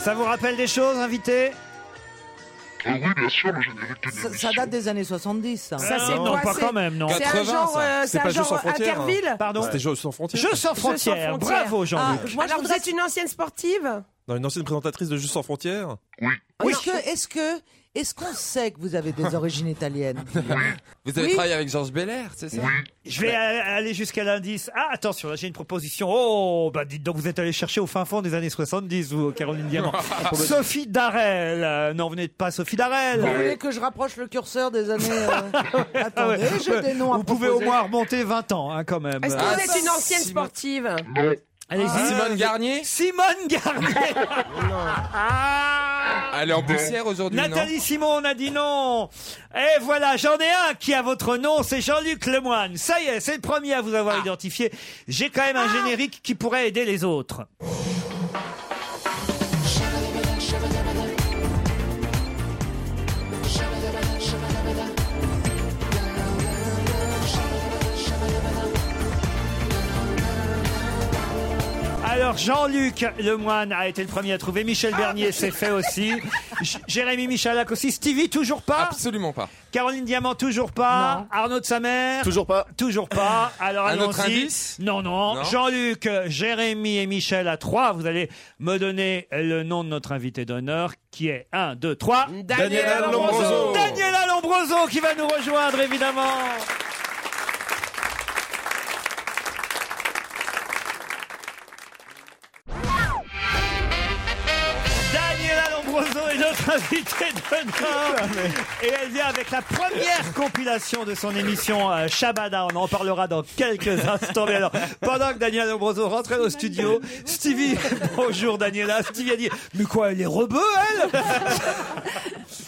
C: Ça vous rappelle des choses, invité
N: Ah oui, bien sûr, le générique de
E: Ça, ça date des années hein. 70. Ça,
C: Ah, c'est non, quoi, pas c'est- quand même, non. c'est un 80, genre, ça. euh, c'est
H: C'est
C: un
H: pas Jeux
C: genre
H: sans frontières. hein.
G: Interville
C: Pardon
H: C'était Jeux sans frontières.
C: Jeux sans frontières. Bravo, Jean-Luc.
G: Ah, Alors, vous êtes une ancienne sportive
H: Non, une ancienne présentatrice de Jeux sans frontières
N: Oui.
E: Est-ce que, est-ce que, est-ce qu'on sait que vous avez des origines italiennes
F: Vous avez
E: Oui.
F: travaillé avec Georges Belair, c'est ça
C: Je vais a- aller jusqu'à l'indice. Ah, attention, là j'ai une proposition. Oh, bah dites donc, vous êtes allé chercher au fin fond des années 70, vous, Caroline Diamant.
N: Ah,
C: Sophie Darel. Euh, non, vous n'êtes pas Sophie Darel.
E: Vous voulez que je rapproche le curseur des années euh,
C: Ah ouais.
E: Attendez, j'ai des noms à
C: Vous pouvez au
E: proposer.
C: moins remonter 20 ans, hein, quand même.
G: Est-ce que
N: Ah,
G: vous êtes une ancienne sportive
C: Allez-y. Euh,
F: Simone Garnier
C: Simone Garnier
G: Ah.
F: Elle est en poussière aujourd'hui, non
C: Nathalie Simon, on a dit non. Et voilà, j'en ai un qui a votre nom, c'est Jean-Luc Lemoine. Ça y est, c'est le premier à vous avoir identifié. J'ai quand même un générique qui pourrait aider les autres. Alors Jean-Luc Lemoine a été le premier à trouver, Michel
F: Ah.
C: Bernier s'est fait aussi, J- Jérémy Michalak aussi, Stevie toujours pas
F: Absolument pas.
C: Caroline Diamant toujours pas, Arnaud de sa mère
D: Toujours pas.
C: Toujours pas. Alors
F: Un autre
C: allons-y.
F: indice
C: Non non,
F: Non.
C: Jean-Luc, euh, Jérémy et Michel à trois, vous allez me donner le nom de notre invité d'honneur qui est 1 2 3
F: Daniela Lombroso. Lombroso.
C: Daniela Lombroso qui va nous rejoindre évidemment. Daniela Lombroso est notre invitée d'honneur. Et elle vient avec la première compilation de son émission euh, Shabada. On en parlera dans quelques instants. Mais alors, pendant que Daniela Lombroso rentrait au studio, Stevie, bonjour Daniela. Stevie a dit, mais quoi, elle est rebeu, elle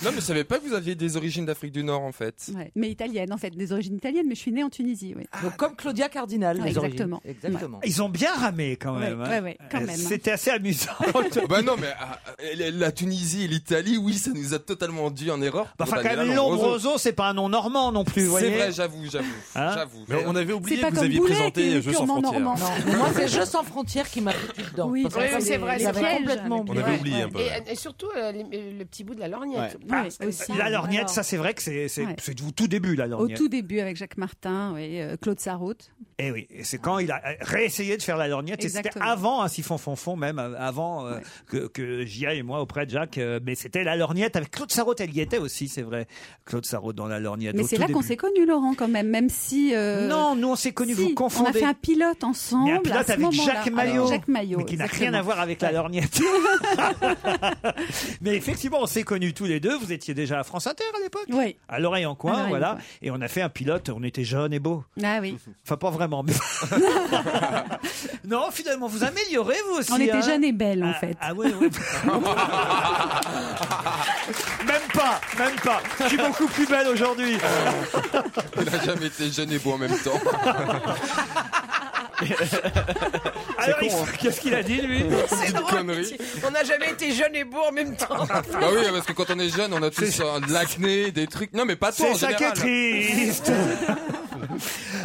F: Non, mais je savais pas que vous aviez des origines d'Afrique du Nord en fait.
O: Ouais, Mais italienne, en fait, des origines italiennes, mais je suis née en Tunisie. oui.
C: Ah,
E: Donc comme Claudia Cardinal.
O: Ouais,
E: les origines.
O: exactement.
E: Exactement.
C: Ils ont bien ramé quand même.
O: Ouais,
C: hein.
O: ouais, ouais, quand même.
C: C'était assez amusant.
F: bah non, mais ah, la- la Tunisie et l'Italie, oui, ça nous a totalement dû en erreur.
C: Bah,
F: pour
C: Enfin, quand
F: Daniela
C: même,
F: Lombroso.
C: Lombroso, c'est pas un nom normand non plus. vous
F: C'est
C: voyez.
F: vrai, j'avoue, j'avoue.
C: Hein
F: j'avoue.
H: Mais on avait oublié
E: C'est pas
H: que vous
E: comme
H: aviez
E: Boulet qui
H: présenté
E: est
H: Jeux sans
E: purement
H: frontières.
E: normand. Non, moi, c'est Jeux sans frontières qui m'a foutu dedans.
G: Oui,
E: Parce que
G: oui,
E: j'avais-
G: c'est vrai, les
E: j'avais
G: pièges,
E: complètement
H: On avait oublié un peu. ouais.
G: et, et surtout euh, les- le petit bout de la lorgnette.
C: Ouais.
G: Parce que ça,
C: Ah, La lorgnette,
G: alors.
C: ça c'est vrai que c'est c'est
O: Ouais.
C: c'est de vous tout début la
O: Au
C: lorgnette.
O: tout début, avec Jacques Martin, oui, euh, Claude Sarraute.
C: Et oui, et c'est quand il a réessayé de faire la lorgnette. et C'était
P: Exactement.
C: avant un siphon fond même euh, avant euh, que, que Gia et moi auprès de Jacques. euh, mais c'était la lorgnette avec Claude Sarraute. Elle y était aussi, c'est vrai. Claude Sarraute dans la lorgnette.
O: Mais
C: au
O: c'est
C: tout
O: là qu'on
C: début.
O: s'est connus, Laurent, quand même, même si. euh,
C: Non, nous on s'est connus,
O: si,
C: vous confondez.
O: On a fait un pilote ensemble.
C: Mais un
O: à
C: pilote
O: ce
C: avec
O: moment-là.
C: Jacques Maillot,
O: Alors, Jacques Maillot.
C: mais qui n'a rien
O: exactement.
C: à voir avec la lorgnette. mais effectivement, on s'est connus tous les deux. Vous étiez déjà à France Inter à l'époque,
O: oui.
C: à l'oreille en
O: À
C: coin,
O: l'oreille en
C: voilà.
O: coin.
C: Et on a fait un pilote. On était jeunes et beaux.
O: Ah oui.
C: Enfin, pas vraiment. mais-
G: Ah.
C: non, finalement, vous améliorez vous aussi.
O: On était
C: hein.
O: jeunes et belles, en
C: Ah,
O: fait.
C: Ah oui, oui. même pas, même pas. Je suis beaucoup plus belle aujourd'hui.
F: Il n'a jamais été jeune et beau en même temps.
C: Alors, il- qu'est-ce qu'il a dit, lui
F: hein. C'est une connerie.
G: On n'a jamais été jeune et beau en même temps.
C: Ah,
F: Bah oui, parce que quand on est jeune, on a tous euh, de l'acné, des trucs. Non, mais pas toi
C: C'est
F: en
C: ça qui est
F: général.
C: triste.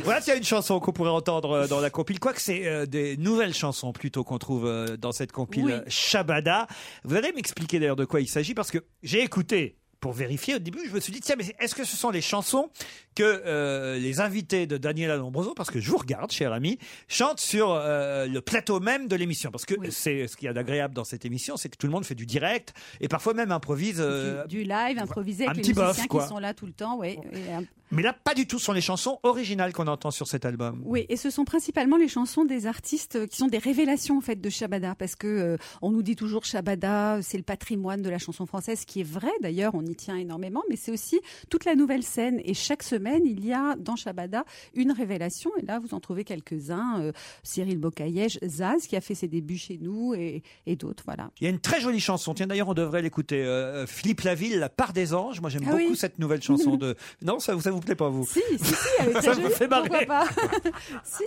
C: Voilà, il y a une chanson qu'on pourrait entendre euh, dans la compile. Quoique c'est euh, des nouvelles chansons plutôt qu'on trouve euh, dans cette compile
Q: Oui.
C: euh, Shabada. Vous allez m'expliquer d'ailleurs de quoi il s'agit parce que j'ai écouté. Pour vérifier, au début, je me suis dit, tiens, mais est-ce que ce sont les chansons que euh, les invités de Daniela Lombroso, parce que je vous regarde, cher ami, chantent sur euh, le plateau même de l'émission Parce que c'est ce qu'il y a d'agréable dans cette émission, c'est que tout le monde fait du direct et parfois même improvise. euh,
O: Du live improvisé
C: Un
O: avec les
C: petit bof,
O: musiciens
C: quoi.
O: qui sont là tout le temps, ouais. Et, euh,
C: Mais là, pas du tout, ce sont les chansons originales qu'on entend sur cet album.
O: Oui, et ce sont principalement les chansons des artistes euh, qui sont des révélations en fait de Shabada, parce que euh, on nous dit toujours Shabada, euh, c'est le patrimoine de la chanson française, ce qui est vrai d'ailleurs, on y tient énormément, mais c'est aussi toute la nouvelle scène. Et chaque semaine, il y a dans Shabada une révélation, et là vous en trouvez quelques-uns, euh, Cyril Bocaïège, Zaz qui a fait ses débuts chez nous, et, et d'autres, voilà.
C: Il y a une très jolie chanson. Tiens, d'ailleurs, on devrait l'écouter. Euh, Philippe Laville, La part des anges. Moi, j'aime
O: Ah
C: beaucoup
O: oui.
C: cette nouvelle chanson de. Non, ça, vous- ça vous plaît pas, vous
O: Si, elle est
C: Ça
O: très
C: vous
O: jolie,
C: fait marrer.
O: pourquoi pas Si.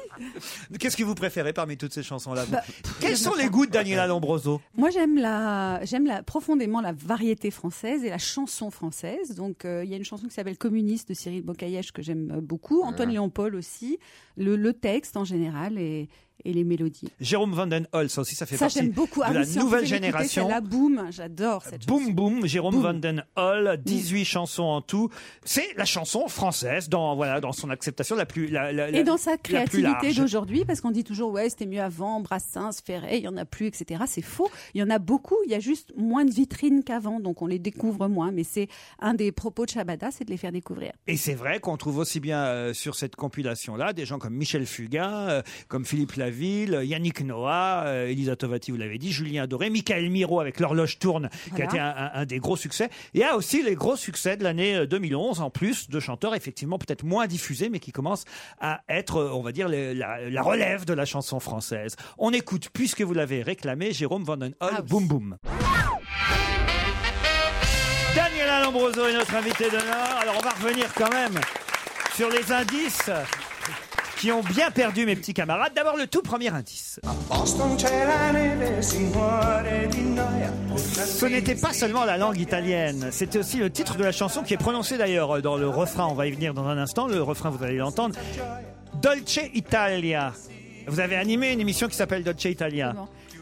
C: Qu'est-ce que vous préférez parmi toutes ces chansons-là vous
O: Bah,
C: Quels sont les goûts de Daniela Lombroso
O: Moi, j'aime la, j'aime la, profondément la variété française et la chanson française. Donc, euh, il y a une chanson qui s'appelle Communiste de Cyril Bocaïèche que j'aime euh, beaucoup. Antoine
C: Ah.
O: Léon Paul aussi. Le, le texte en général et, et les mélodies.
C: Jérôme Vanden Hol, ça aussi, ça fait
O: Ça,
C: partie
O: j'aime beaucoup.
C: de
O: Ah oui,
C: la
O: si on
C: nouvelle
O: pouvait l'écouter,
C: génération.
O: celle-là, boum, j'adore cette chanson.
C: Boom Boom, Jérôme Vanden Hol, 18 chansons en tout. C'est la chanson française dans voilà dans son acceptation la plus la, la- la-
O: Et dans sa
C: la plus large.
O: créativité d'aujourd'hui, parce qu'on dit toujours, ouais, c'était mieux avant, Brassens, Ferré, il n'y en a plus, etc. C'est faux. Il y en a beaucoup. Il y a juste moins de vitrines qu'avant, donc on les découvre moins. Mais c'est un des propos de Shabada, c'est de les faire découvrir.
C: Et c'est vrai qu'on trouve aussi bien euh, sur cette compilation-là des gens comme Michel Fugain, euh, comme Philippe Laville, euh, Yannick Noah, euh, Elisa Tovati, vous l'avez dit, Julien Doré, Michael Miro avec L'horloge tourne, qui
R: Voilà.
C: a été un, un- un des gros succès. Et il y a aussi les gros succès de l'année euh, 2011, en plus de chanteurs effectivement peut-être moins diffusés, mais qui commencent à être, euh, on va dire, les- la, la relève de la chanson française. On écoute, puisque vous l'avez réclamé, Jérôme Vanden Hol, Boum Boum. Daniela Lombroso est notre invité d'honneur. Alors on va revenir quand même sur les indices qui ont bien perdu mes petits camarades. D'abord le tout premier indice.
S: Boston c'è la neve, signore di noia.
C: Ce n'était pas seulement la langue italienne, c'était aussi le titre de la chanson qui est prononcé d'ailleurs dans le refrain, on va y venir dans un instant, le refrain vous allez l'entendre. Dolce Italia. Vous avez animé une émission qui s'appelle Dolce Italia.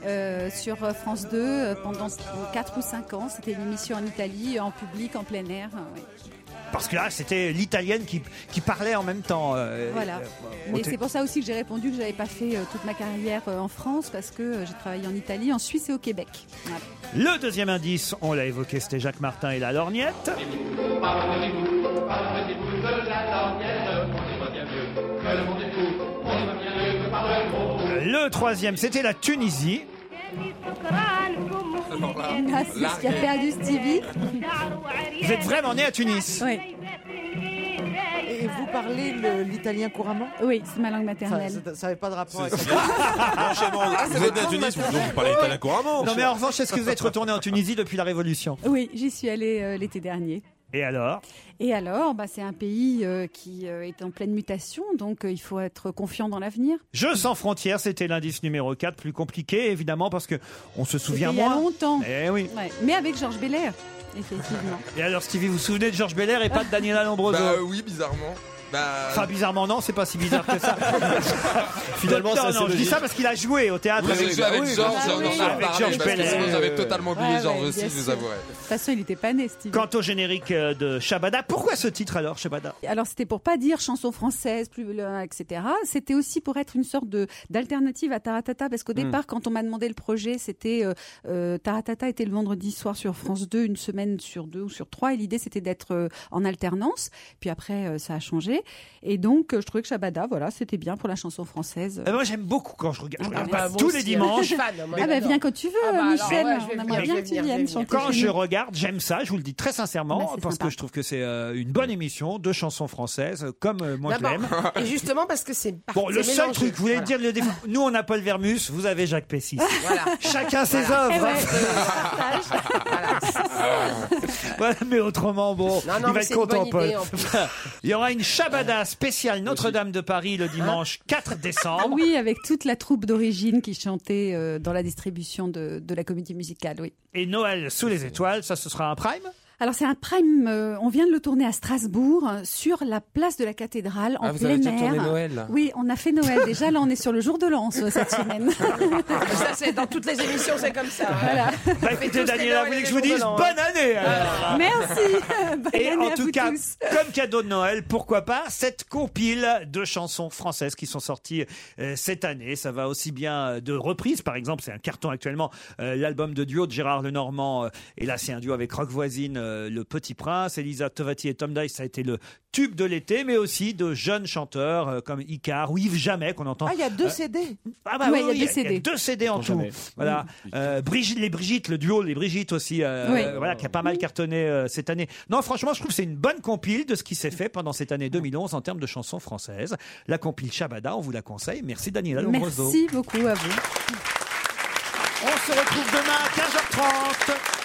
O: Euh, sur euh, France 2 euh, pendant 4 ou 5 ans. C'était une émission en Italie, en public, en plein air. euh, ouais.
C: Parce que là, c'était l'italienne qui, qui parlait en même temps. euh,
O: Voilà.
C: euh, au
O: Mais
C: té-
O: c'est pour ça aussi que j'ai répondu que j'avais pas fait euh, toute ma carrière euh, en France parce que euh, j'ai travaillé en Italie, en Suisse et au Québec. Voilà.
C: Le deuxième indice, on l'a évoqué, c'était Jacques Martin et la lorgnette. Le troisième, c'était la Tunisie.
O: Ah, c'est ce qui a perdu Stevie.
C: Vous êtes vraiment né à Tunis
O: Oui.
E: Et vous parlez le- l'italien couramment
O: Oui, c'est ma langue maternelle.
E: Ça n'avait pas de rapport avec Ah,
H: Vous êtes né à Tunis, donc vous parlez italien couramment.
C: Non mais en revanche, est-ce que vous êtes retourné en Tunisie depuis la Révolution
O: Oui, j'y suis allée euh, l'été dernier.
C: Et alors
O: Et alors, bah, c'est un pays euh, qui euh, est en pleine mutation, donc euh, il faut être confiant dans l'avenir.
C: Jeux sans frontières, c'était l'indice numéro 4, plus compliqué évidemment parce que on se souvient
O: C'était il y a
C: moins.
O: longtemps.
C: Eh oui.
O: Ouais. Mais avec Georges Belair, effectivement.
C: Et alors Stevie, vous vous souvenez de Georges Belair et pas de Daniela Lombroso
F: Bah euh, oui, bizarrement. Bah,
C: Enfin, bizarrement, non, c'est pas si bizarre que ça.
D: Finalement,
C: non,
D: ça, c'est
C: non, je dis
D: logique.
C: ça parce qu'il a joué au théâtre
F: Vous avez joué avec
C: Oui,
F: Georges,
C: bah
F: on en a
C: oui.
F: parlé,
C: Avec Georges
F: parce que
C: Pellec.
F: sinon, j'avais totalement oublié
O: Ouais,
F: Georges
O: ouais,
F: aussi,
O: bien
F: je
O: sûr.
F: les avouerai.
O: De toute façon, il était pas né, Steve.
C: Quant au générique euh, de Shabada, pourquoi ce titre alors, Shabada
O: Alors c'était pour pas dire chanson française, plus là, etc. C'était aussi pour être une sorte de d'alternative à Taratata parce qu'au
C: Hmm.
O: départ, quand on m'a demandé le projet, c'était euh, euh, Taratata était le vendredi soir sur France 2, une semaine sur deux ou sur trois, et l'idée c'était d'être euh, en alternance. Puis après, euh, ça a changé, et donc euh, je trouvais que Shabada, voilà, c'était bien pour la chanson française.
C: Ah, Moi, j'aime beaucoup quand je regarde, je regarde
O: bah,
C: pas
O: moi
C: Ah, tous
O: aussi,
C: les
O: hein.
C: dimanches.
O: Ah
C: Mais
O: bah viens quand tu veux,
G: Ah bah alors,
O: Michel.
G: ouais, je vais
O: on
G: venir,
O: aimerait
G: je
O: bien
G: vais
O: que tu
G: venir,
O: viennes
G: je vais
O: chanter.
C: Quand
O: chez
C: je
O: nous.
C: regarde, j'aime ça, je vous le dis très sincèrement,
O: Bah, c'est
C: parce
O: sympa.
C: que je trouve que c'est euh, une bonne émission de chansons françaises, euh, comme euh, moi je l'aime.
G: D'abord. Et justement parce que c'est
C: Bon, le
G: c'est
C: seul
G: mélangé.
C: truc, vous voulez
G: Voilà. Ah,
C: dire le défaut. Nous, on a Paul Vermus, vous avez Jacques Pessis. Chacun ses
G: Voilà.
C: œuvres.
G: Eh ouais,
C: Voilà, mais autrement, bon,
G: Non, non,
C: il
G: mais
C: va être
G: c'est une
C: content,
G: bonne
C: Paul.
G: idée, en plus.
C: il y aura une Shabada spéciale Notre-Dame de Paris
G: Hein
C: le dimanche 4
O: Ah
C: décembre.
O: oui, avec toute la troupe d'origine qui chantait euh, dans la distribution de, de la comédie musicale, oui.
C: Et Noël sous les étoiles, ça, ce sera un prime
O: Alors c'est un prime, euh, on vient de le tourner à Strasbourg, euh, sur la place de la cathédrale, en
G: Ah, vous
O: plein
G: avez déjà
O: air.
G: tourné Noël
O: Oui, on a fait Noël déjà, là on est sur le jour de l'an ce- cette semaine.
G: Ça, c'est dans toutes les émissions, c'est comme ça.
O: Voilà.
C: Bah écoutez, Daniela, vous voulez que je vous dise
G: hein.
C: bonne année alors.
O: Euh, Merci Bonne
C: Et
O: année
C: en
O: à
C: tout
O: vous
C: cas,
O: tous.
C: comme cadeau de Noël, pourquoi pas cette compile de chansons françaises qui sont sorties euh, cette année. Ça va aussi bien euh, de reprises, par exemple, c'est un carton actuellement, euh, l'album de duo de Gérard Lenormand. euh, et là, c'est un duo avec Rock Voisine, euh, Le Petit Prince, Elisa Tovati et Tom Dice. Ça a été le tube de l'été, mais aussi de jeunes chanteurs euh, comme Icar ou Yves Jamais qu'on entend.
E: Ah, il y a deux
C: euh,
E: CD.
C: ah bah oui, oui, il y a- il y a deux CD en tout. Voilà. Euh, Brigitte, les Brigitte, le duo, les Brigitte aussi, euh,
O: Oui.
C: voilà, qui a pas mal cartonné euh, cette année. Non, franchement, je trouve que c'est une bonne compile de ce qui s'est fait pendant cette année 2011 en termes de chansons françaises. La compile Shabada, on vous la conseille. Merci Daniela Lombroso.
O: Merci beaucoup à vous.
C: On se retrouve demain à 15h30.